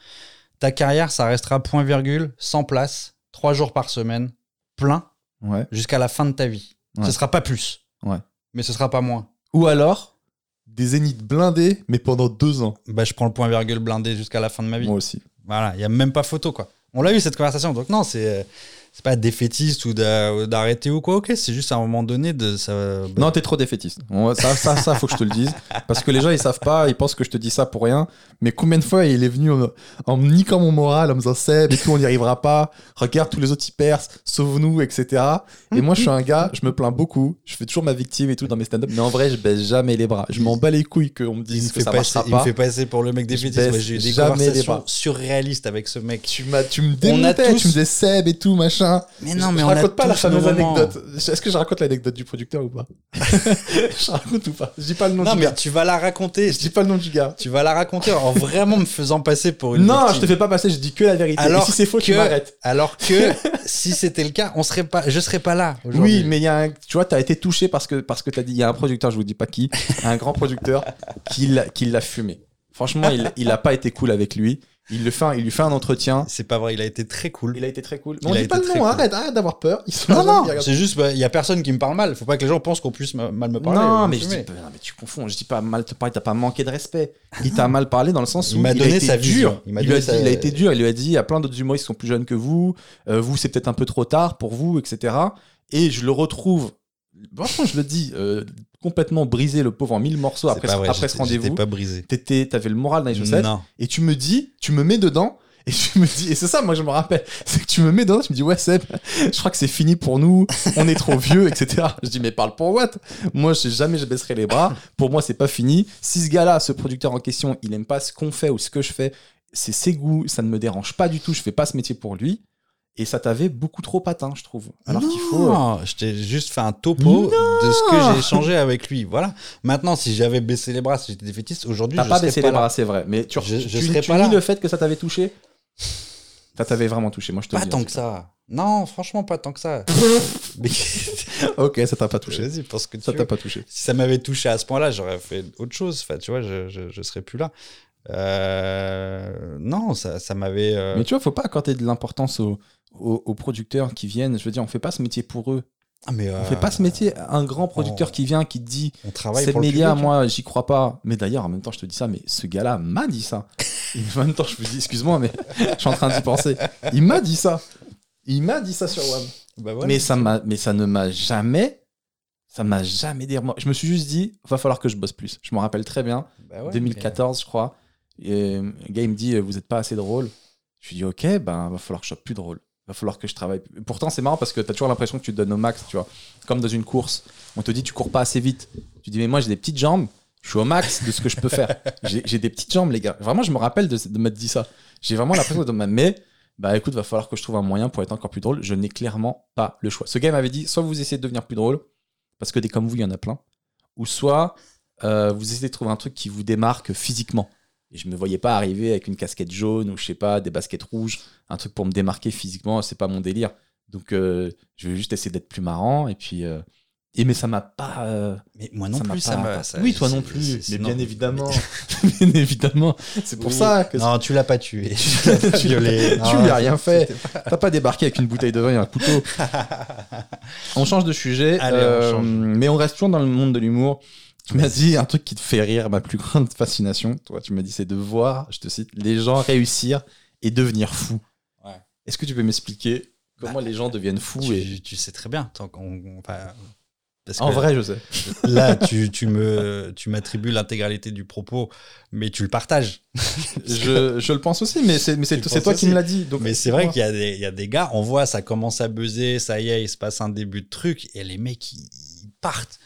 ta carrière, ça restera point virgule, sans place, trois jours par semaine, plein,
Ouais.
jusqu'à la fin de ta vie.
Ouais.
Ce sera pas plus.
Ouais.
Mais ce sera pas moins.
Ou alors, des zéniths blindés, mais pendant deux ans.
Bah, je prends le point virgule blindé jusqu'à la fin de ma vie.
Moi aussi.
Voilà, il n'y a même pas photo, quoi. On l'a eu cette conversation, donc non, c'est euh, c'est pas défaitiste ou d'a- ou d'arrêter ou quoi, ok, c'est juste à un moment donné de. Ça, bah,
Non, t'es trop défaitiste. On- Ça, ça, ça, faut que je te le dise. Parce que les gens, ils savent pas, ils pensent que je te dis ça pour rien. Mais combien de fois il est venu en, en me niquant mon moral, en me disant Seb et tout, on n'y arrivera pas. Regarde, tous les autres ils percent, sauve-nous, etc. Et moi, je suis un gars, je me plains beaucoup. Je fais toujours ma victime et tout dans mes stand-up. Mais en vrai, je baisse jamais les bras. Je m'en bats les couilles qu'on me
Il me,
dise que
fait
ça
passer,
marchera
il me
pas.
fait passer pour le mec des
Je
fétiches. Moi,
baisse
J'ai eu des
jamais les
conversations
bras.
surréalistes avec ce mec.
Tu, m'as- tu me
On a
démontais,
tous-
tu me disais Seb et tout, machin.
Mais
Je-
non, mais
je
on
raconte
a
pas la
tous
fameuse
nos moments.
anecdote. Est-ce que je raconte l'anecdote du producteur ou pas <laughs> Je raconte ou pas Je dis pas le nom
Non,
du
mais
gars.
tu vas la raconter.
Je dis pas le nom du gars.
Tu vas la raconter en vraiment me faisant passer pour une.
Non,
victime.
je te fais pas passer, je dis que la vérité.
Alors
Et si c'est faux, tu
que-
m'arrêtes.
Alors que si c'était le cas, on serait pas, je serais pas là. aujourd'hui.
Oui, mais il y a un, tu vois, t'as été touché parce que, parce que t'as dit, il y a un producteur, je vous dis pas qui, <laughs> un grand producteur, qui l'a qui l'a fumé. Franchement, il, il a pas été cool avec lui. Il, le fait, un- il lui fait un entretien.
c'est pas vrai. Il a été très cool.
Il a été très cool.
Il
Non, on
a
dit
été
pas le nom,
très cool.
arrête, arrête d'avoir peur. Ils sont
Non,
là,
non,
ils regardent.
c'est juste, bah, il y a personne qui me parle mal. Faut pas que les gens pensent qu'on puisse ma- mal me parler.
non,
Vous
mais
me
je dis,
fumez.
non, mais tu confonds. Je dis pas mal te parler, t'as pas manqué de respect. Il
<laughs>
t'a mal parlé dans le sens où
Il m'a donné
a été
sa vision.
dur.
Il
Il,
m'a
lui a
donné
dit,
sa-
il a été dur. Il lui a dit, il y a plein d'autres humoristes qui sont plus jeunes que vous. Euh, vous, c'est peut-être un peu trop tard pour vous, etc. Et je le retrouve. Franchement, je le dis, euh, complètement brisé, le pauvre en mille morceaux
C'est
après,
pas vrai,
après ce
j'étais- j'étais
rendez-vous.
pas brisé.
T'étais- T'avais le moral dans les chaussettes
Non.
et tu me dis, tu me mets dedans, et tu me dis, et c'est ça, moi je me rappelle, <laughs> c'est que tu me mets dedans, tu me dis, ouais Seb, je crois que c'est fini pour nous, on est trop vieux, etc. Je dis, mais parle pour what Moi, je sais jamais, je baisserai les bras, pour moi, c'est pas fini. Si ce gars-là, ce producteur en question, il aime pas ce qu'on fait ou ce que je fais, c'est ses goûts, ça ne me dérange pas du tout, je fais pas ce métier pour lui, et ça t'avait beaucoup trop patin, je trouve. Alors qu'il faut. euh.
Non, je t'ai juste fait un topo de ce que j'ai échangé avec lui. Voilà. Maintenant, si j'avais baissé les bras, si j'étais défaitiste, aujourd'hui,
T'as
je
pas
serais
baissé
pas
les
là.
bras, c'est vrai, mais tu,
Je- je
tu-
serais
tu
pas
nies
là.
le fait que ça t'avait touché Ça t'avait vraiment touché, moi je te
Pas
le dis.
tant que ça. Non, franchement, pas tant
<laughs>
que ça. Mais
Ok, ça t'a pas touché.
vas-y, pense que tu
Ça
veux.
t'a pas touché.
Si ça m'avait touché à ce point-là, j'aurais fait autre chose. Enfin, tu vois, je, je, je serais plus là. Euh, non, ça, ça m'avait. euh,
Mais tu vois, faut pas accorder de l'importance aux, aux- aux producteurs qui viennent. Je veux dire, on fait pas ce métier pour eux.
ah, mais,
On
euh,
fait pas ce métier. Un grand producteur
on-
qui vient, qui te dit,
On travaille
c'est
pour le
média,
public, hein.
moi, j'y crois pas. Mais d'ailleurs, en même temps, je te dis ça, mais ce gars-là m'a dit
<laughs>
ça. Et en même temps, je vous dis, excuse-moi, mais je suis en train d'y penser. Il m'a dit ça. Il m'a dit ça sur WAM.
Bah voilà.
mais, ça m'a- mais ça ne m'a jamais. Ça m'a jamais dit. Je me suis juste dit, va falloir que je bosse plus. Je m'en rappelle très bien.
Bah ouais, mais-
2014, je crois. Et euh, un gars, il me dit, euh, vous n'êtes pas assez drôle. Je lui dis, ok, ben, va falloir que je sois plus drôle. Va falloir que je travaille. plus. Pourtant, c'est marrant parce que tu as toujours l'impression que tu te donnes au max, tu vois. Comme dans une course, on te dit, tu cours pas assez vite. Tu dis, mais moi, j'ai des petites jambes. Je suis au max de ce que je peux
<laughs>
faire. J'ai j'ai des petites jambes, les gars. Vraiment, je me rappelle de, de m'être dit ça. J'ai vraiment l'impression de ma. Mais, bah écoute, va falloir que je trouve un moyen pour être encore plus drôle. Je n'ai clairement pas le choix. Ce gars m'avait dit, soit vous essayez de devenir plus drôle, parce que des comme vous, il y en a plein, ou soit euh, vous essayez de trouver un truc qui vous démarque physiquement. Et je me voyais pas arriver avec une casquette jaune ou je sais pas, des baskets rouges, un truc pour me démarquer physiquement, c'est pas mon délire. Donc, euh, je vais juste essayer d'être plus marrant. Et puis. euh, et mais ça m'a pas. euh,
Mais moi non
ça m'a
plus, ça
pas-
m'a. ça-
oui, toi
c'est-
non
c'est-
plus.
c'est-
Mais
non.
bien
<laughs>
évidemment. bien évidemment. C'est pour
Oui.
ça que
Non, tu l'as pas tué. <laughs>
<laughs>
Tu l'as pas
Tu
violé.
l'as- tu
Non,
lui as rien fait.
c'était pas-
T'as Ah, pas débarqué avec une bouteille de vin et un couteau. <laughs> on change de sujet,
Allez, on
euh,
change.
mais on reste toujours dans le monde de l'humour. Tu m'as dit un truc qui te fait rire, ma plus grande fascination. Toi, tu m'as dit c'est de voir, je te cite, les gens réussir et devenir fous.
Ouais.
Est-ce que tu peux m'expliquer comment
Bah,
les gens deviennent fous et...
Tu, tu sais très bien. tant qu'on- on- enfin, parce
En
que <laughs>
vrai, je sais.
là, tu, tu me, tu m'attribues l'intégralité du propos, mais tu le partages.
Je, je le pense aussi, mais c'est mais c'est-
Tu le
c'est
penses
toi qui
aussi.
me l'as dit. Donc,
Mais c'est vrai qu'il y a, des, il y a des gars, on voit, ça commence à buzzer, ça y est, il se passe un début de truc, et les mecs, ils, ils partent.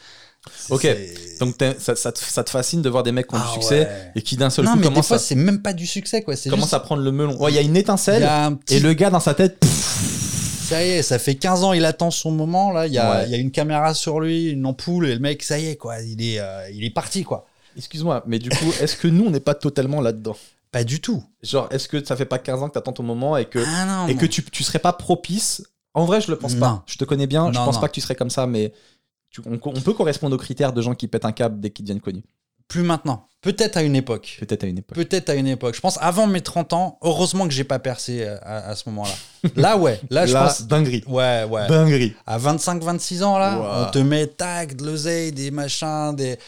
C'est-
Ok,
c'est-
Donc t'es- ça, ça te, ça te fascine de voir des mecs qui ont
Ah
du succès
ouais.
et qui d'un seul
Non,
coup
mais des
commencent
fois,
à,
c'est même pas du succès, quoi. C'est
commencent
juste,
à prendre le melon. Ouais, Il y a une
il y
étincelle
a un
et
petit
le gars dans sa tête. pff,
Ça y est, ça fait 15 ans, il attend son moment. Là, il y a,
Ouais.
il y a une caméra sur lui, une ampoule, et le mec, ça y est, quoi. Il est, euh, il est parti, quoi.
Excuse-moi, mais du coup, est-ce que nous, on n'est pas totalement là-dedans
Pas du tout.
Genre, est-ce que ça fait pas 15 ans que t'attends ton moment et que,
ah non.
et
non.
que tu, tu serais pas propice En vrai, je le pense
Non.
pas. Je te connais bien, je
Non,
pense
non.
pas que tu serais comme ça, mais tu- on, on peut correspondre aux critères de gens qui pètent un câble dès qu'ils deviennent connus.
Plus maintenant. Peut-être à une époque.
Peut-être à une époque.
Peut-être à une époque. Je pense avant mes 30 ans, heureusement que j'ai pas percé euh, à, à ce moment-là. Là, ouais. Là, je pense.
dinguerie.
Ouais, ouais.
Dinguerie.
À 25-26 ans, là,
Bah. Ouah.
on te met tag, de l'oseille, des machins, des.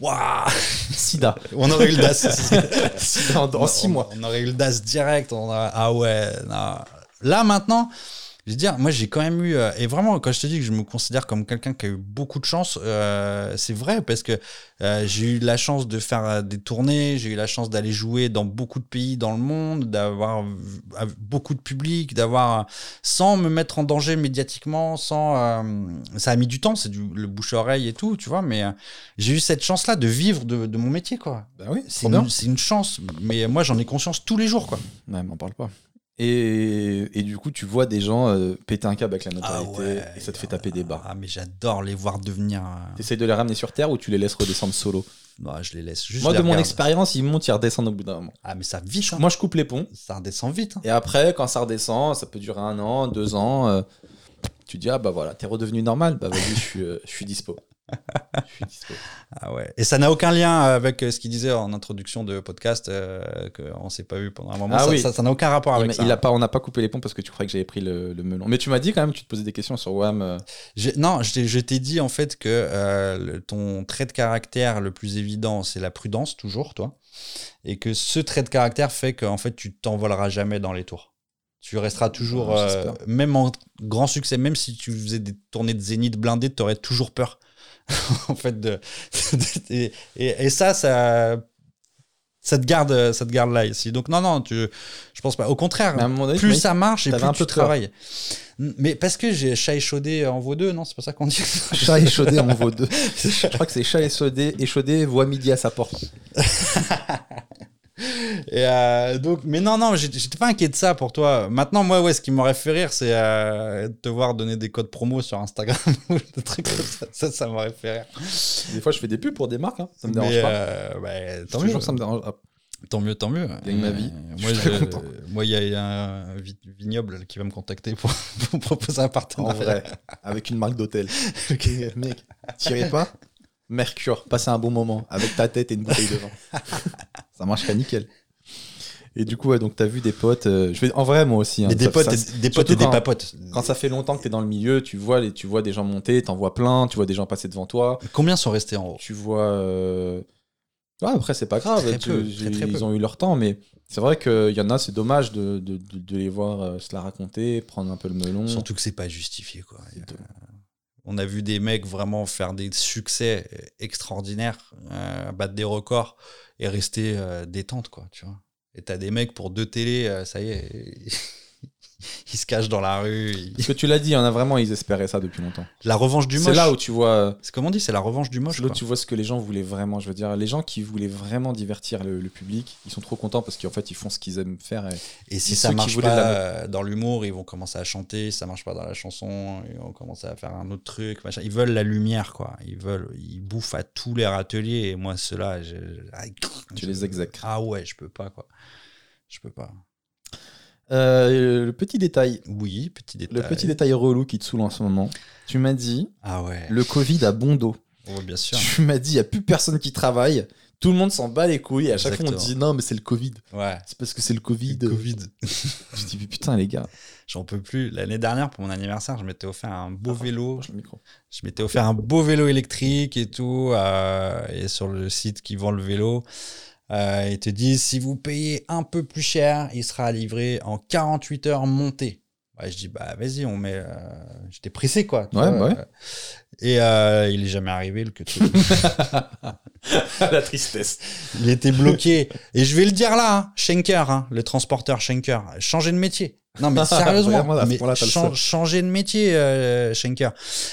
Waouh
Sida. Bah,
On aurait eu le DAS. <laughs>
Sida en,
On-
6 mois.
On aurait eu le DAS direct. On aurait- Ah ouais. non. Là, maintenant, je veux dire, moi, j'ai quand même eu. euh, et vraiment, quand je te dis que je me considère comme quelqu'un qui a eu beaucoup de chance, euh, c'est vrai parce que euh, j'ai eu la chance de faire euh, des tournées, j'ai eu la chance d'aller jouer dans beaucoup de pays dans le monde, d'avoir vu- à- beaucoup de public, d'avoir. euh, sans me mettre en danger médiatiquement, sans. euh, ça a mis du temps, c'est du le bouche-oreille et tout, tu vois, mais euh, j'ai eu cette chance-là de vivre de, de mon métier, quoi.
Bah oui,
C'est une, c'est une chance, mais moi j'en ai conscience tous les jours quoi.
Ouais, m'en parle pas. Et, et du coup, tu vois des gens euh, péter un câble avec la notoriété et ça te fait taper des barres.
Ah mais j'adore les voir devenir. euh,
Ah. T'essayes de les ramener sur Terre ou tu les laisses redescendre solo
Non, je les laisse juste.
Moi,
les
de mon
regarde.
expérience, ils montent, ils redescendent au bout d'un moment.
Ah mais ça vite. hein.
Moi, je coupe les ponts.
Ça redescend vite. hein.
Et après, quand ça redescend, ça peut durer un an, deux ans. euh, tu dis, ah bah voilà, t'es redevenu normal. Bah vas-y, je suis, euh, je suis
<laughs>
dispo. Je suis dispo.
Ah ouais. Et ça n'a aucun lien avec euh, ce qu'il disait en introduction de podcast euh, qu'on s'est pas vu pendant un moment.
Ah
ça,
oui.
ça- ça n'a aucun rapport avec
Il,
ça.
il a pas, on n'a pas coupé les ponts parce que tu croyais que j'avais pris le, le melon. Mais tu m'as dit quand même que tu te posais des questions sur WAM. euh,
J'ai- Non, je t'ai- je t'ai dit en fait que euh, le- ton trait de caractère le plus évident, c'est la prudence toujours, toi, et que ce trait de caractère fait qu'en fait tu t'envoleras jamais dans les tours. Tu resteras toujours,
Ouais,
euh,
j'espère.
même en grand succès, même si tu faisais des tournées de zénith blindées, tu aurais toujours peur. <laughs> en fait, de, et, et- et ça, ça, ça te garde, ça te garde là ici. Donc non, non, tu, je pense pas. Au contraire,
mais à un moment donné, tu m'as
Ah, plus
dit-
ça marche et
t'avais
plus
un
tu
peu peur.
travailles. N- Mais parce que j'ai chat échaudé en vaut deux, non C'est pas ça
<laughs>
qu'on dit <laughs>
Chat échaudé en vaut deux. Je crois que c'est chat échaudé, échaudé voit midi à sa porte.
Et, euh, donc, Mais non, non, j'étais j'étais pas inquiet de ça pour toi. Maintenant, moi, ouais, ce qui m'aurait fait rire, c'est euh, de te voir donner des codes promo sur Instagram <laughs> ou des trucs comme ça. Ça, ça m'aurait fait rire.
Des fois, je fais des pubs pour des marques, hein. ça me
Mais,
dérange pas.
euh, bah,
Tant
tant, mieux,
ça me dérange. Ah,
tant mieux, tant mieux.
Gagne ma vie.
Euh,
Je
Moi,
suis très
je-
content.
moi, il y a- il y a un vi- vignoble qui va me contacter pour, <laughs> pour me proposer un
en
partenariat. <laughs>
vrai, avec une marque d'hôtel. Mec, tirez pas. Mercure, passez un bon moment avec ta tête et une bouteille
<laughs>
de vin. ça marche pas nickel. Et du coup, ouais, donc t'as vu des potes. euh, je vais en vrai, moi aussi. hein,
Mais des
ça-
potes,
ça-
et, des, potes
surtout
et des
quand-
papotes.
quand ça fait longtemps que t'es dans le milieu, tu vois, les, tu vois des gens monter, t'en vois plein, tu vois des gens passer devant toi,
Combien sont restés en haut
tu vois. euh, ouais, après, c'est pas grave,
Très
tu-
peu,
j'ai-
très, très peu.
ils ont eu leur temps, mais c'est vrai qu'il y en a, c'est dommage de, de- de- de les voir euh, se la raconter, prendre un peu le melon.
Surtout que c'est pas justifié quoi. euh,
C'est tout.
On a vu des mecs vraiment faire des succès euh, extraordinaires, euh, battre des records et rester euh, détente quoi, tu vois. Et t'as des mecs pour deux télés, euh, ça y est, <laughs> ils se cachent dans la rue. ils-
Parce que tu l'as dit, il y en a vraiment, ils espéraient ça depuis longtemps.
La revanche du
C'est
moche.
là où tu vois, euh,
C'est comme on dit, c'est la revanche du moche.
c'est là où
quoi.
tu vois ce que les gens voulaient vraiment. Je veux dire, les gens qui voulaient vraiment divertir le, le public, ils sont trop contents parce qu'en fait, ils font ce qu'ils aiment faire. et-
Et si
Mais
ça
ceux qui
marche
voulaient
pas
la
euh, dans l'humour, ils vont commencer à chanter. Si ça marche pas dans la chanson, ils vont commencer à faire un autre truc. machin. Ils veulent la lumière, quoi. Ils veulent, ils bouffent à tous les râteliers. Et moi, ceux-là, je, je- ah,
Tu
je-
les exècres.
Ah ouais, je peux pas, quoi. Je peux pas.
Euh, le petit détail,
Oui, petit détail.
le petit détail relou qui te saoule en ce moment. Tu m'as dit,
Ah ouais,
le Covid a bon dos.
Ouais, bien sûr.
Tu m'as dit, il n'y a plus personne qui travaille. Tout le monde s'en bat les couilles. Et à chaque fois, on
Exactement.
dit, non, mais c'est le Covid.
Ouais.
C'est parce que c'est le Covid.
Covid.
Je dis, mais putain, les gars.
J'en peux plus. L'année dernière, pour mon anniversaire, je m'étais offert un beau
Ah,
vélo.
Branche le micro.
Je m'étais offert un beau vélo électrique et tout. euh, et sur le site qui vend le vélo, euh, ils te disent si vous payez un peu plus cher, il sera livré en 48 heures montées. Ouais, je dis bah vas-y, on met. euh, J'étais pressé quoi. tu
Ouais, bah
vois,
ouais.
euh, Et euh, il est jamais arrivé le que tu-
<laughs> La tristesse.
Il était bloqué. Et je vais le dire là, hein, Schenker, hein, le transporteur Schenker, changez de métier. Non mais
<laughs> Vraiment, à
sérieusement,
ce
mais
point-là, t'as le
chan-
seum.
changez de métier, euh, Schenker.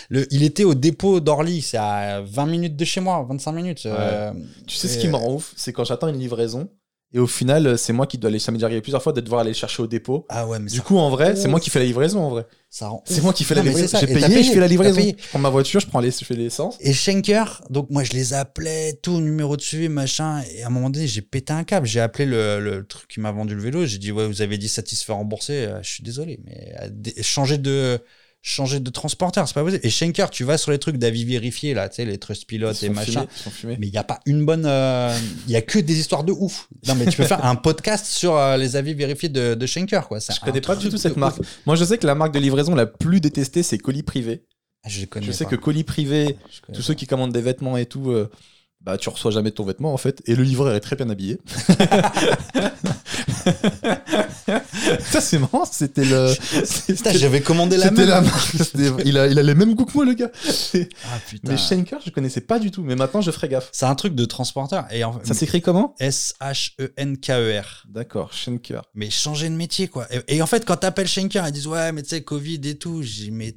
Le, il était au dépôt d'Orly, c'est à 20 minutes de chez moi, 25 minutes. euh,
Tu sais ce
Et-
qui me rend ouf, c'est quand j'attends une livraison et au final, c'est moi qui dois aller. Ça m'est déjà arrivé plusieurs fois de devoir aller le chercher au dépôt.
Ah ouais, mais
Du
ça,
coup, en vrai,
ouf.
c'est moi qui fais la livraison. En vrai,
ça rend
c'est
ouf.
moi qui fais la
Non, mais c'est
livraison.
ça,
J'ai
et
payé,
t'as
je fais la
t'as
livraison.
payé.
Je prends ma voiture, je prends les, je fais l'essence.
Et Schenker, donc moi je les appelais, tout numéro dessus, machin. Et à un moment donné, j'ai pété un câble. J'ai appelé le, le truc qui m'a vendu le vélo. J'ai dit, ouais, vous avez dit satisfait remboursé. Euh, Je suis désolé, mais euh, dé- changer de changer de transporteur, c'est pas possible. Et Schenker, tu vas sur les trucs d'avis vérifié là, tu sais, les trust
Ils
pilotes
sont
et machin.
fumés, ils sont fumés.
Mais il n'y a pas une bonne. euh, Il y a que des histoires de ouf. Non, mais tu peux faire un podcast sur euh, les avis vérifiés de, de Schenker, quoi. C'est
Je
un
connais pas
truc
du tout
de
cette
ouf.
marque. Moi, je sais que la marque de livraison la plus détestée, c'est colis privé.
Ah, Je les connais.
Je sais
pas.
que colis privé,
Je connais
tous ceux qui commandent des vêtements et tout, euh, bah tu reçois jamais ton vêtement en fait. Et le livreur est très bien
<laughs>
habillé. Ça c'est marrant, c'était le.
Putain,
c'était-
j'avais commandé la
C'était
même.
la marque. c'était- Il a, il a les mêmes goûts que moi, le gars.
Ah, putain.
Mais Schenker, je connaissais pas du tout. Mais maintenant, je ferai gaffe.
C'est un truc de transporteur. Et en... E
Ça s'écrit comment
S-H-E-N-K-E-R.
D'accord, Schenker.
Mais changer de métier, quoi. Et, et en fait, quand t'appelles Schenker, ils disent Ouais, mais tu sais, Covid et tout. J'ai dit, Mais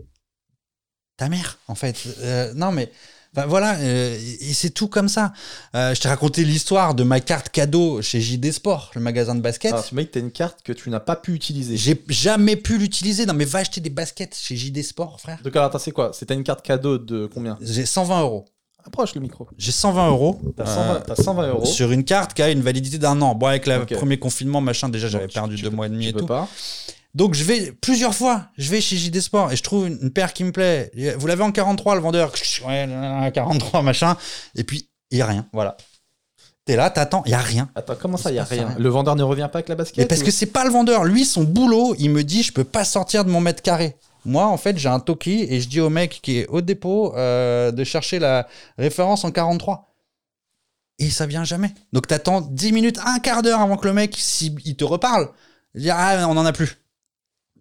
ta mère, en fait. Euh, non, mais ben voilà, euh, et et c'est tout comme ça. Euh, je t'ai raconté l'histoire de ma carte cadeau chez JD Sport, le magasin de basket.
Ah, ce mec, t'as une carte que tu n'as pas pu utiliser.
J'ai jamais pu l'utiliser. Non, mais va acheter des baskets chez JD Sport, frère.
Donc, alors, attends, c'est quoi C'était une carte cadeau de combien
J'ai 120 euros.
Approche le micro.
J'ai 120 euros.
T'as
Euh,
120, t'as 120 euros.
Sur une carte qui a une validité d'un an. Bon, avec le
Ok.
premier confinement, machin, déjà, j'avais
Donc, tu-
perdu
tu
deux
peux-
mois et demi
tu
et
peux
tout.
pas.
Donc je vais plusieurs fois, je vais chez JD Sport et je trouve une, une paire qui me plaît. Et, euh, Vous l'avez en 43 le vendeur, ouais, là, là, là, 43 machin et puis il y a rien, voilà. T'es là, t'attends, il y a rien.
Attends, comment ça,
Il
il
se
y a
passe
rien
rien.
Le vendeur ne revient pas avec la
Mais
basket euh.
parce
ou-
que c'est pas le vendeur, lui son boulot, il me dit je peux pas sortir de mon mètre carré. Moi en fait, j'ai un toki et je dis au mec qui est au dépôt euh, de chercher la référence en 43. Et ça vient jamais. Donc t'attends 10 minutes, un quart d'heure avant que le mec, s'il il te reparle, il dit ah on en a plus.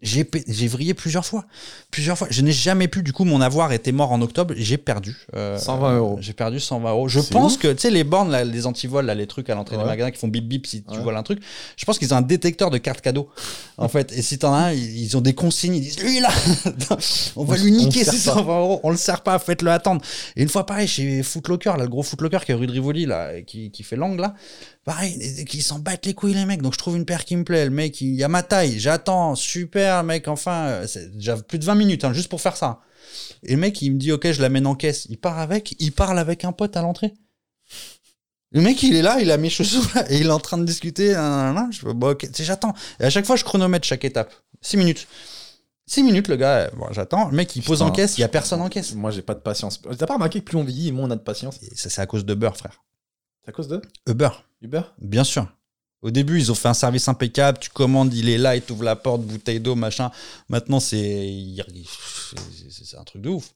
J'ai pe- j'ai vrillé plusieurs fois. Plusieurs fois. Je n'ai jamais pu. Du coup, mon avoir était mort en octobre. J'ai perdu. euh,
120 euros.
J'ai perdu 120 euros. Je
C'est
pense que, tu sais, les bornes, là, les antivols, là, les trucs à l'entrée
Ouais.
des magasins qui font bip bip si tu
Ouais.
voles un truc, je pense qu'ils ont un détecteur de cartes cadeaux. en fait. Et si t'en as un, ils ils ont des consignes. Ils disent Lui là, <laughs> on va
On-
lui
on
niquer
le sert
ses
pas.
120 euros. On le sert pas, faites-le attendre. Et une fois, pareil, chez Footlocker, là, le gros Footlocker qui est rue de Rivoli, là, qui, qui fait l'angle, là pareil, qui s'en battent les couilles les mecs. Donc je trouve une paire qui me plaît. Le mec, il y a ma taille. J'attends, super mec. Enfin, euh, c'est déjà plus de 20 minutes hein, juste pour faire ça. Et le mec, il me dit ok, je l'amène en caisse. Il part avec. Il parle avec un pote à l'entrée. Le mec, il est là, il a mes chaussures là, et il est en train de discuter. nan, nan, nan. Je fais, bon, ok, tu sais, j'attends. Et à chaque fois, je chronomètre chaque étape. 6 minutes. 6 minutes, le gars, euh, bon, j'attends. Le mec, il pose
Putain.
en caisse, il y a personne en caisse.
Moi, j'ai pas de patience. T'as pas remarqué que plus on vieillit, moins on a de patience
Et ça, c'est à cause de beurre, frère.
C'est à cause de
Uber.
Uber
Bien sûr. Au début, ils ont fait un service impeccable. Tu commandes, il est là, il t'ouvre la porte, bouteille d'eau, machin. Maintenant, c'est il- c'est c'est un truc de ouf.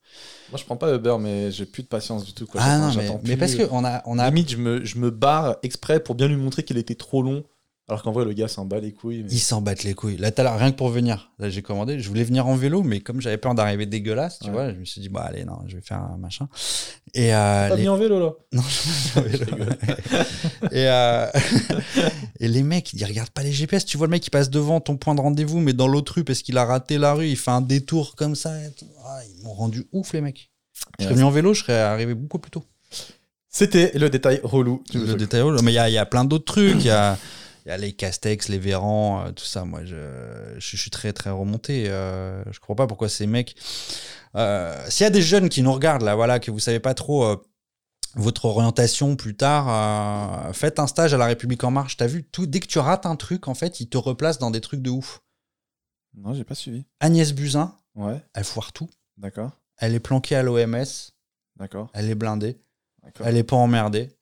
Moi, je prends pas Uber, mais j'ai plus de patience du tout. Quoi.
ah
J'attends-
non, mais,
j'attends
mais
plus.
parce que on a, on a,
Limite, je me, je me barre exprès pour bien lui montrer qu'il était trop long. Alors qu'en vrai, le gars s'en bat les couilles. mais-
ils s'en battent les couilles. Là, tout à l'heure, rien que pour venir. Là, j'ai commandé. Je voulais venir en vélo, mais comme j'avais peur d'arriver dégueulasse, tu
Ouais.
vois, je me suis dit bon, allez, non, je vais faire un machin. Et euh,
T'as
les-
mis en vélo là
<laughs> Non,
<laughs>
je me suis en vélo. <laughs> et, euh, <laughs> et les mecs, ils regardent pas les GPS. Tu vois le mec qui passe devant ton point de rendez-vous, mais dans l'autre rue parce qu'il a raté la rue, il fait un détour comme ça. et tout. Ah, ils m'ont rendu ouf, les mecs. Je
Ouais.
serais venu en vélo, je serais arrivé beaucoup plus tôt.
C'était le détail relou. du
Le
jeu.
détail, mais il y a, il y a plein d'autres trucs. Il y a, il y a les Castex, les Véran, euh, tout ça. Moi, je, je suis très, très remonté. euh, je comprends pas pourquoi ces mecs. euh, S'il y a des jeunes qui nous regardent, là, voilà, que vous savez pas trop. euh, votre orientation plus tard, euh, faites un stage à la République en marche. T'as vu, tout, dès que tu rates un truc, en fait, ils te replacent dans des trucs de ouf.
Non, j'ai pas suivi.
Agnès Buzyn,
Ouais,
elle foire tout.
d'accord.
Elle est planquée à l'OMS.
D'accord.
Elle est blindée.
d'accord.
Elle est pas emmerdée.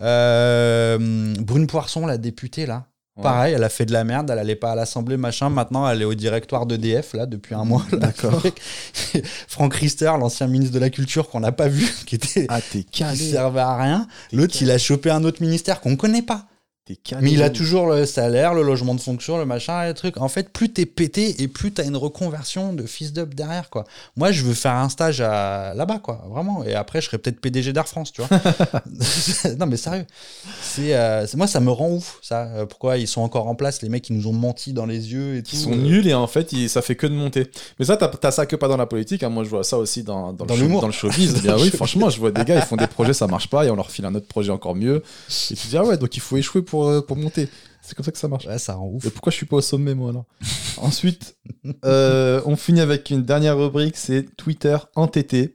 Euh, Brune Poisson, la députée, là.
Ouais.
Pareil, elle a fait de la merde, elle allait pas à l'Assemblée, machin. Maintenant, elle est au directoire d'EDF, là, depuis un mois. là.
D'accord.
Avec <laughs> Franck Rister, l'ancien ministre de la Culture qu'on n'a pas vu, <laughs> qui était.
Ah, t'es
qui
calé.
servait à rien. L'autre, il a chopé un autre ministère qu'on connaît pas.
T'es calé.
Ah, Mais il a toujours le salaire, le logement de fonction, le machin, et le truc. En fait, plus t'es pété et plus t'as une reconversion de fils d'up derrière, quoi. Moi, je veux faire un stage à... là-bas, quoi, vraiment. Et après, je serais peut-être PDG d'Air France,
<laughs>
tu vois. non, mais sérieux. C'est, euh, c'est- moi, ça me rend ouf, ça. Euh, Pourquoi ils sont encore en place, les mecs qui nous ont menti dans les yeux et
Qui
tout,
sont
euh,
nuls et en fait, ils- ça fait que de monter. Mais ça, t'as t'as ça que pas dans la politique. hein. Moi, je vois ça aussi dans, dans,
Dans
le, show-
l'humour.
dans le showbiz. Eh
<laughs> Dans
bien
le
oui,
showbiz.
franchement, je vois des gars, ils font des projets, ça marche pas et on leur file un autre projet encore mieux. Et tu te dis, ah ouais, donc il faut échouer pour, euh, pour monter. C'est comme ça que ça marche.
Euh, Ouais, ça rend ouf.
Et pourquoi je suis pas au sommet, moi, alors
<laughs>
Ensuite, euh, on finit avec une dernière rubrique, c'est Twitter entêté.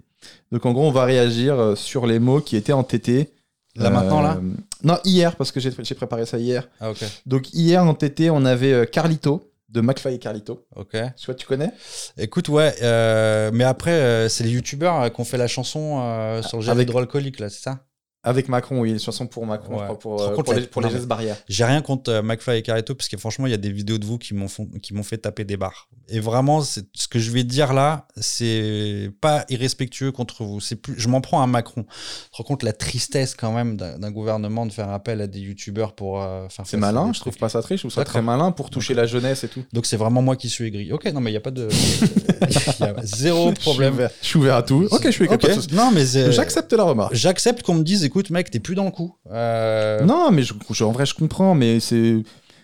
Donc, en gros, on va réagir euh, sur les mots qui étaient entêtés. Euh,
Là, maintenant, là
Non, hier, parce que j'ai j'ai préparé ça hier.
Ah, ok.
Donc, hier, entêté, on avait euh, Carlito, de McFly et Carlito.
Ok.
Je sais pas, tu connais
Écoute, ouais, euh, mais après, euh, c'est les youtubeurs euh, qui ont fait la chanson euh, sur le gel
Avec-
hydroalcoolique, là, c'est ça
Avec Macron, oui, une chanson pour Macron,
Ouais.
je crois, pour,
Te rends
euh,
compte,
pour
la-
les, pour les
non, mais-
gestes barrières.
J'ai rien contre euh, McFly et Carito parce que franchement, il y a des vidéos de vous qui m'ont font- qui m'ont fait taper des barres. Et vraiment, c'est- ce que je vais dire là, c'est pas irrespectueux contre vous. C'est plus, je m'en prends à Macron. Je te rends compte la tristesse quand même d'un d'un gouvernement de faire appel à des youtubeurs pour euh, faire.
C'est
face à
malin,
des
je
trucs.
trouve pas ça triche, je trouve ça
D'accord.
très malin pour toucher la jeunesse et tout.
Donc c'est vraiment moi qui suis aigri. Ok, non mais il y a pas de, <laughs> il y a zéro
Je suis
problème.
ouvert, je suis ouvert à tout. Ok, je suis
Ok.
capable de-
Non mais c'est-
J'accepte la remarque.
J'accepte qu'on me dise, écoute mec, t'es plus dans le coup. Euh,
Non, mais je- je- en vrai, je comprends, mais c'est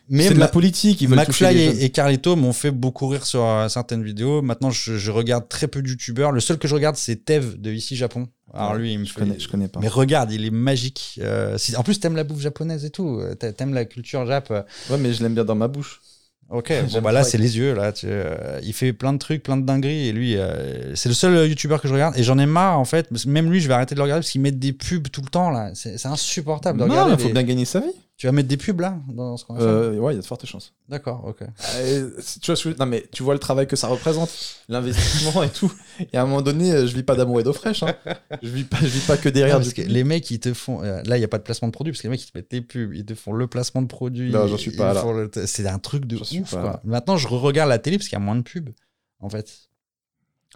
mais
c'est de
ma-
la politique. Ils veulent toucher
McFly
les
et,
jeunes.
et Carlito m'ont fait beaucoup rire sur euh, certaines vidéos. Maintenant, je, je regarde très peu de youtubeurs. Le seul que je regarde, c'est Tev de Ici Japon. Alors
Ouais,
lui, il me
je
fait-
connais, je connais pas.
Mais regarde, il est magique. Euh, si- En plus, t'aimes la bouffe japonaise et tout. Euh, t'a- T'aimes la culture jap. Euh,
Ouais, mais je l'aime bien dans ma bouche. <laughs>
Ok, bon,
J'aime
bah là,
pas.
c'est les yeux. Là, tu- euh, Il fait plein de trucs, plein de dingueries. Et lui, euh, c'est le seul youtubeur que je regarde. Et j'en ai marre, en fait. parce que Même lui, je vais arrêter de le regarder parce qu'il met des pubs tout le temps. là. C'est c'est insupportable de
Non,
regarder
il faut
Ah, bah, les-
bien gagner sa vie.
Tu vas mettre des pubs là dans ce qu'on va faire
Euh, ouais, il y a de fortes chances.
D'accord, ok.
Euh, c'est- tu, vois, ce que je- non, mais tu vois le travail que ça représente, l'investissement et tout. Et à un moment donné, euh, je vis pas d'amour et d'eau fraîche. hein. Je vis pas, je vis pas que
Non,
derrière.
parce
du-
que les mecs, ils te font. euh, Là, il n'y a pas de placement de produit, parce que les mecs, ils te mettent les pubs, ils te font le placement de produit.
Non, j'en suis pas
ils
là.
font le- C'est un truc de
J'en suis
ouf,
pas
quoi.
là.
Maintenant, je regarde la télé, parce qu'il y a moins de pubs, en fait.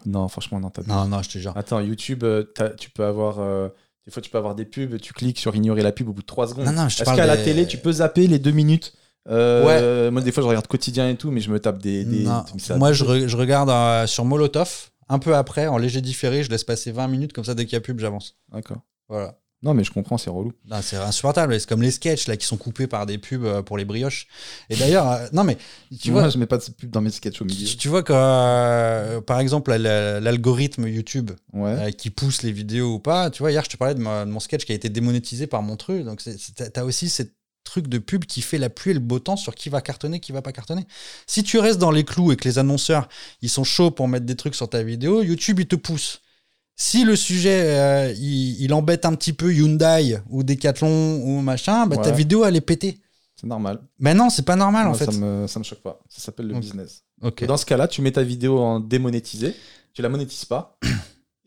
Non, franchement, non. t'as-
Non, non, je te jure.
Attends, YouTube, euh, t'as- tu peux avoir. euh, Des fois, tu peux avoir des pubs, tu cliques sur ignorer la pub au bout de 3 secondes.
Non, non, je te
Ah, Est-ce
parle
qu'à la
des-
télé, tu peux zapper les 2 minutes Euh, Moi, des fois, je regarde quotidien et tout, mais je me tape des. des-
Non,
mais ça-
Moi, je, re- je regarde euh, sur Molotov, un peu après, en léger différé, je laisse passer 20 minutes, comme ça, dès qu'il y a pub, j'avance.
D'accord.
Voilà.
Non, mais je comprends, c'est relou.
Non, c'est insupportable. C'est comme les sketchs là qui sont coupés par des pubs euh, pour les brioches. Et d'ailleurs, euh, non mais tu vois,
Moi, je mets pas de pub dans mes sketchs au milieu.
tu, tu vois que euh, par exemple la- l'algorithme YouTube,
Ouais.
euh, qui pousse les vidéos ou pas. Tu vois, hier, je te parlais de, ma- de mon sketch qui a été démonétisé par Montreux. Donc, c'est- c'est- t'as- t'as aussi cette truc de pub qui fait la pluie et le beau temps sur qui va cartonner, qui va pas cartonner. Si tu restes dans les clous et que les annonceurs, ils sont chauds pour mettre des trucs sur ta vidéo, YouTube, il te pousse. Si le sujet, euh, il, il embête un petit peu Hyundai ou Decathlon ou machin, bah, ta
Ouais.
vidéo, elle est pétée.
C'est normal.
Mais non, c'est pas normal, en
Moi,
fait.
Ça me, ça me choque pas. Ça s'appelle le
Ok.
business.
Ok.
Et Dans ce cas-là, tu mets ta vidéo en démonétisée, tu la monétises <coughs> pas,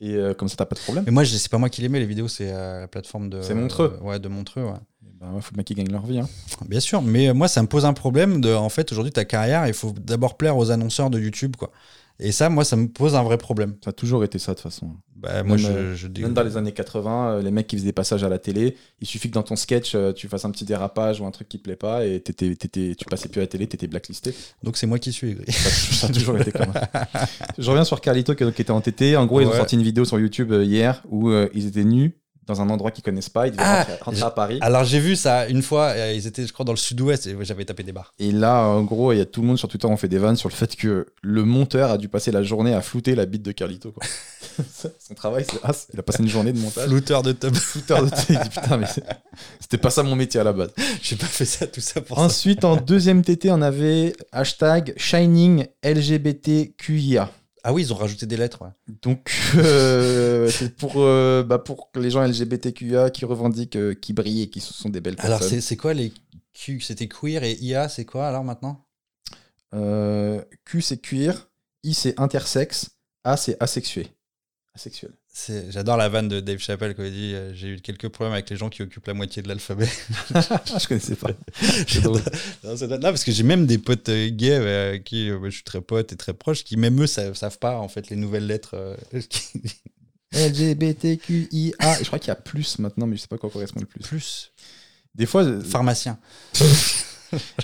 et euh, comme ça, t'as pas de problème.
Mais moi, je- c'est pas moi qui les mets, les vidéos, c'est euh, la plateforme de...
C'est Montreux.
ouais, de Montreux, ouais.
Eh Ben, ouais, faut le mec qui gagne leur vie. hein.
Bien sûr, mais euh, moi ça me pose un problème de en fait aujourd'hui ta carrière, il faut d'abord plaire aux annonceurs de YouTube quoi. Et ça moi ça me pose un vrai problème.
Ça a toujours été ça, de toute façon.
Bah, moi
Même,
je,
euh,
je dis-
Même dans les années 80, euh, les mecs qui faisaient des passages à la télé, il suffit que dans ton sketch, euh, tu fasses un petit dérapage ou un truc qui te plaît pas, et t'étais, t'étais- tu passais plus à la télé, t'étais blacklisté.
donc c'est moi qui suis aigri.
Ça, ça a toujours été comme <laughs> ça. Je reviens sur Carlito qui, qui était entêté. En gros, ils ont
Ouais.
sorti une vidéo sur YouTube euh, hier où euh, ils étaient nus dans un endroit qu'ils connaissent pas. Ils devaient
Ah,
rentrer, rentrer à Paris.
<laughs> Alors j'ai vu ça une fois, euh, ils étaient je crois dans le sud-ouest et j'avais tapé des barres.
Et là, en gros, il y a tout le monde sur Twitter, on fait des vannes sur le fait que le monteur a dû passer la journée à flouter la bite de Carlito. quoi. <laughs> Son travail, c'est ah, c'est- il a passé une journée de montage.
Flouteur de top. <laughs>
Flouteur de <laughs> il dit putain, mais c'est- c'était pas ça mon métier à la base.
j'ai pas fait ça tout ça pour ça.
Ensuite, en deuxième TT, on avait hashtag Shining LGBTQIA.
Ah oui, ils ont rajouté des lettres ouais.
Donc, euh, c'est pour, euh, bah, pour les gens LGBTQIA qui revendiquent, euh, qui brillent et qui sont des belles
Alors
personnes.
c'est c'est quoi les Q, c'était queer et IA, c'est quoi alors maintenant
Euh, Q, c'est cuir. I, c'est intersexe. A, c'est asexué. Asexuel.
C'est- J'adore la vanne de Dave Chappelle quand il dit euh, J'ai eu quelques problèmes avec les gens qui occupent la moitié de l'alphabet.
Ah, je connaissais pas.
J'adore- Non, c'est- non, parce que j'ai même des potes euh, gays euh, avec qui euh, je suis très pote et très proche, qui même eux savent, savent pas en fait les nouvelles lettres. euh, qui-
LGBTQIA. Je crois qu'il y a plus maintenant, mais je sais pas quoi correspond le plus.
Plus
Des fois, euh,
pharmacien.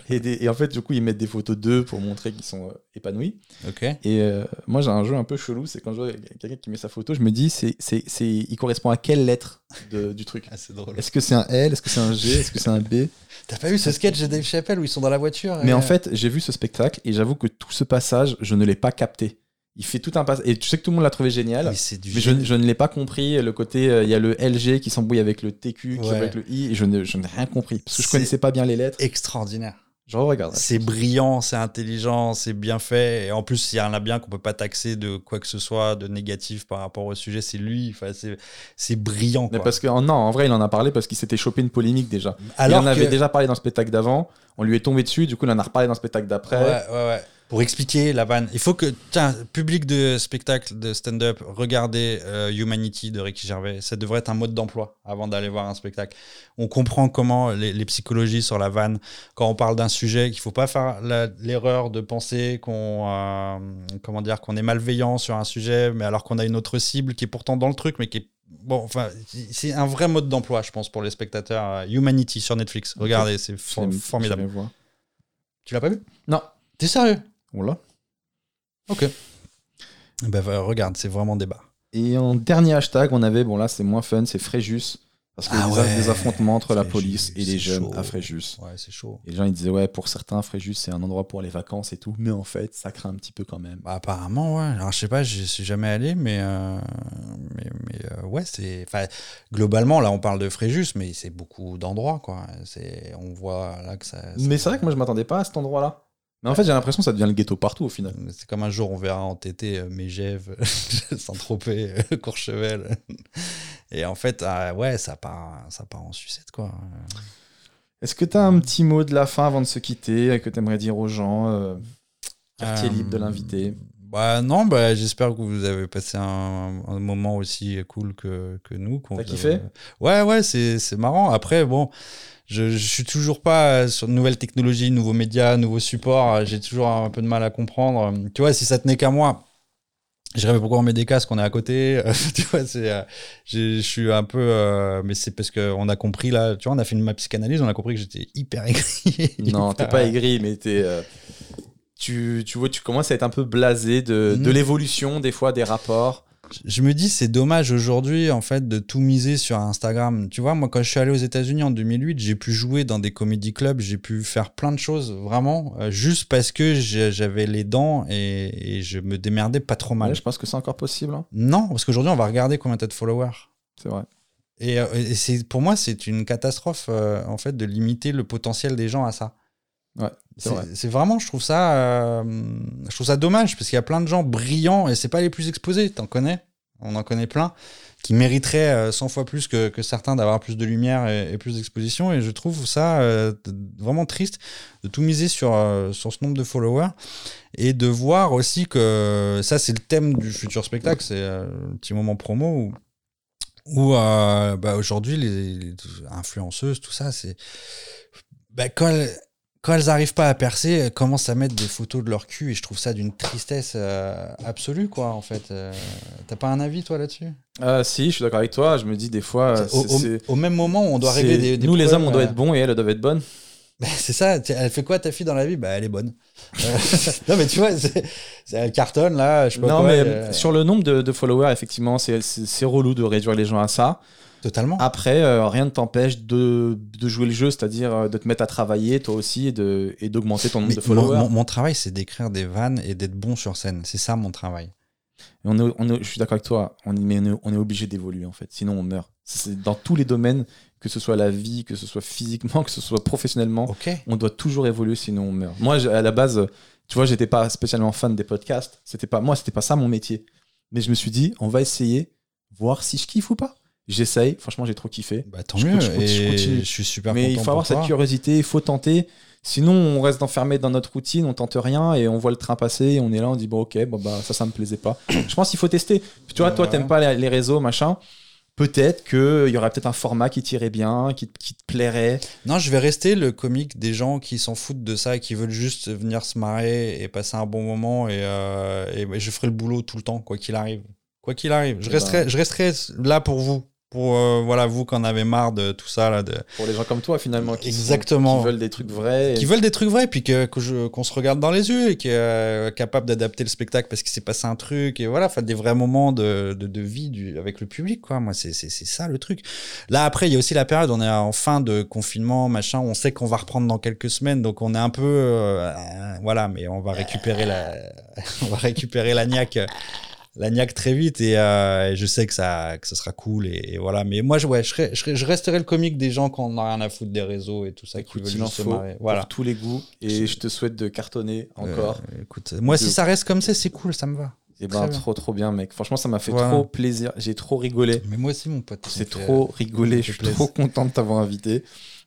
et, des- et en fait, du coup, ils mettent des photos d'eux pour montrer qu'ils sont euh, épanouis.
Ok.
Et euh, moi, j'ai un jeu un peu chelou, c'est quand je vois quelqu'un qui met sa photo, je me dis, c'est, c'est, c'est- il correspond à quelle lettre de- du truc
Ah, c'est drôle.
Est-ce que c'est un L Est-ce que c'est un G Est-ce que c'est un B
T'as pas vu ce sketch de Dave Chappelle où ils sont dans la voiture
Mais
et,
en
euh,
fait, j'ai vu ce spectacle et j'avoue que tout ce passage, je ne l'ai pas capté. Il fait tout un passage. Et tu sais que tout le monde l'a trouvé génial.
mais c'est du
Mais je,
génie.
je ne l'ai pas compris. Le côté, euh, il y a le LG qui s'embrouille avec le TQ, qui
Ouais.
s'embrouille avec le I, et je ne- je n'ai rien compris. Parce que je
C'est-
connaissais pas bien les lettres.
extraordinaire.
Je regarde.
C'est brillant, c'est intelligent, c'est bien fait. Et en plus, il y en a bien qu'on peut pas taxer de quoi que ce soit de négatif par rapport au sujet. C'est lui. Enfin, c'est c'est brillant.
Mais
quoi.
parce que, oh non, en vrai, il en a parlé parce qu'il s'était chopé une polémique déjà.
Alors
il en avait
que-
déjà parlé dans le spectacle d'avant, on lui est tombé dessus, du coup, il en a reparlé dans le spectacle d'après.
Ouais, ouais, ouais. Pour expliquer la vanne, il faut que, tiens, public de spectacle, de stand-up, regardez euh, Humanity de Ricky Gervais. Ça devrait être un mode d'emploi avant d'aller voir un spectacle. On comprend comment les, les psychologies sur la vanne, quand on parle d'un sujet, qu'il faut pas faire la- l'erreur de penser qu'on euh, comment dire qu'on est malveillant sur un sujet, mais alors qu'on a une autre cible qui est pourtant dans le truc, mais qui est Bon, enfin, c'est un vrai mode d'emploi, je pense, pour les spectateurs. euh, Humanity sur Netflix. Regardez, c'est for-
J'aime-
formidable.
j'aime voir.
Tu l'as pas vu
Non.
T'es sérieux
On l'a.
Bah, va- regarde, c'est vraiment débat.
Et en dernier hashtag, on avait, bon là, c'est moins fun, c'est Fréjus. Parce qu'il y a
Ah
des-
ouais.
des affrontements entre la
Fréjus,
police et
c'est
les jeunes
chaud.
à Fréjus.
Ouais, c'est chaud.
Et les gens, ils disaient, ouais, pour certains, Fréjus, c'est un endroit pour les vacances et tout. Mais en fait, ça craint un petit peu quand même.
Bah, apparemment, ouais. Alors, je sais pas, je suis jamais allé, mais, euh, mais, mais, euh, ouais, c'est. Enfin, globalement, là, on parle de Fréjus, mais c'est beaucoup d'endroits, quoi. C'est, on voit là que ça. ça-
Mais c'est vrai que moi, je m'attendais pas à cet endroit-là. Mais en fait, j'ai l'impression que ça devient le ghetto partout au final.
C'est comme un jour, on verra entêter euh, <laughs> Mégève, Saint-Tropez, euh, Courchevel. Et en fait, ah, ouais, ça part, ça part en sucette, quoi.
Est-ce que tu as un petit mot de la fin avant de se quitter euh, que tu aimerais dire aux gens euh, Quartier
Euh,
libre de l'invité.
Bah, non, bah, j'espère que vous avez passé un, un moment aussi cool que, que nous. qu'on
T'as
vous
kiffé
a- Ouais, ouais, c'est c'est marrant. Après, bon, je, je suis toujours pas euh, sur de nouvelles technologies, nouveaux médias, nouveaux supports. Euh, J'ai toujours un peu de mal à comprendre. Euh, Tu vois, si ça tenait qu'à moi, je rêvais pourquoi on met des casques, on est à côté. <laughs> tu vois, c'est, euh, j'ai- je suis un peu, euh, mais c'est parce qu'on a compris là. Tu vois, on a fait une ma psychanalyse, on a compris que j'étais hyper <laughs> aigri.
Non, t'es pas aigri, mais t'es. euh, tu, tu vois, tu commences à être un peu blasé de, de
Mm.
l'évolution, des fois, des rapports.
Je me dis, c'est dommage aujourd'hui, en fait, de tout miser sur Instagram. Tu vois, moi, quand je suis allé aux États-Unis en 2008, j'ai pu jouer dans des comédie clubs, j'ai pu faire plein de choses, vraiment, euh, juste parce que j'ai- j'avais les dents et, et je me démerdais pas trop mal.
Ouais, je pense que c'est encore possible. hein.
Non, parce qu'aujourd'hui, on va regarder combien t'as de followers.
C'est vrai.
Et, euh, et c'est pour moi, c'est une catastrophe, euh, en fait, de limiter le potentiel des gens à ça.
Ouais, c'est
C'est
vrai.
c'est vraiment, je trouve ça, euh, je trouve ça dommage parce qu'il y a plein de gens brillants et c'est pas les plus exposés, t'en connais, on en connaît plein, qui mériteraient euh, 100 fois plus que, que certains d'avoir plus de lumière et, et plus d'exposition. Et je trouve ça euh, t- vraiment triste de tout miser sur, euh, sur ce nombre de followers et de voir aussi que ça, c'est le thème du futur spectacle, c'est euh, un petit moment promo où, où, euh, bah, aujourd'hui, les, les influenceuses, tout ça, c'est. Bah, quand elles- quand elles n'arrivent pas à percer, elles commencent à mettre des photos de leur cul et je trouve ça d'une tristesse euh, absolue, quoi, en fait. Euh, T'as pas un avis, toi, là-dessus
Ah, si, je suis d'accord avec toi. Je me dis, des fois. euh,
au,
c'est-
au-
c'est-
au même moment, on doit
c'est-
rêver des. des
Nous, les
problèmes,
hommes, on doit
euh,
être bons et elles, elles doivent être bonnes.
<laughs> bah, c'est ça, tu- elle fait quoi ta fille dans la vie Bah elle est bonne. Euh, <laughs> non mais tu vois, c'est- c'est- elle cartonne là, je sais pas
Non,
quoi,
mais
euh,
sur le nombre de, de followers, effectivement, c'est- c'est c'est relou de réduire les gens à ça.
Totalement.
Après, euh, rien ne t'empêche de, de jouer le jeu, c'est-à-dire euh, de te mettre à travailler toi aussi et de- et d'augmenter ton nombre
Mais
de
mon,
followers.
mon- mon travail, c'est d'écrire des vannes et d'être bon sur scène. C'est ça mon travail.
Et On est- on est- je suis d'accord avec toi, on est, mais on est, on est obligé d'évoluer en fait, sinon on meurt. C'est dans tous les domaines, que ce soit la vie, que ce soit physiquement, <laughs> que ce soit professionnellement,
Ok.
on doit toujours évoluer, sinon on meurt. Moi, j'ai- à la base, tu vois, j'étais pas spécialement fan des podcasts. C'était pas moi, c'était pas ça mon métier. Mais je me suis dit, on va essayer, voir si je kiffe ou pas. J'essaye, franchement, j'ai trop kiffé.
Bah, tant
Je
mieux.
continue, je
et
continue.
je suis super
Mais
content.
il faut
pour
avoir
toi.
cette curiosité, il faut tenter. Sinon, on reste enfermé dans notre routine, on tente rien et on voit le train passer et on est là, on dit bon, ok, bon, bah, ça, ça me plaisait pas. Je pense qu'il faut tester. Puis, tu vois, toi,
Ouais.
t'aimes pas les- les réseaux, machin. Peut-être qu'il y aurait peut-être un format qui tirait bien, qui, te- qui te plairait.
Non, je vais rester le comique des gens qui s'en foutent de ça et qui veulent juste venir se marrer et passer un bon moment. Et, euh, et bah, je ferai le boulot tout le temps, quoi qu'il arrive. Quoi qu'il arrive. Je
Eh
resterai, je resterai là pour vous. Pour euh, voilà, vous qui en avez marre de tout ça. Là, de...
Pour les gens comme toi, finalement, qui, sont-
Exactement.
qui veulent des trucs vrais. et-
Qui veulent des trucs vrais, puis que- que je- qu'on se regarde dans les yeux et qui est euh, capable d'adapter le spectacle parce qu'il s'est passé un truc. Et voilà, enfin, des vrais moments de, de, de vie du- avec le public, quoi. Moi, c'est c'est- c'est ça le truc. Là, après, il y a aussi la période, on est en fin de confinement, machin. On sait qu'on va reprendre dans quelques semaines, donc on est un peu. euh, euh, voilà, mais on va récupérer la, <laughs> on va récupérer la niaque. euh, La niaque très vite et, euh, et je sais que ça que ce sera cool et, et voilà mais moi je ouais je, serais- je, serais- je resterai le comique des gens quand on a rien à foutre des réseaux et tout ça qui
Écoute,
veulent
il en
juste se
faut
marrer. voilà
pour tous les goûts. Et je te souhaite de cartonner encore.
euh, écoute, moi,
De
si
ouf.
ça reste comme ça, c'est cool, ça me va.
et ben,
très bien.
trop, trop bien, mec. Franchement, ça m'a fait
Voilà.
trop plaisir. J'ai trop rigolé.
Mais moi aussi, mon pote.
C'est trop rigolé.
euh, ça
Je
fait
suis
plaisir.
trop content de t'avoir invité.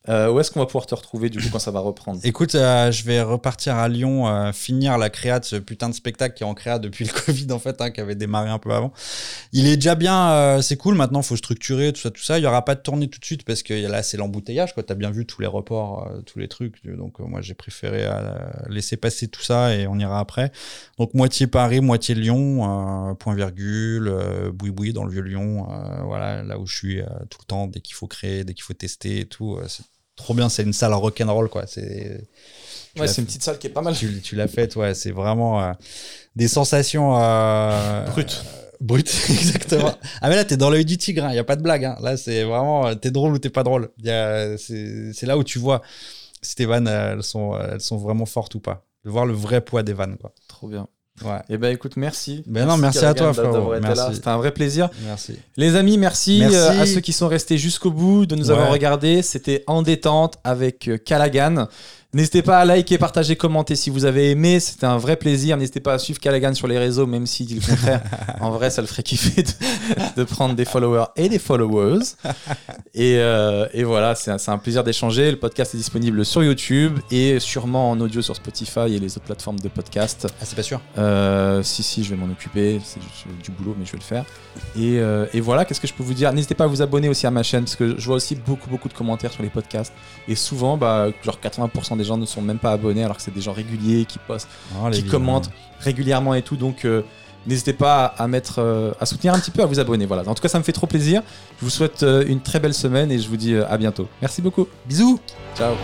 Euh, où est-ce qu'on va pouvoir te retrouver du coup quand ça va reprendre
Écoute, euh, je vais repartir à Lyon, euh, finir la créa de ce putain de spectacle qui est en créa depuis <laughs> le Covid, en fait, hein, qui avait démarré un peu avant. Il est déjà bien, euh, c'est cool. Maintenant, faut structurer tout ça, tout ça. Il y aura pas de tournée tout de suite parce que là, c'est l'embouteillage. Quoi, t'as bien vu tous les reports, euh, tous les trucs. Donc, euh, moi, j'ai préféré euh, laisser passer tout ça et on ira après. Donc, moitié Paris, moitié Lyon, euh, point virgule, euh, boui boui dans le vieux Lyon. euh, voilà, là où je suis euh, tout le temps, dès qu'il faut créer, dès qu'il faut tester et tout. euh, c'est trop bien. C'est une salle rock'n'roll, quoi. C'est tu
Ouais,
l'as
c'est une petite salle qui est pas mal.
tu, tu l'as faite, ouais. C'est vraiment euh, des sensations euh,
Brut.
euh, brutes, <laughs> exactement. ah mais là, t'es dans l'œil du tigre, il n'y a pas de blague. hein. Là, c'est vraiment, euh, t'es drôle ou t'es pas drôle. Y a- C'est c'est là où tu vois si tes vannes, euh, elles sont, euh, elles sont vraiment fortes ou pas. De voir le vrai poids des vannes, quoi.
Trop bien.
Ouais.
Eh ben écoute, merci.
Ben non, merci à toi,
Kerrigan,
frérot.
d'avoir été là.
Merci.
C'était un vrai plaisir.
Merci.
Les amis, merci,
Merci.
euh, à ceux qui sont restés jusqu'au bout de nous
Ouais.
avoir regardés. C'était en détente avec euh, Callaghan. N'hésitez pas à liker, partager, commenter si vous avez aimé. C'était un vrai plaisir. N'hésitez pas à suivre Callaghan sur les réseaux, même s'il dit le contraire.
<laughs>
en vrai, ça le ferait kiffer de, de prendre des followers et des followers. Et, euh, et voilà, c'est un, c'est un plaisir d'échanger. Le podcast est disponible sur YouTube et sûrement en audio sur Spotify et les autres plateformes de podcast.
Ah, c'est pas sûr.
Euh, si, si, je vais m'en occuper. C'est du- du boulot, mais je vais le faire. Et, euh, et voilà, qu'est-ce que je peux vous dire N'hésitez pas à vous abonner aussi à ma chaîne, parce que je vois aussi beaucoup, beaucoup de commentaires sur les podcasts. Et souvent, bah, genre 80% des gens ne sont même pas abonnés, alors que c'est des gens réguliers qui postent,
Oh, les
qui
vilains.
commentent régulièrement et tout. Donc, euh, n'hésitez pas à, mettre, euh, à soutenir un petit peu, à vous abonner. Voilà. En tout cas, ça me fait trop plaisir. Je vous souhaite euh, une très belle semaine et je vous dis euh, à bientôt. Merci beaucoup.
Bisous.
Ciao.